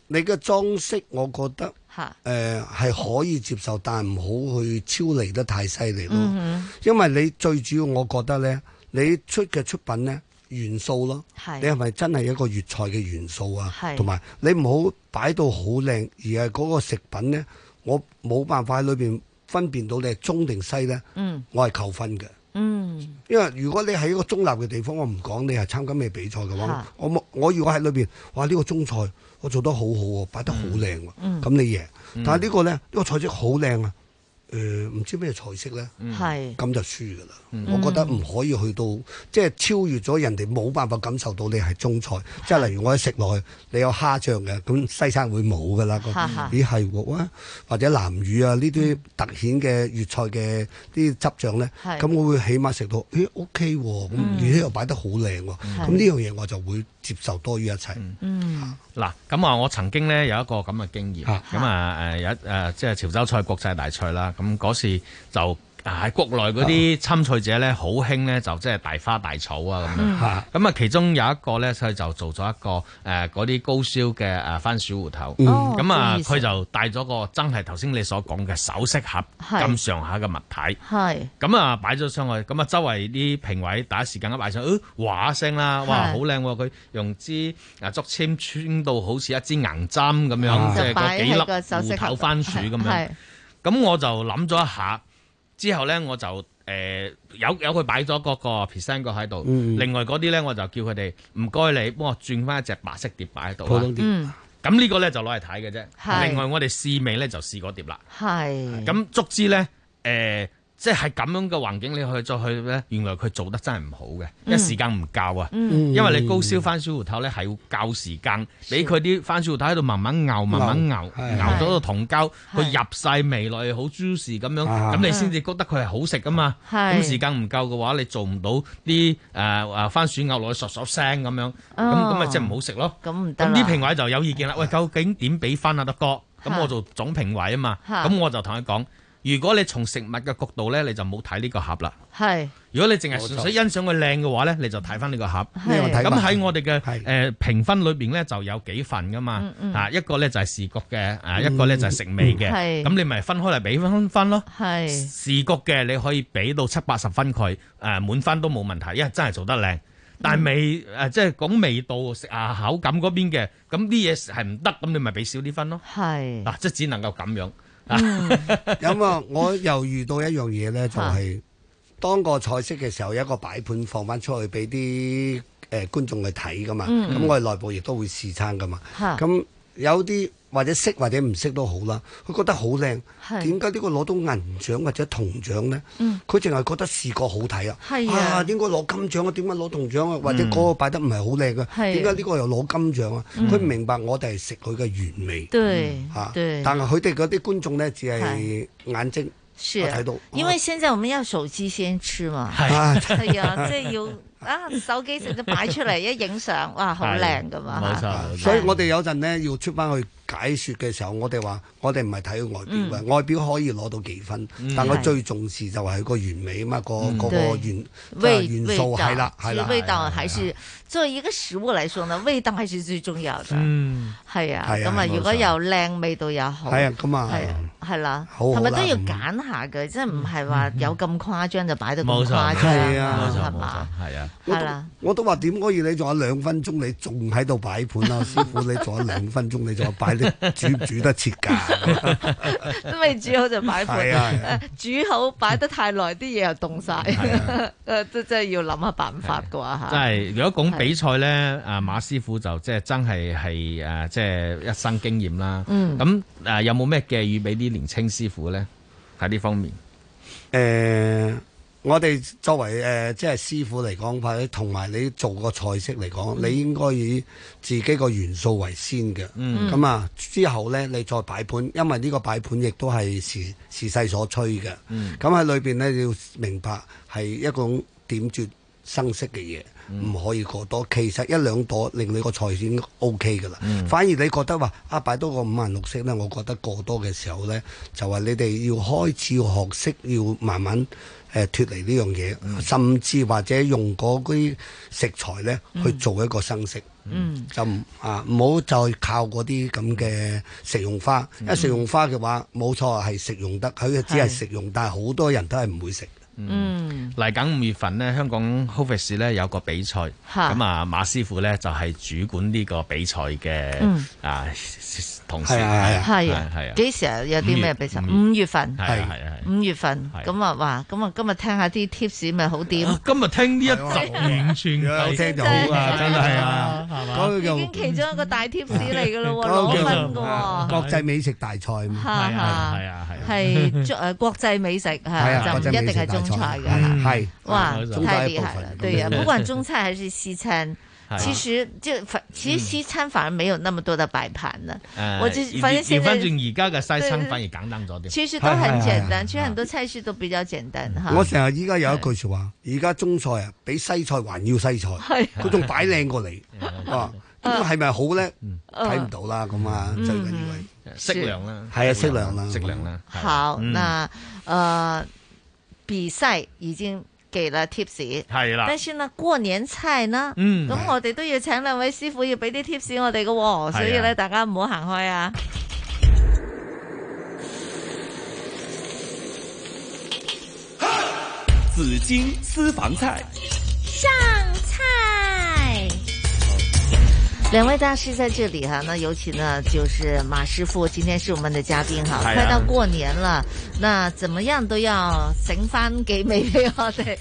Speaker 21: 你嘅裝飾，我覺得
Speaker 8: 嚇
Speaker 21: 誒係、可以接受，但唔好去超離得太犀利咯。
Speaker 11: 嗯
Speaker 21: 因為你最主要，我覺得呢，你出嘅出品呢，元素咯，
Speaker 11: 係
Speaker 21: 你係咪真係一個粵菜嘅元素啊
Speaker 11: 係？
Speaker 21: 同埋你唔好擺到好靚，而係嗰個食品呢，我冇辦法喺裏邊分辨到你係中定西呢，
Speaker 8: 嗯
Speaker 21: 我係扣分嘅。
Speaker 8: 嗯
Speaker 21: 因為如果你喺一個中立嘅地方，我唔講你係參加咩比賽嘅話
Speaker 11: 嚇，
Speaker 21: 我冇我如果喺裏邊，哇呢、個中菜我做得好好喎，擺得好靚喎，咁、
Speaker 11: 嗯
Speaker 21: 你贏。
Speaker 11: 嗯
Speaker 21: 但係呢個呢，呢、個菜式好靚啊，誒、唔知咩菜式呢？
Speaker 11: 嗯
Speaker 8: 係
Speaker 21: 咁就輸㗎啦。
Speaker 11: 嗯
Speaker 21: 我覺得唔可以去到即係超越咗人哋冇辦法感受到你係中菜，即係例如我一食落去，你有蝦醬嘅，咁西餐會冇㗎啦。個
Speaker 11: 哈哈
Speaker 21: 咦係喎，哇或者南乳啊呢
Speaker 11: 嗯
Speaker 21: 啲特顯嘅粵菜嘅啲汁醬呢，
Speaker 11: 係
Speaker 21: 咁我會起碼食到，咦 OK 喎，咁
Speaker 11: 嗯
Speaker 21: 而且又擺得好靚喎，咁呢樣嘢我就會接受多於一切。
Speaker 8: 嗯
Speaker 22: 嗱，咁啊，我曾經咧有一個咁嘅經驗，
Speaker 21: 啊
Speaker 22: 咁啊誒有一誒即係潮州菜國際大賽啦，咁嗰時就啊喺國內嗰啲參賽者咧好興咧就即係大花大草啊咁
Speaker 11: 嗯
Speaker 22: 樣，咁啊其中有一個咧佢就做咗一個誒嗰啲高燒嘅誒番薯芋頭，
Speaker 11: 嗯哦
Speaker 22: 咁啊
Speaker 11: 中意食
Speaker 22: 佢就帶咗個真係頭先你所講嘅首飾盒
Speaker 11: 係
Speaker 22: 咁上下嘅物體。
Speaker 8: 係
Speaker 22: 咁啊，擺咗上去，咁啊，周圍啲評委第一時間一擺上，誒、哇一聲啦，哇，
Speaker 11: 係
Speaker 22: 好靚喎！佢用支啊竹籤穿到好似一支銀針咁樣，
Speaker 11: 啊
Speaker 22: 即係
Speaker 11: 就
Speaker 22: 嗰
Speaker 11: 擺喺個手
Speaker 22: 幾粒
Speaker 11: 飾
Speaker 22: 芋頭
Speaker 11: 盒
Speaker 22: 番薯咁樣
Speaker 11: 係。
Speaker 22: 咁我就諗咗一下，之後咧我就誒、呃有有佢擺咗嗰個 percent 個喺度，
Speaker 11: 嗯
Speaker 22: 另外嗰啲咧我就叫佢哋唔該你幫我轉翻一隻白色碟擺喺度
Speaker 11: 普
Speaker 22: 啦
Speaker 11: 通碟嗯。
Speaker 22: 咁呢個咧就攞嚟睇嘅啫，
Speaker 8: 係嗯
Speaker 22: 另外我哋試味咧就試嗰碟啦。
Speaker 8: 係
Speaker 22: 咁足之咧，誒、呃即係咁樣嘅環境，你去再去咧，原來佢做得真係唔好嘅，因為時間唔夠啊。
Speaker 8: 嗯
Speaker 22: 因為你高燒番薯芋頭咧係要較時間，俾佢啲番薯芋頭喺度慢慢熬，慢慢熬，
Speaker 24: 係
Speaker 22: 熬到個糖膠，佢入晒味內好 juicy 咁樣，
Speaker 24: 啊
Speaker 22: 咁你先至覺得佢係好食噶嘛。
Speaker 24: 係
Speaker 22: 咁時間唔夠嘅話，你做唔到啲誒誒番薯牛落去嗦嗦聲咁樣，咁
Speaker 8: 哦
Speaker 22: 咁咪即係唔好食咯。
Speaker 8: 咁唔得
Speaker 22: 咁
Speaker 8: 啦
Speaker 22: 啲評委就有意見啦。喂，究竟點俾分啊，德哥？咁我做總評委啊嘛，
Speaker 8: 嚇
Speaker 22: 咁我就同佢講，如果你從食物嘅角度咧，你就冇睇呢個盒啦。
Speaker 8: 係
Speaker 22: 如果你淨係純粹欣賞佢靚嘅話咧，你就睇翻呢個盒。
Speaker 8: 呢個睇法
Speaker 22: 咁喺我哋嘅誒評分裏邊咧，就有幾份噶嘛
Speaker 8: 嗯。嗯
Speaker 22: 啊，一個咧就係視覺嘅，啊
Speaker 24: 嗯
Speaker 22: 一個咧就係食味嘅。
Speaker 24: 係
Speaker 22: 咁你咪分開嚟俾分分咯。
Speaker 8: 係
Speaker 22: 視覺嘅你可以俾到七八十分佢，誒滿分都冇問題，因為真係做得靚。
Speaker 8: 嗯
Speaker 22: 但係味誒即係講味道食啊口感嗰邊嘅，咁啲嘢係唔得，咁你咪俾少啲分咯。
Speaker 8: 係
Speaker 22: 嗱，即係只能夠咁樣。
Speaker 21: 咁啊，我又遇到一樣嘢咧，就係當個菜式嘅時候，有一個擺盤放翻出去俾啲誒觀眾去睇噶嘛。
Speaker 24: 嗯
Speaker 21: 咁我哋內部亦都會試餐噶嘛。
Speaker 24: 嚇
Speaker 21: 咁有啲或者識或者唔識都好啦，佢覺得好靚，
Speaker 24: 係
Speaker 21: 點解呢個攞到銀獎或者銅獎咧
Speaker 24: 嗯？
Speaker 21: 佢淨係覺得視覺好睇啊！
Speaker 24: 係啊
Speaker 21: 啊，應該攞金獎啊，點解攞銅獎啊？或者
Speaker 24: 嗯
Speaker 21: 嗰個擺得唔係好靚
Speaker 24: 係啊
Speaker 21: 嘅，點解呢個又攞金獎啊？
Speaker 24: 嗯
Speaker 21: 佢唔明白我哋係食佢嘅原味。
Speaker 8: 對
Speaker 21: 啊
Speaker 8: 對
Speaker 21: 但係佢哋嗰啲觀眾咧，只係眼睛
Speaker 8: 是
Speaker 21: 我睇到，
Speaker 8: 因為現在我們要手機先吃嘛，
Speaker 21: 係啊
Speaker 8: 係啊，即係要啊手機成日擺出嚟，一影相，哇，好靚噶嘛，嚇
Speaker 21: 啊所以我哋有陣咧要出翻去解説嘅時候，我哋話我哋唔係睇佢外表嘅，
Speaker 8: 嗯
Speaker 21: 外表可以攞到幾分，
Speaker 24: 嗯
Speaker 21: 但我最重視就係佢個原味啊嘛，個嗰個
Speaker 8: 對
Speaker 21: 元即係
Speaker 8: 味
Speaker 21: 元
Speaker 8: 味
Speaker 21: 素
Speaker 8: 道
Speaker 21: 係啦，
Speaker 8: 其
Speaker 21: 係
Speaker 8: 實
Speaker 21: 啦，
Speaker 8: 味道還是作為一個食物來說呢，味道還是最重要的。
Speaker 21: 嗯，
Speaker 8: 係啊，
Speaker 21: 係啊
Speaker 8: 咁啊，
Speaker 21: 係冇錯
Speaker 8: 如果有靚味道又好，
Speaker 21: 係啊咁啊
Speaker 8: 係啊係啦，
Speaker 21: 好好啦
Speaker 8: 係咪都要揀下嘅？即係唔係話有咁誇張就擺到咁
Speaker 21: 係
Speaker 8: 誇張
Speaker 21: 啊，
Speaker 8: 係嘛？
Speaker 22: 係啊，
Speaker 8: 係啦，
Speaker 21: 我都話點可以？你仲有兩分鐘，你仲喺度擺盤 啦，師傅，你仲有兩分鐘，你仲有擺你煮唔煮得切㗎？
Speaker 8: 都未煮好就擺盤
Speaker 21: 係啊係啊，
Speaker 8: 誒煮好擺得太耐，啲嘢又凍晒，誒都真係要諗下辦法嘅話嚇。
Speaker 22: 真係，如果講
Speaker 8: 係
Speaker 22: 比賽咧，啊馬師傅就即係真係係誒，即係一生經驗啦。
Speaker 8: 嗯
Speaker 22: 咁誒有冇咩寄語俾啲年青師傅咧？喺呢方面，
Speaker 21: 誒、呃我哋作為誒、呃即係師傅嚟講，或者同埋你做個菜式嚟講，
Speaker 24: 嗯
Speaker 21: 你應該以自己個元素為先嘅。
Speaker 24: 嗯
Speaker 21: 咁啊，之後呢，你再擺盤，因為呢個擺盤亦都係時時勢所趨嘅。
Speaker 24: 嗯
Speaker 21: 咁喺裏邊呢，你要明白係一種點綴生色嘅嘢，唔、可以過多。其實一兩朵令你個菜已經 O K 㗎啦。
Speaker 24: 嗯
Speaker 21: 反而你覺得話啊擺多個五顏六色呢，我覺得過多嘅時候呢，就話你哋要開始要學識要慢慢。誒脱離呢樣嘢，甚至或者用嗰啲食材呢去做一個生食，
Speaker 8: 嗯
Speaker 21: 就唔啊唔好再靠嗰啲咁嘅食用花。一食用花嘅話，冇錯係食用得，佢只係
Speaker 22: 係
Speaker 21: 食用，但係好多人都係唔會食。
Speaker 8: 嗯，
Speaker 22: 嚟緊五月份咧，香港 h o f i c 咧有個比賽，
Speaker 21: 嚇
Speaker 22: 咁啊馬師傅咧就係主管呢個比賽嘅
Speaker 8: 嗯
Speaker 22: 啊同事，
Speaker 21: 係啊係啊
Speaker 8: 係
Speaker 22: 啊係啊，
Speaker 8: 幾時啊有啲咩比賽？
Speaker 22: 五月
Speaker 8: 五月份，
Speaker 22: 係啊係啊
Speaker 8: 五月份
Speaker 22: 係
Speaker 8: 咁啊，哇！咁啊，今日聽下啲 tips 咪好點？
Speaker 22: 今日聽呢一集完全
Speaker 21: 有聽
Speaker 22: 就
Speaker 21: 就好啊
Speaker 22: 真係啊，係嘛？
Speaker 21: 嗰個叫
Speaker 8: 已經其中一個大 tips 嚟㗎咯
Speaker 21: 嗰
Speaker 8: 喎，
Speaker 21: 個
Speaker 8: 哦攞
Speaker 21: 叫
Speaker 8: 分
Speaker 21: 做
Speaker 8: 㗎
Speaker 21: 啊國
Speaker 8: 喎。
Speaker 21: 際美食大賽嘛。
Speaker 8: 哈哈係
Speaker 22: 啊，
Speaker 8: 係 中誒國際美食
Speaker 21: 係
Speaker 8: 係
Speaker 21: 啊
Speaker 8: 就唔
Speaker 21: 國際
Speaker 8: 一
Speaker 21: 美
Speaker 8: 定
Speaker 21: 食大
Speaker 8: 係中
Speaker 21: 賽嗯
Speaker 8: 菜㗎啦。
Speaker 21: 係
Speaker 8: 哇，
Speaker 21: 中
Speaker 8: 太
Speaker 21: 菜一
Speaker 8: 厲
Speaker 21: 部
Speaker 8: 害
Speaker 21: 分
Speaker 8: 了！對呀、
Speaker 21: 對
Speaker 8: 不管中菜還是西餐其實就反其實西餐反而沒有那麼多的擺盤了。
Speaker 22: 誒
Speaker 8: 我就反正現
Speaker 22: 調翻
Speaker 8: 在
Speaker 22: 轉而家嘅西餐
Speaker 8: 對
Speaker 22: 反而簡單咗啲，
Speaker 8: 其實都很簡單，其實很多菜式都比較簡單哈。
Speaker 21: 我成日依家有一句説話，而家中菜啊，比西菜還要西菜，
Speaker 8: 係
Speaker 21: 佢仲擺靚過你，
Speaker 22: 嗯
Speaker 21: 啊，咁係咪好咧？
Speaker 8: 嗯
Speaker 21: 睇唔到啦，咁啊，最緊要係
Speaker 22: 嗯適量啦，
Speaker 21: 係啊，適量啦，
Speaker 22: 適量啦。係
Speaker 8: 好，
Speaker 22: 嗯
Speaker 8: 那呃比賽已經給了 tips，
Speaker 22: 係啦
Speaker 8: 但是呢過年菜呢，
Speaker 22: 嗯
Speaker 8: 咁我哋都要請兩位師傅要俾啲 tips 我哋嘅喎，所以
Speaker 22: 係啊
Speaker 8: 咧大家唔好行開啊。
Speaker 11: 紫金私房菜，
Speaker 5: 上菜，
Speaker 8: 两位大师在这里哈、那尤其呢就是马师傅，今天是我们的嘉宾哈、
Speaker 23: 哎
Speaker 5: 是啊
Speaker 8: 快到过年了，那怎么样都要整翻给美味哦，对，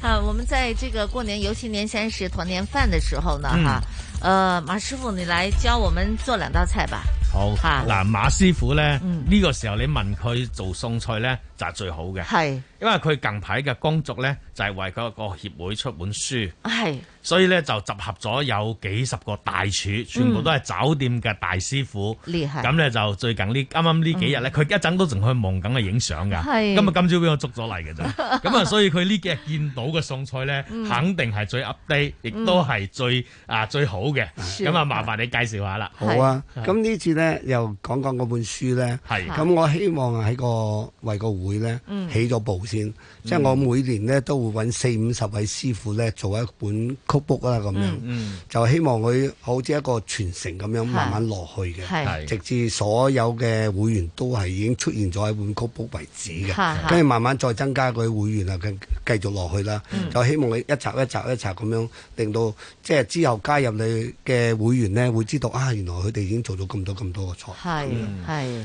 Speaker 8: 啊，我们在这个过年，尤其年三十团年饭的时候呢，哈、呃，马师傅你来教我们做两道菜吧，
Speaker 22: 好
Speaker 8: 嚇
Speaker 22: 嗱，馬師傅咧
Speaker 8: 嗯
Speaker 22: 呢個時候你問佢做餸菜咧，
Speaker 14: 就係最好嘅。
Speaker 8: 係
Speaker 14: 因為佢近排嘅工作呢，就係、為佢個協會出本書，
Speaker 8: 係
Speaker 14: 所以呢，就集合咗有幾十個大廚，全部都係酒店嘅大師傅。
Speaker 8: 嗯厲害
Speaker 14: 咁呢，就最近呢啱啱呢幾日呢，佢一陣都仲去夢緊去影相㗎。
Speaker 8: 嗯係
Speaker 14: 今日今朝俾我捉咗嚟嘅 啫。咁啊，所以佢呢幾日見到嘅餸菜呢，
Speaker 8: 嗯
Speaker 14: 肯定係最 update，亦都係最啊最好嘅。
Speaker 8: 嗯
Speaker 14: 咁啊，麻煩你介紹下啦。
Speaker 21: 好啊，咁呢次咧又講講嗰本書咧，
Speaker 14: 係
Speaker 21: 咁我希望喺個為個會咧
Speaker 14: 嗯
Speaker 21: 起咗步先，即係我每年咧都會揾四五十位師傅咧做一本曲 book 啦咁樣，
Speaker 24: 嗯
Speaker 21: 就希望佢好似一個傳承咁樣慢慢落去嘅，
Speaker 24: 係
Speaker 21: 直至所有嘅會員都係已經出現咗喺本曲 book 為止
Speaker 24: 係
Speaker 21: 嘅，
Speaker 24: 係
Speaker 21: 跟住慢慢再增加佢會員啊，繼繼續落去啦，
Speaker 8: 嗯
Speaker 21: 就希望佢一集一集一集咁樣令到即係之後加入你嘅會員咧，會知道啊，原來佢哋已經做到咁多咁多個菜。
Speaker 8: 係
Speaker 14: 嗯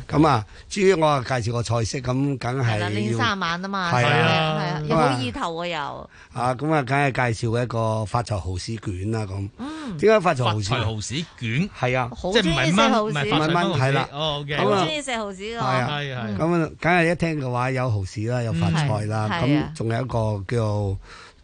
Speaker 8: 係。
Speaker 21: 咁啊，至於我啊介紹個菜式，咁梗
Speaker 8: 係啦，拎
Speaker 21: 係
Speaker 8: 三
Speaker 21: 要
Speaker 8: 晚啊嘛，
Speaker 21: 係啊
Speaker 8: 係啊，
Speaker 21: 咁
Speaker 8: 又
Speaker 21: 啊
Speaker 8: 好意頭啊又，
Speaker 21: 啊，咁啊，梗係介紹一個發財蠔豉卷啦。
Speaker 8: 嗯
Speaker 21: 咁點解發財蠔豉？
Speaker 14: 發財蠔豉卷
Speaker 21: 係啊，
Speaker 8: 好中意食蠔
Speaker 21: 唔
Speaker 8: 豉，
Speaker 21: 係炆係
Speaker 14: 哦
Speaker 21: 啦。
Speaker 22: 哦
Speaker 8: 好
Speaker 21: 咁啊
Speaker 8: 中意食蠔豉
Speaker 21: 係
Speaker 8: 噶，
Speaker 21: 啊，
Speaker 20: 嗯
Speaker 21: 咁啊，梗係一聽嘅話有蠔豉啦，有發菜啦，
Speaker 8: 嗯係係啊
Speaker 21: 咁仲有一個叫做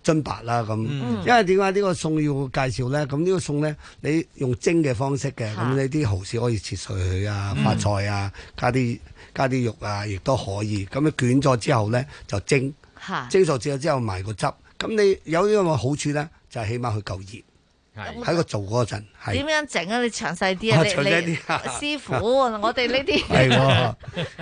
Speaker 21: 津白啦咁。
Speaker 24: 嗯
Speaker 21: 因為點解呢個餸要介紹咧？咁呢個餸咧，你用蒸嘅方式嘅，咁
Speaker 24: 嚇
Speaker 21: 你啲蠔豉可以切碎佢啊，
Speaker 24: 嗯
Speaker 21: 發菜啊，加啲加啲肉啊，亦都可以。咁你捲咗之後咧就蒸，
Speaker 8: 嚇
Speaker 21: 蒸熟之後之後埋個汁。咁你有呢個好處咧，就係起碼佢夠熱。
Speaker 8: 嗯
Speaker 21: 喺個做嗰陣係
Speaker 8: 點樣整啊？你詳細啲啊，
Speaker 21: 我
Speaker 8: 你
Speaker 21: 詳細啲啊
Speaker 8: 你師傅，我哋呢啲
Speaker 21: 係 喎，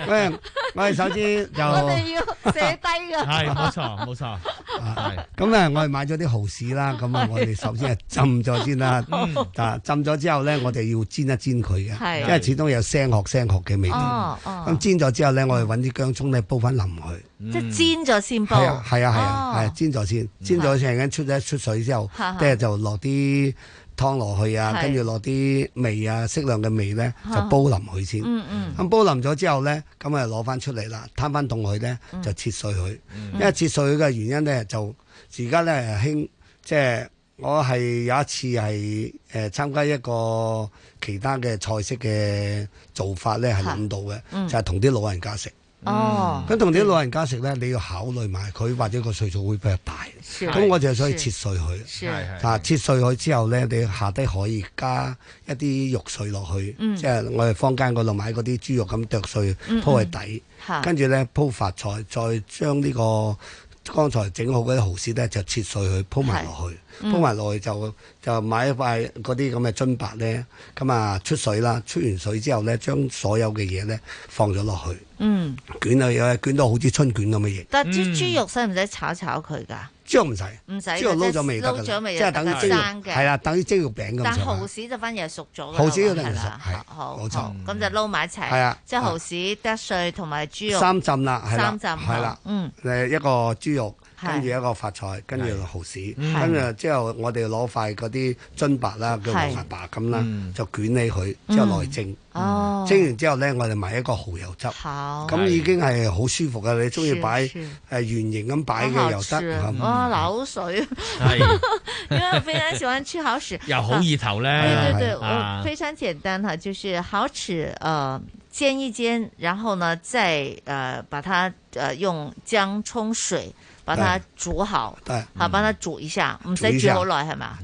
Speaker 21: 喂，我哋首 先就
Speaker 8: 我哋要寫低啊噶，
Speaker 21: 係冇錯
Speaker 14: 冇錯，
Speaker 21: 咁咧，我哋買咗啲蠔豉啦，咁 啊，我哋首先係浸咗先啦
Speaker 24: 嗯，
Speaker 8: 哦
Speaker 21: 啊，浸咗之後咧，我哋要煎一煎佢嘅，
Speaker 24: 係
Speaker 21: 因為始終有腥殼腥殼嘅味
Speaker 8: 哦
Speaker 21: 道。
Speaker 8: 哦
Speaker 21: 咁煎咗之後咧，我哋揾啲薑葱咧煲翻淋佢。
Speaker 8: 即係煎咗先煲，
Speaker 21: 係啊，係啊，係
Speaker 8: 哦
Speaker 21: 啊，係啊煎咗先，
Speaker 24: 嗯
Speaker 21: 煎咗成間出咗一出水之後
Speaker 8: 嚇，
Speaker 21: 即係就落啲湯落去啊，
Speaker 24: 係
Speaker 21: 跟住落啲味啊，適量嘅味咧
Speaker 24: 嚇
Speaker 21: 就煲淋佢先。
Speaker 24: 嗯嗯
Speaker 21: 咁煲淋咗之後咧，咁啊攞翻出嚟啦，攤翻凍佢咧
Speaker 24: 嗯
Speaker 21: 就切碎佢，因為切碎佢嘅原因咧就而家咧興即係。我係有一次係誒、呃、參加一個其他嘅菜式嘅做法咧，係諗到嘅，
Speaker 24: 嗯
Speaker 21: 就係同啲老人家食。
Speaker 22: 嗯
Speaker 24: 哦
Speaker 21: 咁同啲老人家食咧，你要考慮埋佢或者個歲數會比較大，
Speaker 24: 是
Speaker 21: 咁我就所以切碎
Speaker 24: 是
Speaker 21: 佢，
Speaker 24: 係
Speaker 21: 啊切碎佢之後咧，你下低可以加一啲肉碎落去，
Speaker 24: 嗯
Speaker 21: 即係我哋坊間嗰度買嗰啲豬肉咁剁碎
Speaker 24: 嗯
Speaker 21: 鋪喺底
Speaker 24: 嚇，
Speaker 21: 跟住咧鋪發菜，再將呢個剛才整好嗰啲蠔豉咧就切碎佢鋪埋落去。
Speaker 24: 嗯
Speaker 21: 鋪埋落去就就買一塊嗰啲咁嘅樽白咧，咁啊出水啦，出完水之後咧，將所有嘅嘢咧放咗落去。
Speaker 8: 嗯，
Speaker 21: 卷啊，有啊卷到好似春卷咁嘅嘢。
Speaker 8: 但係豬豬肉使唔使炒炒佢噶？
Speaker 21: 豬肉唔使，
Speaker 8: 唔使
Speaker 21: 豬肉撈咗味得㗎
Speaker 8: 撈
Speaker 21: 啦
Speaker 8: 咗味
Speaker 21: 即係等於蒸肉
Speaker 8: 生嘅
Speaker 21: 係啦，等於蒸肉餅咁
Speaker 8: 但
Speaker 21: 上下
Speaker 8: 蠔豉就反而係熟咗㗎啦
Speaker 21: 蠔豉要
Speaker 8: 係
Speaker 21: 定熟，
Speaker 8: 啦，
Speaker 21: 係冇
Speaker 8: 好好
Speaker 21: 錯。
Speaker 8: 咁就撈埋一齊，
Speaker 21: 係啊
Speaker 8: 即係蠔豉、剁碎同埋豬肉
Speaker 21: 三浸啦，係啦，
Speaker 8: 三浸
Speaker 21: 係啦
Speaker 8: 好，嗯，
Speaker 21: 誒一個豬肉，
Speaker 8: 係
Speaker 21: 跟住一個發菜，跟住蠔豉，
Speaker 24: 係
Speaker 21: 跟住之後我哋攞塊嗰啲津白啦，叫
Speaker 24: 係
Speaker 21: 蘿蔔白咁啦
Speaker 24: 嗯，
Speaker 21: 就捲起佢，之後
Speaker 24: 嗯
Speaker 21: 內蒸。
Speaker 24: 哦
Speaker 21: 蒸完之後咧，我哋買一個蠔油
Speaker 8: 哦
Speaker 21: 汁，咁已經係好舒服嘅。你中意擺誒
Speaker 8: 是是
Speaker 21: 圓形咁擺
Speaker 8: 好
Speaker 21: 嘅
Speaker 8: 好
Speaker 21: 又
Speaker 8: 吃哦
Speaker 21: 得，係
Speaker 8: 哇，
Speaker 21: 嘛
Speaker 8: 啊流水，
Speaker 21: 嗯係，
Speaker 8: 因为我非常喜欢吃好吃
Speaker 21: 又好意頭呢
Speaker 8: 啊对对对，
Speaker 21: 啊
Speaker 8: 我非常简单哈，就是好吃呃煎一煎，然后呢再呃把它呃用姜冲水把它
Speaker 21: 对
Speaker 8: 煮好，
Speaker 21: 对
Speaker 8: 好把它煮一下，唔
Speaker 21: 哎嗯煮
Speaker 8: 使
Speaker 21: 一
Speaker 8: 煮
Speaker 21: 下
Speaker 8: 好耐系嘛？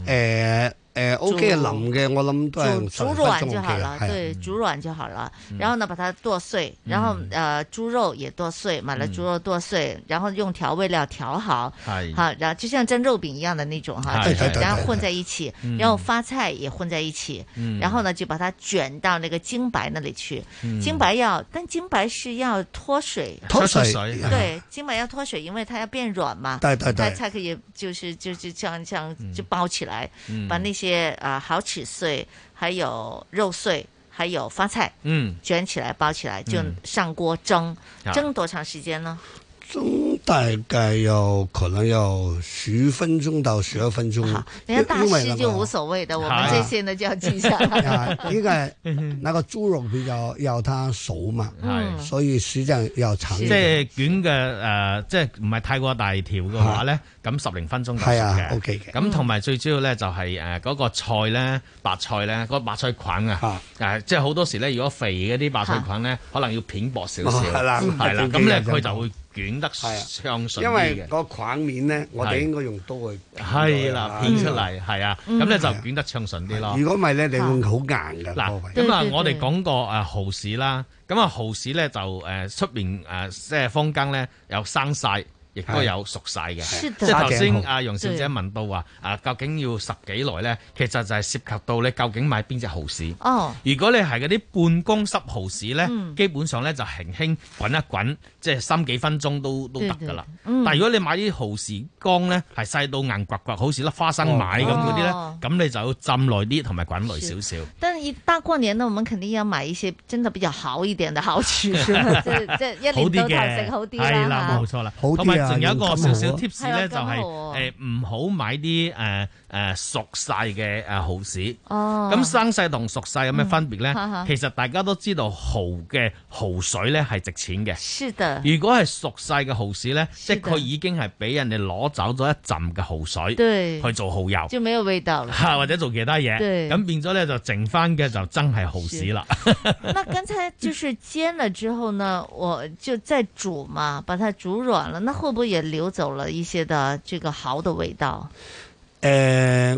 Speaker 21: 誒誒 OK 嘅
Speaker 8: 煮
Speaker 21: 淋嘅，我諗都係
Speaker 8: 煮
Speaker 21: 十
Speaker 8: 煮
Speaker 21: 分
Speaker 8: 软
Speaker 21: 鐘
Speaker 8: 就好
Speaker 21: OK
Speaker 8: 了，
Speaker 21: 嘅，係啊嗯
Speaker 8: 对，煮软就好了。然后呢，把它剁碎，然后呃，猪肉也剁碎，买了猪
Speaker 21: 嗯
Speaker 8: 肉剁碎，然后用调味料调好，
Speaker 21: 哎
Speaker 24: 係
Speaker 8: 好，然后就像蒸肉饼一样的那种哈，
Speaker 24: 是
Speaker 8: 就是
Speaker 24: 是
Speaker 8: 然后
Speaker 24: 是
Speaker 8: 混在一起
Speaker 24: 嗯，
Speaker 8: 然后发菜也混在一起
Speaker 24: 嗯，
Speaker 8: 然后呢就把它卷到那个精白那里去
Speaker 24: 嗯。
Speaker 8: 精白要，但精白是要脱水，
Speaker 21: 脱水脱水
Speaker 8: 对，精白要脱水，因为它要变软嘛，
Speaker 21: 对对对
Speaker 8: 它才可以就是就是这样这样就包起来
Speaker 21: 嗯，
Speaker 8: 把那些啊好齿碎，还有肉碎，还有发菜，
Speaker 21: 嗯
Speaker 8: 卷起来包起来就
Speaker 21: 嗯
Speaker 8: 上锅蒸
Speaker 21: 啊，
Speaker 8: 蒸多长时间呢？
Speaker 21: 嗯大概有可能有十分鐘到十二分鐘。
Speaker 8: 人家大
Speaker 21: 因為
Speaker 8: 师
Speaker 21: 那
Speaker 8: 就
Speaker 21: 個
Speaker 8: 无所谓的，我们这些呢就要记 下来。
Speaker 21: 啊，因为那个猪肉比较要它熟嘛，
Speaker 14: 嗯
Speaker 21: 所以实际上要长
Speaker 14: 即
Speaker 21: 一点。
Speaker 14: 係卷嘅誒、呃即係唔係太過大條嘅話咧，咁十零分鐘就熟
Speaker 21: 嗯係啊
Speaker 14: 嘅。
Speaker 21: ，OK 嘅
Speaker 14: 咁同埋最主要咧就係誒嗰個菜咧，白菜咧，嗰、個白菜菌啊，誒、即係好多時咧，如果肥嗰啲白菜菌咧，可能要片薄少少，
Speaker 21: 啊 哦係啦
Speaker 14: 係啦，
Speaker 21: 嗯
Speaker 14: 咁咧
Speaker 21: 嗯
Speaker 14: 佢就會
Speaker 22: 捲得暢順啲嘅
Speaker 21: 因為個框面咧，我哋應該用刀去片佢
Speaker 22: 係
Speaker 8: 嗯
Speaker 22: 啦，編出嚟係啊，咁咧就捲得暢順啲咯。
Speaker 21: 如果唔係咧，你會好硬嘅。
Speaker 22: 嗱，咁啊，我哋講過誒蠔豉啦，咁啊蠔豉咧就誒出面誒即係坊間咧有生晒。亦都有熟晒嘅，
Speaker 8: 是
Speaker 22: 即
Speaker 8: 的
Speaker 22: 係頭先阿楊小姐問到話啊，究竟要十幾耐咧？其實就係涉及到你究竟買邊隻蠔豉。
Speaker 8: 哦，
Speaker 22: 如果你係嗰啲半公濕蠔豉咧，基本上咧就輕輕滾一滾，即係三幾分鐘都都得㗎啦。但係如果你買啲蠔豉乾咧，係細到硬刮刮，好似粒花生米咁嗰啲咧，咁你就要浸耐啲同埋滾耐少少。
Speaker 8: 但一大過年呢，我們肯定要買一些真的比較好一點的好處，即 係即係一年到頭食好啊啲
Speaker 22: 係
Speaker 8: 啦
Speaker 22: 啦，
Speaker 8: 嚇
Speaker 22: 冇錯啦。
Speaker 21: 好啲啊
Speaker 22: 同埋仲有一個
Speaker 21: 用金
Speaker 22: 少
Speaker 21: 蠔
Speaker 22: 少
Speaker 21: 啊
Speaker 22: tips 咧，就係誒唔好買啲誒誒熟晒嘅誒蠔豉。
Speaker 8: 哦
Speaker 22: 咁生晒同熟晒有咩分別咧
Speaker 8: 嗯哈哈？
Speaker 22: 其實大家都知道蠔嘅蠔水咧係值錢嘅。
Speaker 8: 是的，
Speaker 21: 哎
Speaker 22: 如果係熟晒嘅蠔豉咧，即係
Speaker 8: 的
Speaker 22: 佢已經係俾人哋攞走咗一浸嘅蠔
Speaker 8: 對
Speaker 22: 水，去做蠔油。
Speaker 8: 就沒有味道了。
Speaker 22: 嚇 或者做其他嘢，
Speaker 8: 對
Speaker 22: 咁變咗咧就剩翻嘅就真係蠔豉啦。
Speaker 8: 那刚才就是煎了之后呢，我就再煮嘛，把它煮软了，那会不会也流走了一些的这个蚝的味道？
Speaker 21: 誒、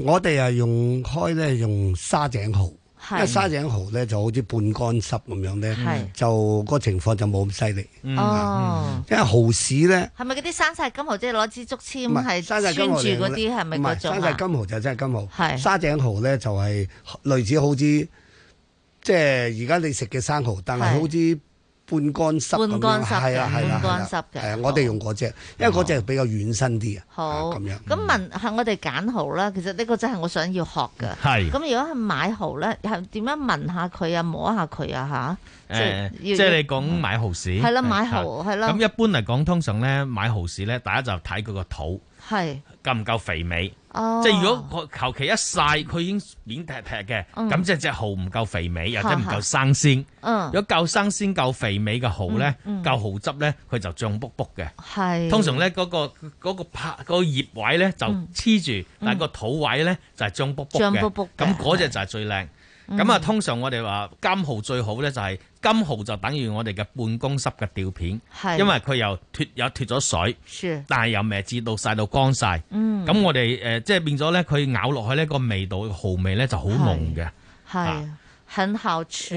Speaker 21: 我哋啊用開咧用沙井蠔，
Speaker 8: 係
Speaker 21: 因為沙井蠔咧就好似半乾濕咁樣咧
Speaker 8: 係，
Speaker 21: 就個情況就冇咁犀利。
Speaker 8: 嗯哦
Speaker 21: 因為蠔豉咧，
Speaker 8: 係咪嗰啲生晒金蚝即係攞支竹籤
Speaker 21: 唔係
Speaker 8: 係
Speaker 21: 山
Speaker 8: 穿
Speaker 21: 寨
Speaker 8: 住
Speaker 21: 金蠔嚟
Speaker 8: 嗰啲係咪
Speaker 21: 唔
Speaker 8: 嗰
Speaker 21: 係
Speaker 8: 種
Speaker 21: 山寨
Speaker 8: 啊
Speaker 21: 金？蠔就真係金蠔，
Speaker 8: 係
Speaker 21: 沙井蠔咧就係類似好似即係而家你食嘅生蠔，但係
Speaker 8: 係
Speaker 21: 好似。半乾濕咁樣，
Speaker 8: 半乾濕嘅
Speaker 21: 係啦係啦，
Speaker 8: 半乾濕嘅
Speaker 21: 係啊我哋用嗰隻，
Speaker 8: 哦
Speaker 21: 因為嗰隻比較軟身啲啊。
Speaker 8: 好
Speaker 21: 咁樣嗯
Speaker 8: 咁問係我哋揀蚝啦，其實呢個真係我想要學嘅。
Speaker 22: 係
Speaker 8: 咁如果係買蚝咧，係點樣聞下佢啊，摸下佢啊吓？
Speaker 22: 誒，即
Speaker 8: 要嗯
Speaker 22: 係你講買蠔豉，
Speaker 8: 係啦買蠔係啦
Speaker 22: 咁一般嚟講，通常咧買蠔豉咧，大家就睇佢個肚
Speaker 8: 係
Speaker 22: 夠唔夠肥美。
Speaker 8: 哦
Speaker 22: 即係如果佢求其一曬，佢已經扁踢踢嘅，
Speaker 8: 嗯
Speaker 22: 咁即係隻蠔唔夠肥美，又或者唔夠生鮮。
Speaker 8: 嗯
Speaker 22: 如果夠生鮮、夠肥美嘅蠔咧
Speaker 8: 嗯嗯，
Speaker 22: 夠蠔汁咧，佢就脹卜卜嘅。
Speaker 8: 係
Speaker 22: 通常咧嗰個嗰個拍嗰個葉位咧就黐住，但係個肚位咧就係脹卜卜
Speaker 8: 嗯脹卜卜
Speaker 22: 嘅。
Speaker 8: 嘅
Speaker 22: 咁嗰只就係最靚。
Speaker 8: 嗯
Speaker 22: 咁啊，通常我哋話金蠔最好咧，就係金蠔就等於我哋嘅半公濕嘅吊片
Speaker 8: 係，
Speaker 22: 因為佢又脱有脱咗
Speaker 8: 是
Speaker 22: 水，但係又未至到晒到乾晒。
Speaker 8: 嗯
Speaker 22: 咁我哋誒即係變咗咧，佢咬落去呢個味道蠔味咧就好濃嘅。
Speaker 8: 係很好 吃。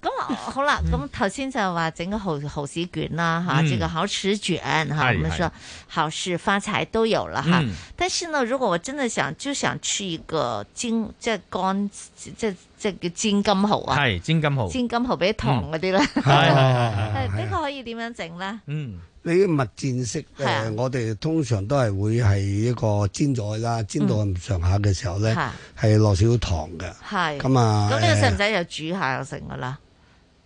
Speaker 8: 咁好啦，
Speaker 22: 嗯
Speaker 8: 咁頭先就話整個蠔蠔豉卷啦嚇，
Speaker 5: 嗯
Speaker 8: 這個蠔豉卷哈，
Speaker 5: 係
Speaker 8: 我們
Speaker 5: 係
Speaker 8: 說好事發財都有了哈
Speaker 5: 嗯。
Speaker 8: 但是呢，如果我真的想就想吃一個煎即係乾即即即叫煎金蠔啊，
Speaker 22: 係煎金蠔，
Speaker 8: 煎金蠔俾糖嗰啲咧，
Speaker 22: 係係
Speaker 8: 係呢個可以點樣整咧？
Speaker 22: 嗯，
Speaker 21: 你物戰式誒、呃
Speaker 8: 係啊
Speaker 21: 我哋通常都係會係一個煎咗啦，煎到咁上下嘅時候咧
Speaker 8: 嗯，
Speaker 21: 係落少少糖嘅。
Speaker 8: 係
Speaker 21: 咁啊
Speaker 8: 咁呢個使唔使又煮下又成噶啦？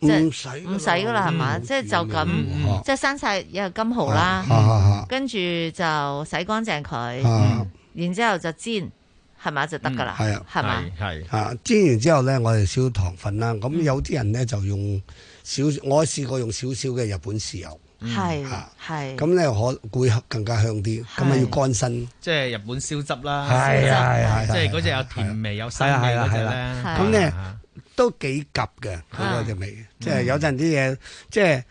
Speaker 8: 即係
Speaker 21: 唔使㗎啦
Speaker 8: 唔使噶啦，係嘛？
Speaker 21: 嗯
Speaker 8: 即係就咁
Speaker 21: 嗯，
Speaker 8: 即係生晒有金蠔啦
Speaker 21: 啊啊啊，
Speaker 8: 跟住就洗乾淨佢
Speaker 21: 啊，
Speaker 8: 然之後就煎，係嘛就得噶啦，
Speaker 21: 係啊，
Speaker 8: 係嘛？嗯
Speaker 22: 係
Speaker 21: 啊，煎完之後咧，我哋少少糖粉啦。咁有啲人咧就用少，我試過用少少嘅日本豉油，
Speaker 22: 嗯
Speaker 8: 係係
Speaker 21: 咁咧可會更加香啲。咁啊要乾身。
Speaker 22: 即係日本燒汁啦，
Speaker 21: 係啊係啊
Speaker 22: 即係
Speaker 21: 係啊
Speaker 22: 嗰只有甜味有
Speaker 21: 係
Speaker 22: 辛
Speaker 21: 啊係
Speaker 22: 味
Speaker 21: 啦
Speaker 22: 嗰只
Speaker 21: 係
Speaker 22: 咧
Speaker 21: 啦，。咁咧
Speaker 22: 啊
Speaker 21: 都幾夾嘅佢嗰隻味，即係有陣啲嘢，即係誒、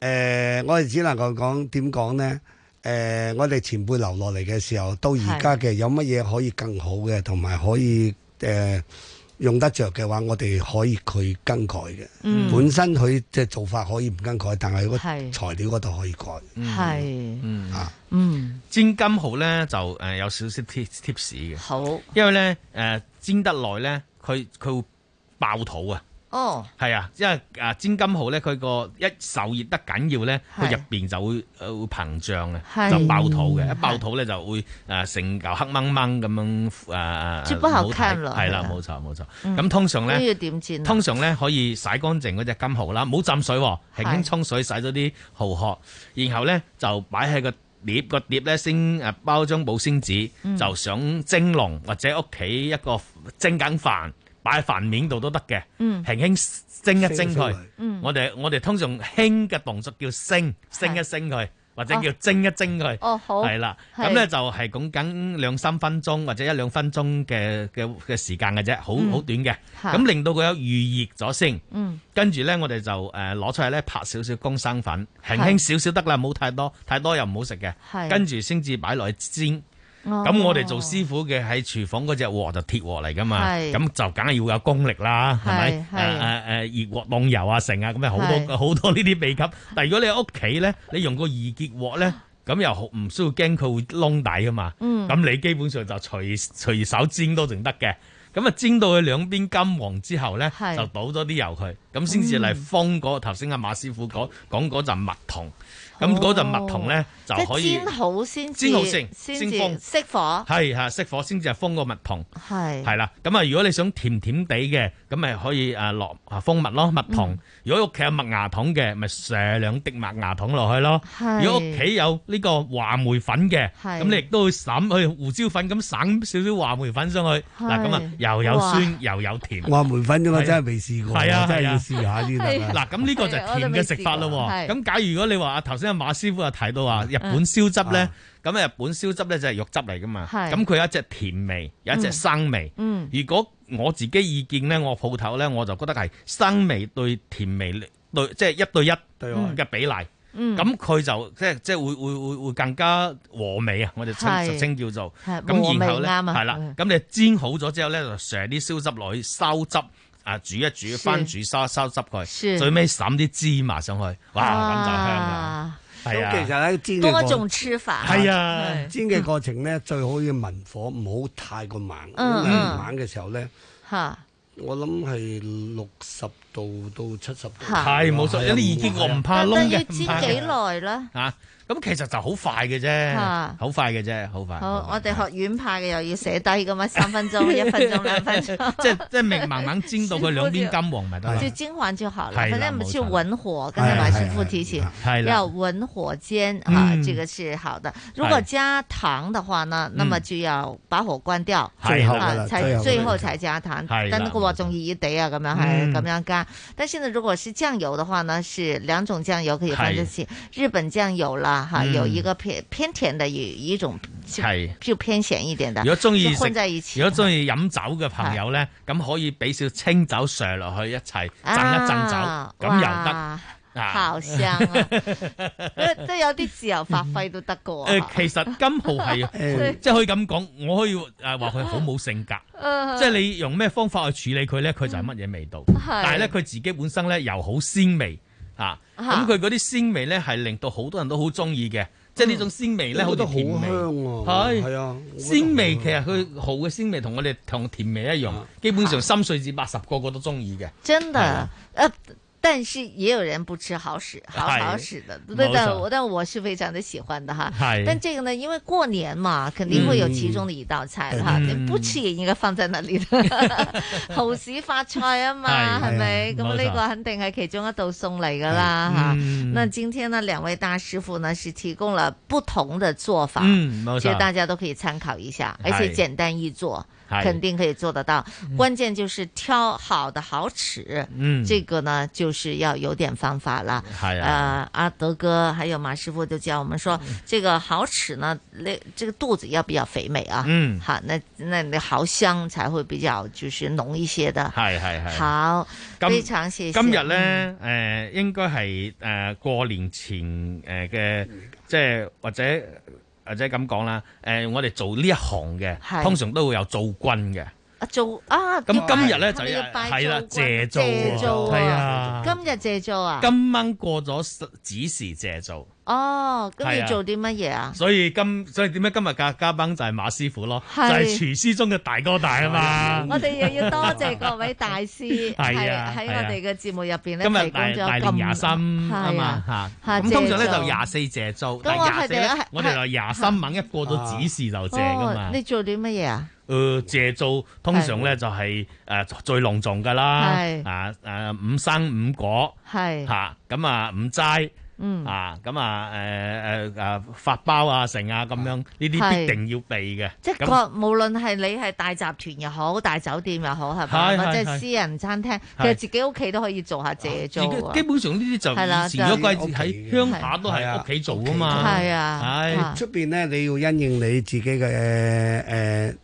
Speaker 21: 呃我哋只能夠講點講咧？誒、我哋前輩留落嚟嘅時候，到而家嘅有乜嘢可以更好嘅，同埋可以誒、呃用得着嘅話，我哋可以佢更改嘅。
Speaker 8: 嗯
Speaker 21: 本身佢嘅做法可以唔更改，但係個材
Speaker 8: 係
Speaker 21: 料嗰度可以改。
Speaker 8: 係
Speaker 22: 嗯
Speaker 21: 啊
Speaker 8: 嗯
Speaker 22: 煎金蠔咧就誒有少少 tips tips 嘅，
Speaker 8: 好，
Speaker 22: 因為咧誒煎得耐咧，佢佢會爆肚啊。
Speaker 8: 哦
Speaker 22: 係啊，因為啊煎金蠔咧，佢個一受熱得緊要咧，
Speaker 8: 係
Speaker 22: 佢入邊就會誒會膨脹
Speaker 8: 係嗯
Speaker 22: 嘅，就爆肚嘅，一爆肚咧就會誒成嚿黑掹掹咁樣誒，
Speaker 8: 就不好看咯
Speaker 22: 係
Speaker 8: 係
Speaker 22: 啦
Speaker 8: 啊，
Speaker 22: 冇錯冇錯。
Speaker 8: 嗯
Speaker 22: 咁通常
Speaker 8: 咁要
Speaker 22: 咧，
Speaker 8: 點煎啊
Speaker 22: 通常咧可以洗乾淨嗰隻金蠔啦，唔好浸水喎，輕
Speaker 8: 係
Speaker 22: 輕沖水洗咗啲蠔殼，然後咧就擺喺個碟，個碟咧先誒包張保鮮紙，嗯就想蒸籠或者屋企一個蒸緊飯，擺喺飯面度都得嘅。嗯輕輕蒸一蒸升一升佢佢。嗯我哋我哋通常輕嘅動作叫升，升一升佢。或者叫蒸一蒸佢。
Speaker 8: 哦好
Speaker 22: 係啦，
Speaker 8: 係
Speaker 22: 咁咧就係講緊兩三分鐘或者一兩分鐘嘅嘅嘅時間嘅啫，好
Speaker 8: 嗯
Speaker 22: 好短嘅。
Speaker 8: 嚇
Speaker 22: 咁令到佢有預熱咗先。
Speaker 8: 嗯，
Speaker 22: 跟住咧，我哋就誒攞出嚟咧，拍少少公生粉，輕
Speaker 8: 係
Speaker 22: 輕少少得啦，唔好太多，太多又唔好食嘅
Speaker 8: 係。
Speaker 22: 跟住先至擺落去煎。
Speaker 8: 哦
Speaker 22: 咁我哋做師傅嘅喺廚房嗰只鑊就鐵鑊嚟噶嘛，
Speaker 8: 係
Speaker 22: 咁就梗係要有功力啦，係咪？
Speaker 8: 係
Speaker 22: 誒誒誒熱鑊當油啊，成啊，咁咪好
Speaker 8: 係
Speaker 22: 多好多呢啲秘笈。但係如果你喺屋企咧，你用個易結鑊咧，咁又好唔需要驚佢會窿底啊嘛。
Speaker 8: 嗯
Speaker 22: 咁你基本上就隨隨手煎都仲得嘅。咁啊，煎到佢兩邊金黃之後咧，
Speaker 8: 係
Speaker 22: 就倒咗啲油佢，咁先至嚟
Speaker 8: 嗯
Speaker 22: 封嗰個頭先阿馬師傅講講嗰陣蜜糖。咁嗰陣蜜糖咧就
Speaker 8: 哦即係
Speaker 22: 可以
Speaker 8: 煎好先至，
Speaker 22: 煎好先
Speaker 8: 先
Speaker 22: 先
Speaker 8: 至
Speaker 22: 封
Speaker 8: 熄火，
Speaker 22: 係嚇熄火先至係封個蜜糖。
Speaker 8: 係
Speaker 22: 係啦，咁啊，如果你想甜甜地嘅，咁咪可以誒落啊蜂蜜咯，蜜糖。
Speaker 8: 嗯
Speaker 22: 如果屋企有麥芽糖嘅，咪射兩滴麥芽糖落去咯
Speaker 8: 係。
Speaker 22: 如果屋企有呢個話梅粉嘅，
Speaker 8: 係
Speaker 22: 咁你亦都灑去胡椒粉，咁省少少話梅粉上去。
Speaker 8: 係
Speaker 22: 嗱，咁啊又有
Speaker 8: 哇
Speaker 22: 酸又有甜。
Speaker 21: 話梅粉啫嘛，真係未試過，
Speaker 22: 係啊，
Speaker 21: 真係
Speaker 22: 係
Speaker 21: 要
Speaker 22: 啊
Speaker 21: 試下先
Speaker 22: 係啊
Speaker 21: 得啦。
Speaker 22: 嗱，咁呢個就係甜嘅食法咯
Speaker 8: 係
Speaker 22: 喎。咁假如如果你話啊頭先阿馬師傅又提到
Speaker 8: 嗯
Speaker 22: 話日本燒汁
Speaker 21: 啊
Speaker 22: 咧，咁日本燒汁咧就係肉汁嚟噶嘛。
Speaker 8: 係
Speaker 22: 咁佢有一隻甜味，有一隻生味。
Speaker 8: 嗯
Speaker 22: 如果我自己意見咧，我鋪頭咧我就覺得係生味對甜味對，即係一對一
Speaker 21: 對
Speaker 8: 愛
Speaker 22: 嘅比例。
Speaker 8: 嗯
Speaker 22: 咁佢就即係即係會會會會更加和味啊！我哋稱
Speaker 8: 係
Speaker 22: 俗稱叫做
Speaker 8: 係
Speaker 22: 咁，然後
Speaker 8: 和味
Speaker 22: 咧
Speaker 8: 啱啊
Speaker 22: 係啦，咁你煎好咗之後咧，就瀡啲燒汁落去收汁。啊！煮一煮，
Speaker 8: 是
Speaker 22: 翻煮收收汁
Speaker 8: 是
Speaker 22: 佢，最尾揼啲芝麻上去，哇！咁就香啦，
Speaker 8: 啊
Speaker 22: 係啊。
Speaker 21: 咁其實咧煎
Speaker 8: 多
Speaker 21: 嘅過
Speaker 8: 種吃法，
Speaker 22: 係啊
Speaker 8: 係
Speaker 21: 煎嘅過程咧，最好要文火，唔好太過猛。因
Speaker 8: 嗯
Speaker 21: 為
Speaker 8: 嗯
Speaker 21: 猛嘅時候咧，
Speaker 8: 嚇
Speaker 21: 我諗係六十度到七十度。啊
Speaker 8: 嚇
Speaker 22: 係冇錯，有啲已經我唔怕窿
Speaker 8: 但
Speaker 22: 嘅，
Speaker 8: 要煎
Speaker 22: 唔怕嘅
Speaker 8: 幾耐咧？
Speaker 22: 啊，咁其實就好快嘅
Speaker 8: 啊
Speaker 22: 啫，好快嘅啫，好快。
Speaker 8: 好，
Speaker 22: 快
Speaker 8: 我哋學院派嘅又要寫低 噶嘛，三分鐘、一分鐘、兩分鐘，
Speaker 22: 即係即係明慢慢煎到佢兩邊金黃咪得啦
Speaker 8: 就。今晚就好了。
Speaker 22: 係啦
Speaker 8: 反正我们去
Speaker 22: 冇錯
Speaker 8: 文火，啊刚才马师傅提醒
Speaker 22: 係，啦
Speaker 8: 要文火煎啊，
Speaker 22: 嗯
Speaker 8: 这个是好的。如果加糖的话呢，那么就要把火关掉，
Speaker 21: 最後㗎
Speaker 8: 啊
Speaker 21: 啦
Speaker 8: 才
Speaker 21: 最後㗎啦
Speaker 8: 最后才加糖。
Speaker 21: 係啦
Speaker 8: 但那個鑊仲熱熱地啊，咁樣係
Speaker 21: 嗯
Speaker 8: 咁樣加。但是呢，如果是醬油的話呢，是兩種醬油可以放在一起，日本醬油啦，哈，
Speaker 22: 嗯
Speaker 8: 有一個偏偏甜的，有一種就
Speaker 22: 係
Speaker 8: 就偏鹹一點的。
Speaker 22: 如果中意
Speaker 8: 就
Speaker 22: 食，
Speaker 8: 混在一起，啊
Speaker 22: 如果中意飲酒嘅朋友咧，咁可以俾少清酒上落去一齊浸一浸酒，
Speaker 8: 啊
Speaker 22: 咁又
Speaker 8: 哇
Speaker 22: 得。
Speaker 8: 好 香啊！都都有啲自由發揮都得噶
Speaker 22: 誒，呃其實金號 係即係可以咁講，我可以誒話佢好冇性 格。即係你用咩方法去處理佢咧，佢就係乜嘢味
Speaker 21: 嗯
Speaker 22: 道。
Speaker 8: 係
Speaker 22: 但係咧，佢自己本身咧又好鮮味嚇，
Speaker 8: 啊
Speaker 22: 咁佢嗰啲鮮味咧係令到好多人都好中意嘅。即係呢種鮮味咧，
Speaker 21: 我嗯
Speaker 22: 好
Speaker 21: 覺得
Speaker 22: 多
Speaker 21: 好
Speaker 22: 甜味。
Speaker 21: 香喎
Speaker 22: 係
Speaker 21: 係啊我覺得
Speaker 22: 鮮味其實佢好嘅鮮味同我哋同甜味一樣，
Speaker 21: 啊
Speaker 22: 基本上三歲至八十個個都中意嘅。啊
Speaker 8: 真的，呃，但是也有人不吃好使，好
Speaker 22: 係
Speaker 8: 好使的，
Speaker 22: 冇
Speaker 8: 对的，
Speaker 22: 錯
Speaker 8: 我但我是非常的喜欢的哈。
Speaker 22: 係
Speaker 8: 但这个呢，因为过年嘛，肯定会有其中的一道菜哈，
Speaker 22: 嗯
Speaker 8: 你不吃也应该放在那 里的，猴屎发菜啊嘛，
Speaker 22: 係
Speaker 8: 系咪？
Speaker 22: 係
Speaker 8: 咁
Speaker 22: 冇
Speaker 8: 呢
Speaker 22: 錯
Speaker 8: 个肯定系其中一道餸嚟噶啦哈
Speaker 22: 嗯。
Speaker 8: 那今天呢，两位大师傅呢是提供了不同的做法，
Speaker 22: 嗯冇錯
Speaker 8: 其实大家都可以参考一下，而且
Speaker 22: 係
Speaker 8: 简单易做。
Speaker 22: 係
Speaker 8: 肯定可以做得到，关键就是挑好的好尺。
Speaker 22: 嗯哎
Speaker 8: 这个呢就是要有点方法了。
Speaker 22: 係
Speaker 8: 呃，阿德哥还有马师傅就教我们说，
Speaker 22: 嗯
Speaker 8: 这个好尺呢，那这个肚子要比较肥美啊。
Speaker 22: 嗯
Speaker 8: 好，那那那蚝香才会比较就是浓一些的。
Speaker 22: 係係係。
Speaker 8: 好，
Speaker 22: 今
Speaker 8: 非常谢谢。嗯
Speaker 22: 今日呃咧，誒應該係誒過呃年前誒嘅，即係或者或者咁講啦，誒我哋做呢一行
Speaker 8: 係
Speaker 22: 嘅，通常都會有做軍嘅。
Speaker 8: 啊做啊，要
Speaker 22: 咁
Speaker 8: 拜
Speaker 22: 今日咧
Speaker 8: 係
Speaker 22: 就
Speaker 8: 咪要拜
Speaker 22: 係啦
Speaker 8: 灶，君
Speaker 22: 謝灶
Speaker 8: 謝灶
Speaker 22: 係啊，
Speaker 8: 今日谢灶啊。
Speaker 22: 今晚過咗指示謝灶。
Speaker 8: 哦，咁
Speaker 22: 係
Speaker 8: 要
Speaker 22: 啊
Speaker 8: 做啲乜嘢啊？
Speaker 22: 所以今所以點解今日嘅嘉賓就係馬師傅咯，就
Speaker 8: 係
Speaker 22: 係廚師中嘅大哥大啊嘛
Speaker 8: 我。哋又要多謝各位大 師，係
Speaker 22: 係啊
Speaker 8: 喺
Speaker 22: 係
Speaker 8: 我
Speaker 22: 啊
Speaker 8: 哋嘅節目入邊咧
Speaker 22: 今日大
Speaker 8: 提供
Speaker 22: 大
Speaker 8: 咗
Speaker 22: 年
Speaker 8: 咁
Speaker 22: 廿三啊嘛
Speaker 8: 係啊
Speaker 22: 嚇，咁通常咧
Speaker 8: 謝灶
Speaker 22: 就廿四謝灶，但
Speaker 8: 我
Speaker 22: 係廿四
Speaker 8: 係第一
Speaker 22: 咧我哋就廿三晚一過到指示就謝噶
Speaker 8: 哦
Speaker 22: 嘛。
Speaker 8: 你做啲乜嘢啊？
Speaker 22: 誒謝灶通常咧就係誒最隆重噶啦
Speaker 8: 係，
Speaker 22: 啊誒五生五果
Speaker 8: 係
Speaker 22: 嚇，咁啊五齋嗯啊咁啊誒誒誒發包啊成啊咁樣呢啲必定要避嘅。
Speaker 8: 即係個無論係你係大集團又好，大酒店又好，係咪？或者係私人餐廳，其實自己屋企都可以做下借租。啊
Speaker 22: 基本上呢啲就以前嗰季喺鄉下都係屋企做啊嘛。
Speaker 8: 係啊，
Speaker 21: 出邊咧你要因應你自己嘅誒。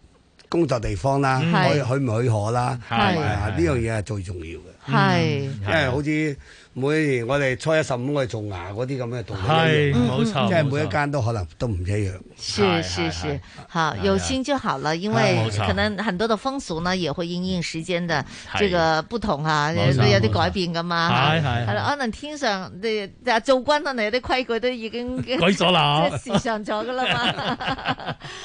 Speaker 21: 工作地方啦，
Speaker 22: 嗯
Speaker 21: 許許唔許可啦，同埋呢樣嘢係最重要嘅。
Speaker 8: 係，
Speaker 21: 因為好似每年我哋初一十五我哋做牙嗰啲咁嘅道理，
Speaker 22: 係冇錯，
Speaker 21: 即係每一間都可能都唔一樣。
Speaker 8: 嗯是是是，好有心就好了，因為可能很多的風俗呢，也會因應時間的這個不同啊，都有啲改變噶嘛。
Speaker 22: 係係，
Speaker 8: 係啦，可能天上啊你做軍可能有啲規矩都已經
Speaker 22: 改咗啦，
Speaker 8: 即係時尚咗噶啦 嘛。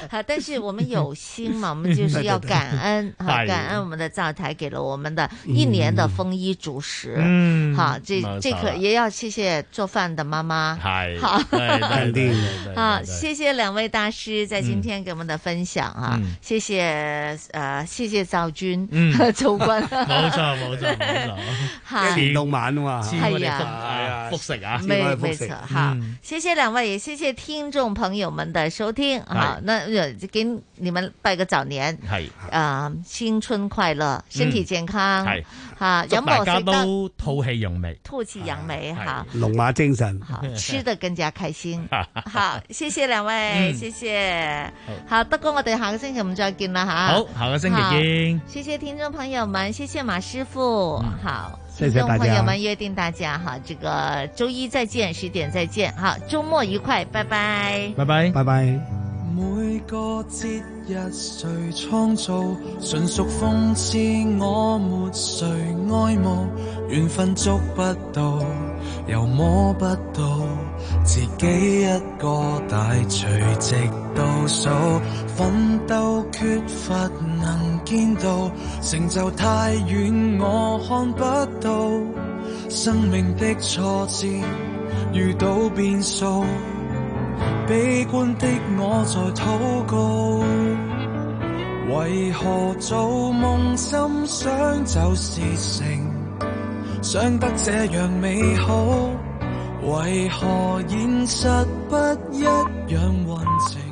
Speaker 8: 係，但是我們有心啊嘛，我們就是要感 恩，哈，感恩我們的灶台給了我們的一年的豐衣足食。嗯，好，這這可也要謝謝做飯的媽媽。
Speaker 22: 係，
Speaker 8: 好，
Speaker 22: 肯
Speaker 21: 定。
Speaker 8: 好，謝謝兩位大師在今天給我們的分享啊，
Speaker 22: 嗯
Speaker 8: 謝謝，呃，謝謝灶君， 做 官。
Speaker 22: 冇錯，冇錯， 冇錯。
Speaker 21: 一年到晚啊嘛，
Speaker 22: 係啊，福食啊，嗯
Speaker 8: 沒沒錯，好，謝謝兩位，也謝謝聽眾朋友們的收聽。好，那給你們拜個早年，
Speaker 22: 係
Speaker 8: 啊，新春快樂，身體健康，
Speaker 22: 嗯係
Speaker 8: 吓，
Speaker 22: 祝大家都吐氣揚眉，
Speaker 8: 吐氣揚眉哈，
Speaker 21: 龍馬精神，
Speaker 8: 好，吃 得更加開心。好，謝謝
Speaker 22: 嗯
Speaker 8: 兩位，謝謝，好，德哥，我哋下個星期五再見啦吓，
Speaker 22: 好，下個星期見，
Speaker 8: 謝謝聽眾朋友們，謝謝馬師傅，
Speaker 22: 嗯
Speaker 8: 好。
Speaker 21: 謝謝大家，
Speaker 8: 聽眾朋友們約定大家哈，這個周一再見，十點再見，好，周末愉快，拜拜，
Speaker 22: 拜拜，
Speaker 21: 拜拜。
Speaker 6: 每個節日誰創造，純屬諷刺，我沒誰愛慕，緣分捉不到，又摸不到，自己一個大除夕倒數，奮鬥缺乏能見到，成就太遠我看不到，生命的挫折遇到變數。悲觀的我在禱告，為何做夢心想就是成，想得這樣美好，為何現實不一樣運程？